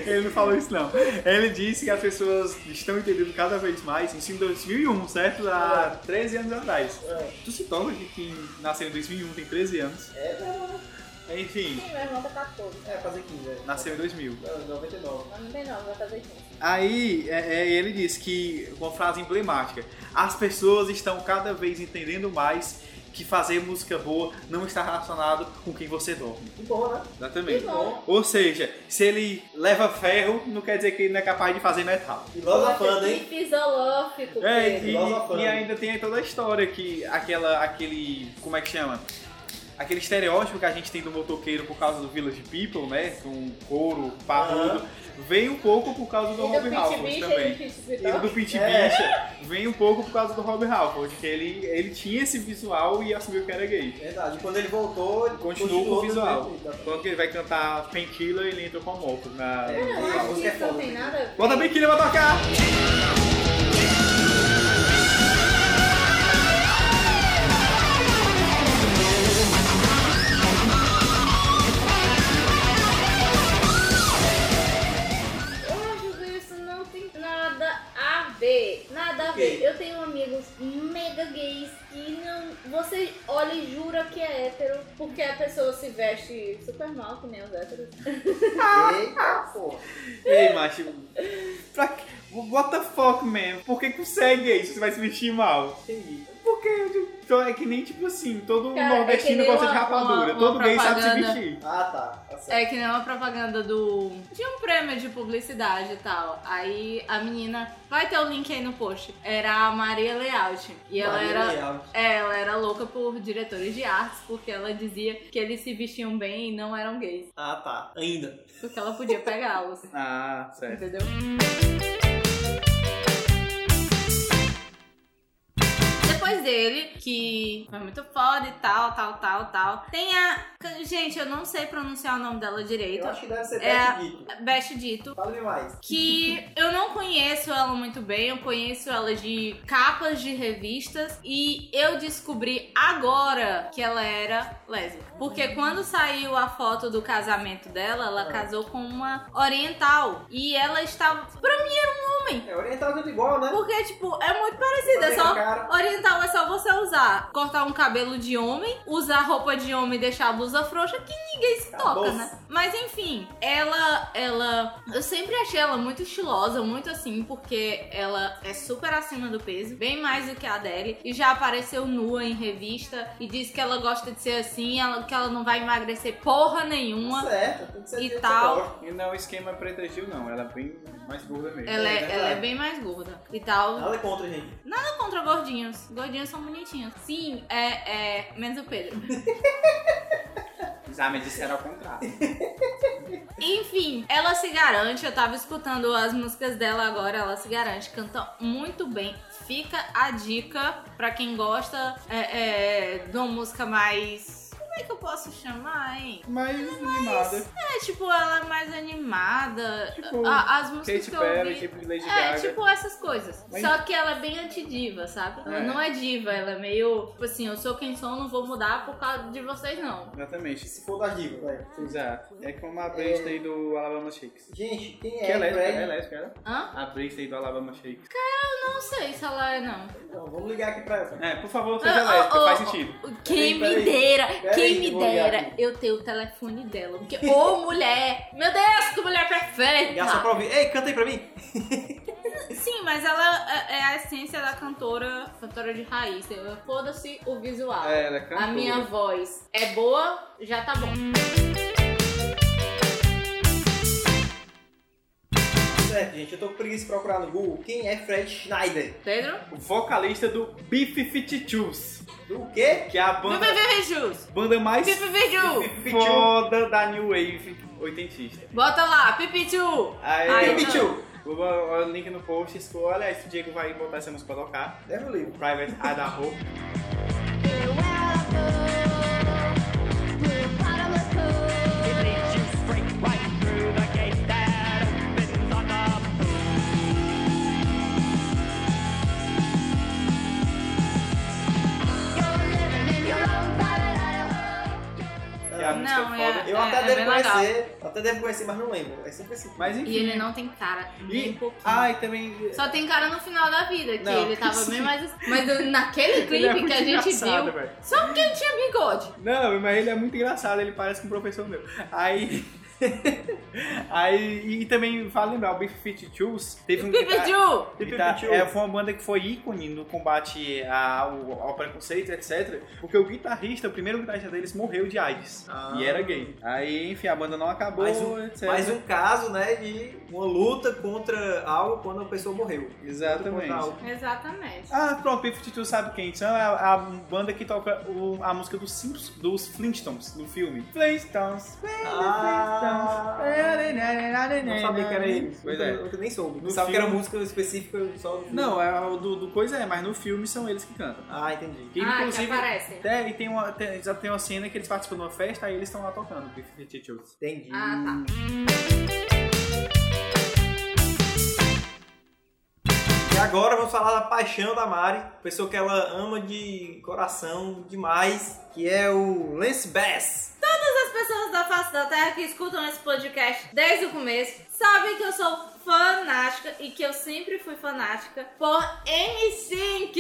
[SPEAKER 3] Ele não falou isso, não. Ele disse que as pessoas estão entendendo cada vez mais, isso em 2001, certo? Há 13 anos atrás. Tu se toca que quem nasceu em 2001 tem 13 anos.
[SPEAKER 2] É, não,
[SPEAKER 3] Enfim,
[SPEAKER 1] Sim, meu irmão tá 14.
[SPEAKER 2] é fazer 15, né?
[SPEAKER 3] nasceu em 2000.
[SPEAKER 2] Não, 99.
[SPEAKER 1] Mas não tem não, vai fazer 15.
[SPEAKER 3] Aí é, é, ele diz que, uma frase emblemática, as pessoas estão cada vez entendendo mais que fazer música boa não está relacionado com quem você dorme.
[SPEAKER 2] Que bom, né?
[SPEAKER 3] Exatamente.
[SPEAKER 1] bom.
[SPEAKER 3] Ou seja, se ele leva ferro, não quer dizer que ele não é capaz de fazer metal.
[SPEAKER 2] Filosofando, hein?
[SPEAKER 1] Que Isolófico,
[SPEAKER 3] É,
[SPEAKER 1] Pedro.
[SPEAKER 3] e,
[SPEAKER 2] filosofando.
[SPEAKER 3] e ainda tem toda a história que aquela, aquele, como é que chama? Aquele estereótipo que a gente tem do motoqueiro por causa do Village People, né? Com couro, parrudo, vem um pouco por causa do
[SPEAKER 1] E do
[SPEAKER 3] Rob
[SPEAKER 1] Pit
[SPEAKER 3] Halford
[SPEAKER 1] Bicha
[SPEAKER 3] também.
[SPEAKER 1] e do Pit
[SPEAKER 3] E
[SPEAKER 1] Bicha.
[SPEAKER 3] do Pit
[SPEAKER 2] É.
[SPEAKER 3] Bicha vem um pouco por causa do Rob Halford, que ele, ele tinha esse visual e assumiu que era gay.
[SPEAKER 2] Verdade. Quando ele voltou, ele
[SPEAKER 3] Continuou com o
[SPEAKER 2] do
[SPEAKER 3] visual.
[SPEAKER 2] mesmo jeito.
[SPEAKER 3] Quando ele vai cantar Painkiller, ele entra com a moto na...
[SPEAKER 1] Não,
[SPEAKER 2] A
[SPEAKER 1] acho que
[SPEAKER 2] música é
[SPEAKER 1] isso não
[SPEAKER 2] foda.
[SPEAKER 1] tem nada a ver.
[SPEAKER 3] Bota Painkiller pra tocar!
[SPEAKER 1] Eu acho que isso não tem nada a ver. Nada a
[SPEAKER 2] Ok.
[SPEAKER 1] ver. Eu tenho amigos mega gays que não. Você olha e jura que é hétero, porque a pessoa se veste super mal, que nem os héteros.
[SPEAKER 2] Eita, pô.
[SPEAKER 3] Ei, macho, pra que... What the fuck, man? Por que que você é gay se você vai se vestir mal?
[SPEAKER 2] Entendi.
[SPEAKER 3] Porque então, é que nem, tipo assim, todo
[SPEAKER 1] Cara, é
[SPEAKER 3] nordestino
[SPEAKER 1] que nem
[SPEAKER 3] gosta de
[SPEAKER 1] uma-
[SPEAKER 3] rapadura.
[SPEAKER 1] uma-
[SPEAKER 3] todo
[SPEAKER 1] uma
[SPEAKER 3] gay sabe se
[SPEAKER 1] propaganda.
[SPEAKER 3] vestir.
[SPEAKER 2] Ah, tá. Tá certo.
[SPEAKER 1] É que nem uma propaganda do. De um prêmio de publicidade e tal. Aí a menina. Vai ter o link aí no post. Era a Maria Layout. E ela
[SPEAKER 2] Maria
[SPEAKER 1] era.
[SPEAKER 2] Leal.
[SPEAKER 1] É, Ela era louca por diretores de artes, porque ela dizia que eles se vestiam bem e não eram gays.
[SPEAKER 2] Ah, tá. Ainda.
[SPEAKER 1] Porque ela podia pegá-los,
[SPEAKER 3] Ah, certo.
[SPEAKER 1] entendeu? Depois dele, que foi muito foda e tal, tal, tal, tal. Tem a. Gente, eu não sei pronunciar o nome dela direito.
[SPEAKER 2] Eu acho que deve ser
[SPEAKER 1] É.
[SPEAKER 2] Beth Geek.
[SPEAKER 1] Best dito.
[SPEAKER 2] Fala-me mais.
[SPEAKER 1] que eu não conheço ela muito bem, eu conheço ela de capas de revistas e eu descobri agora que ela era lésbica. Porque quando saiu a foto do casamento dela, ela casou com uma oriental e ela estava, pra mim era um homem.
[SPEAKER 2] É, oriental é tudo igual, né?
[SPEAKER 1] Porque tipo, é muito parecida, é só
[SPEAKER 2] Cara,
[SPEAKER 1] Oriental é só você usar, cortar um cabelo de homem, usar roupa de homem e deixar a blusa frouxa, que ninguém se
[SPEAKER 2] Acabou.
[SPEAKER 1] toca, né? Mas enfim, ela, ela, eu sempre achei ela muito estilosa, muito assim, porque ela é super acima do peso, bem mais do que a Adele, e já apareceu nua em revista e diz que ela gosta de ser assim, ela- que ela não vai emagrecer porra nenhuma.
[SPEAKER 2] certo. Tem que ser
[SPEAKER 1] e
[SPEAKER 2] do jeito
[SPEAKER 1] tal.
[SPEAKER 2] que eu gosto.
[SPEAKER 3] E não é o esquema preta Gil, não. Ela é bem mais gorda mesmo.
[SPEAKER 1] Ela é,
[SPEAKER 2] verdade.
[SPEAKER 1] ela é bem mais gorda e tal.
[SPEAKER 2] Nada contra, gente.
[SPEAKER 1] Nada contra gordinhos. Gordinhos são bonitinhos. Sim, é, é. Menos o Pedro.
[SPEAKER 3] Os homens disseram ao contrário.
[SPEAKER 1] Enfim, Ela se garante, eu tava escutando as músicas dela agora, ela se garante, canta muito bem. Fica a dica pra quem gosta é, é, de uma música mais. Como é que eu posso chamar, hein?
[SPEAKER 3] Mas animada.
[SPEAKER 1] É tipo, ela é mais animada.
[SPEAKER 3] Tipo,
[SPEAKER 1] A- as músicas
[SPEAKER 3] Katy
[SPEAKER 1] que eu ouvi.
[SPEAKER 3] Perry, tipo Lady
[SPEAKER 1] É,
[SPEAKER 3] Gaga.
[SPEAKER 1] tipo essas coisas.
[SPEAKER 3] Mas-
[SPEAKER 1] Só que ela é bem antidiva, sabe? Ela
[SPEAKER 3] É.
[SPEAKER 1] não é diva, ela é meio, tipo assim, eu sou quem sou, não vou mudar por causa de vocês, não.
[SPEAKER 3] Exatamente.
[SPEAKER 2] Se for da diva, vai.
[SPEAKER 3] Exato. É como a Brista aí do Alabama Shakes.
[SPEAKER 2] Gente, quem
[SPEAKER 3] Que é
[SPEAKER 2] é
[SPEAKER 3] lésbica,
[SPEAKER 2] Fred?
[SPEAKER 3] é lésbica, ela?
[SPEAKER 1] Hã?
[SPEAKER 3] A Brista aí do Alabama Shakes.
[SPEAKER 1] Não sei se ela é, não.
[SPEAKER 2] Não, vamos ligar aqui pra ela.
[SPEAKER 3] É, por favor,
[SPEAKER 1] Ah,
[SPEAKER 3] seja
[SPEAKER 1] ah,
[SPEAKER 3] lésbica,
[SPEAKER 1] ah,
[SPEAKER 3] faz
[SPEAKER 1] ah,
[SPEAKER 3] sentido.
[SPEAKER 1] Quem
[SPEAKER 2] Peraí,
[SPEAKER 1] me
[SPEAKER 2] peraí.
[SPEAKER 1] dera,
[SPEAKER 2] Peraí
[SPEAKER 1] quem
[SPEAKER 2] que
[SPEAKER 1] me
[SPEAKER 2] eu vou olhar
[SPEAKER 1] dera,
[SPEAKER 2] aqui.
[SPEAKER 1] eu ter o telefone dela. Porque, ô mulher, meu Deus, que mulher perfeita!
[SPEAKER 2] Ligar só pra ouvir. Ei, canta aí pra mim.
[SPEAKER 1] Sim, mas ela é- é a essência da cantora, cantora de raiz. Eu- Foda-se o visual.
[SPEAKER 3] É, ela é
[SPEAKER 1] a
[SPEAKER 3] cantora.
[SPEAKER 1] minha voz é boa, já tá bom.
[SPEAKER 2] Tá Certo, gente, eu tô com preguiça de procurar no Google quem é Fred Schneider.
[SPEAKER 1] Pedro?
[SPEAKER 3] Vocalista do Beef 52,
[SPEAKER 2] Do quê?
[SPEAKER 3] que é a
[SPEAKER 1] Viu,
[SPEAKER 2] né?
[SPEAKER 3] banda,
[SPEAKER 1] viu, viu, Jus?
[SPEAKER 3] banda mais
[SPEAKER 1] Pipi Pichu!
[SPEAKER 3] foda da New Wave oitentista.
[SPEAKER 1] Bota lá, Pipichu!
[SPEAKER 3] Aí,
[SPEAKER 1] Ai,
[SPEAKER 3] eu-
[SPEAKER 1] não.
[SPEAKER 2] Repetiu.
[SPEAKER 3] Vou botar o link no post, escolha, aliás, o Diego vai botar essa música pra tocar.
[SPEAKER 2] Deve o livro.
[SPEAKER 3] Private Idaho.
[SPEAKER 2] É,
[SPEAKER 3] Que é
[SPEAKER 2] Ah,
[SPEAKER 3] a música
[SPEAKER 1] Não,
[SPEAKER 3] foda.
[SPEAKER 2] Eu
[SPEAKER 1] É,
[SPEAKER 2] até
[SPEAKER 1] é
[SPEAKER 2] devo
[SPEAKER 1] bem
[SPEAKER 2] conhecer, até devo conhecer, mas não lembro. É sempre assim.
[SPEAKER 3] Mas enfim. Ah,
[SPEAKER 1] E ele não tem cara nem
[SPEAKER 3] E-
[SPEAKER 1] um pouquinho.
[SPEAKER 3] Ai, também.
[SPEAKER 1] Só tem cara no final da vida, que
[SPEAKER 3] Não,
[SPEAKER 1] ele tava bem
[SPEAKER 3] sim.
[SPEAKER 1] mais. assim. Mas naquele
[SPEAKER 3] Ele é
[SPEAKER 1] clipe que
[SPEAKER 3] muito
[SPEAKER 1] a gente
[SPEAKER 3] engraçado,
[SPEAKER 1] viu,
[SPEAKER 3] velho.
[SPEAKER 1] só porque ele tinha bigode.
[SPEAKER 3] Não, mas ele é muito engraçado, ele parece com um professor meu. Aí. (laughs) Aí. E também vale lembrar, o Beef 52 teve um.
[SPEAKER 1] Pipichu!
[SPEAKER 3] E
[SPEAKER 2] Pipi
[SPEAKER 3] tá-
[SPEAKER 2] Pichu.
[SPEAKER 3] é, foi uma banda que foi ícone no combate ao, ao preconceito, etc. Porque o guitarrista, o primeiro guitarrista deles, morreu de AIDS.
[SPEAKER 2] Ah.
[SPEAKER 3] E era gay. Aí, enfim, a banda não acabou,
[SPEAKER 2] Mais um-
[SPEAKER 3] etc.
[SPEAKER 2] Mais um caso, né, de uma luta contra algo quando a pessoa morreu. Luta
[SPEAKER 3] Exatamente.
[SPEAKER 2] contra algo.
[SPEAKER 1] Exatamente.
[SPEAKER 3] Ah, pronto, Beef 52 sabe quem? São a, a banda que toca o- a música dos Simpsons, dos Flintstones, do filme. Flintstones.
[SPEAKER 2] Ah, não sabia que era ele.
[SPEAKER 3] Pois
[SPEAKER 2] Nunca-
[SPEAKER 3] é.
[SPEAKER 2] nunca nem soube.
[SPEAKER 3] No
[SPEAKER 2] Não sabia que era
[SPEAKER 3] filme-
[SPEAKER 2] música específica só no
[SPEAKER 3] Não, é o do, do coisa é, mas no filme são eles que cantam.
[SPEAKER 2] Ah, entendi.
[SPEAKER 3] E,
[SPEAKER 1] ah, que
[SPEAKER 3] inclusive,
[SPEAKER 1] aparece.
[SPEAKER 3] até, e tem uma, tem, já tem uma cena que eles participam de uma festa, aí eles estão lá tocando, Beef 52.
[SPEAKER 2] Entendi.
[SPEAKER 1] Ah, tá.
[SPEAKER 2] E agora vamos falar da paixão da Mari, pessoa que ela ama de coração demais, que é o Lance Bass.
[SPEAKER 1] As pessoas da face da terra que escutam esse podcast desde o começo sabem que eu sou fanática e que eu sempre fui fanática por M5.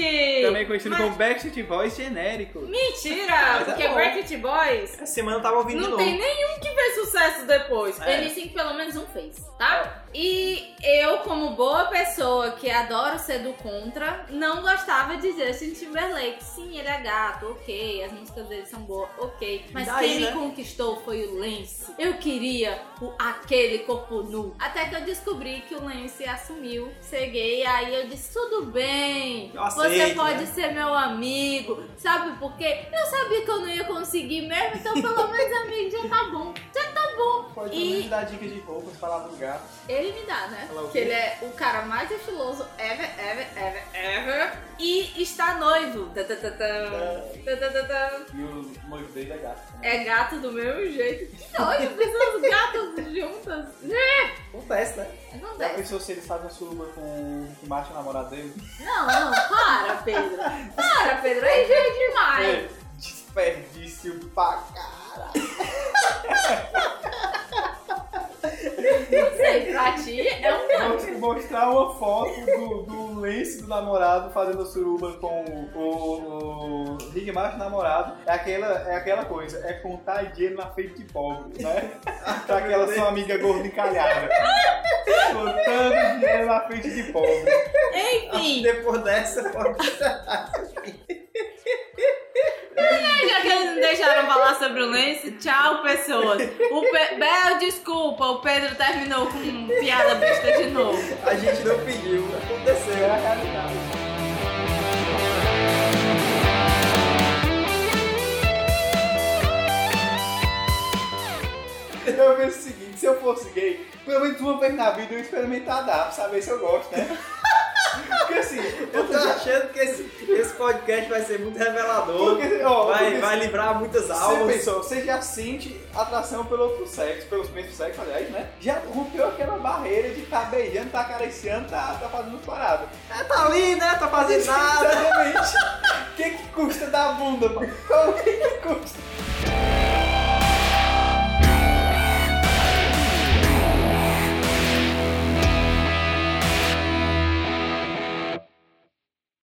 [SPEAKER 3] Também conhecido
[SPEAKER 1] Mas-
[SPEAKER 3] como Backstreet Boys genérico.
[SPEAKER 1] Mentira!
[SPEAKER 2] Mas é
[SPEAKER 1] Porque
[SPEAKER 2] bom.
[SPEAKER 1] Bracket Boys
[SPEAKER 2] Essa semana eu tava ouvindo de
[SPEAKER 1] Não
[SPEAKER 2] novo.
[SPEAKER 1] tem nenhum que fez sucesso depois.
[SPEAKER 2] É.
[SPEAKER 1] Ele sim que pelo menos um fez, tá? E eu, como boa pessoa que adoro ser do contra, não gostava de Justin Timberlake. Sim, ele é gato, ok. As músicas dele são boas, ok. Mas
[SPEAKER 2] Daí,
[SPEAKER 1] quem me
[SPEAKER 2] né?
[SPEAKER 1] conquistou foi o Lance. Eu queria o- aquele corpo nu. Até que eu descobri que o Lance assumiu ser gay. Aí eu disse, tudo bem.
[SPEAKER 2] Eu
[SPEAKER 1] você
[SPEAKER 2] aceito,
[SPEAKER 1] pode
[SPEAKER 2] né?
[SPEAKER 1] ser meu amigo. Sabe por quê? Eu sabia que eu não ia conseguir mesmo, então pelo menos amigo já tá bom. Já tá bom.
[SPEAKER 3] Pode
[SPEAKER 1] também E-
[SPEAKER 3] dar dicas de roupas um para lugar.
[SPEAKER 1] Ele me dá, né?
[SPEAKER 3] Falar o
[SPEAKER 1] Que ele é o cara mais estiloso ever, ever, ever, ever. E está noivo. Tá, Tatatatã. Tatatatã.
[SPEAKER 3] E o noivo dele é gato.
[SPEAKER 1] tá, É gato do mesmo jeito. Que noivo, pessoas gatas juntas.
[SPEAKER 2] Acontece, né?
[SPEAKER 1] Não
[SPEAKER 3] Já
[SPEAKER 1] deve.
[SPEAKER 3] pensou se eles fazem suruba com, com o macho namorado dele?
[SPEAKER 1] Não, não, para, Pedro. Para, Pedro. É jeito demais.
[SPEAKER 3] Desperdício pra caralho.
[SPEAKER 1] Não sei, pra ti é um
[SPEAKER 3] Vou te mostrar uma foto do, do lance do namorado fazendo suruba com o, o, o Rick Macho namorado. É aquela, é aquela coisa, é contar dinheiro na frente de pobre, né? Pra aquela sua amiga gorda encalhada. Contando dinheiro na frente de pobre.
[SPEAKER 1] (laughs) Enfim.
[SPEAKER 2] Depois dessa, pode...
[SPEAKER 1] Já que eles não deixaram falar sobre o lance, tchau, pessoas. O Pe- Bel, desculpa, o Pedro terminou com piada besta de novo.
[SPEAKER 2] a gente não pediu. Aconteceu.
[SPEAKER 3] Era caridade. Eu penso é o seguinte, se eu fosse gay, pelo menos uma vez na vida eu ia experimentar dar pra saber se eu gosto, né? Porque assim, eu
[SPEAKER 2] Eu tô
[SPEAKER 3] tava.
[SPEAKER 2] achando que esse, esse podcast vai ser muito revelador.
[SPEAKER 3] Porque, ó,
[SPEAKER 2] vai,
[SPEAKER 3] porque
[SPEAKER 2] vai livrar muitas
[SPEAKER 3] Você
[SPEAKER 2] almas.
[SPEAKER 3] pensou, você já sente atração pelo outro sexo, pelos mesmos sexos, aliás, né? Já rompeu aquela barreira de tá beijando, tá acariciando, tá, tá fazendo as paradas.
[SPEAKER 2] É, tá ali, né? Tá fazendo nada.
[SPEAKER 3] Exatamente. O que que custa dar bunda, mano? O que que custa?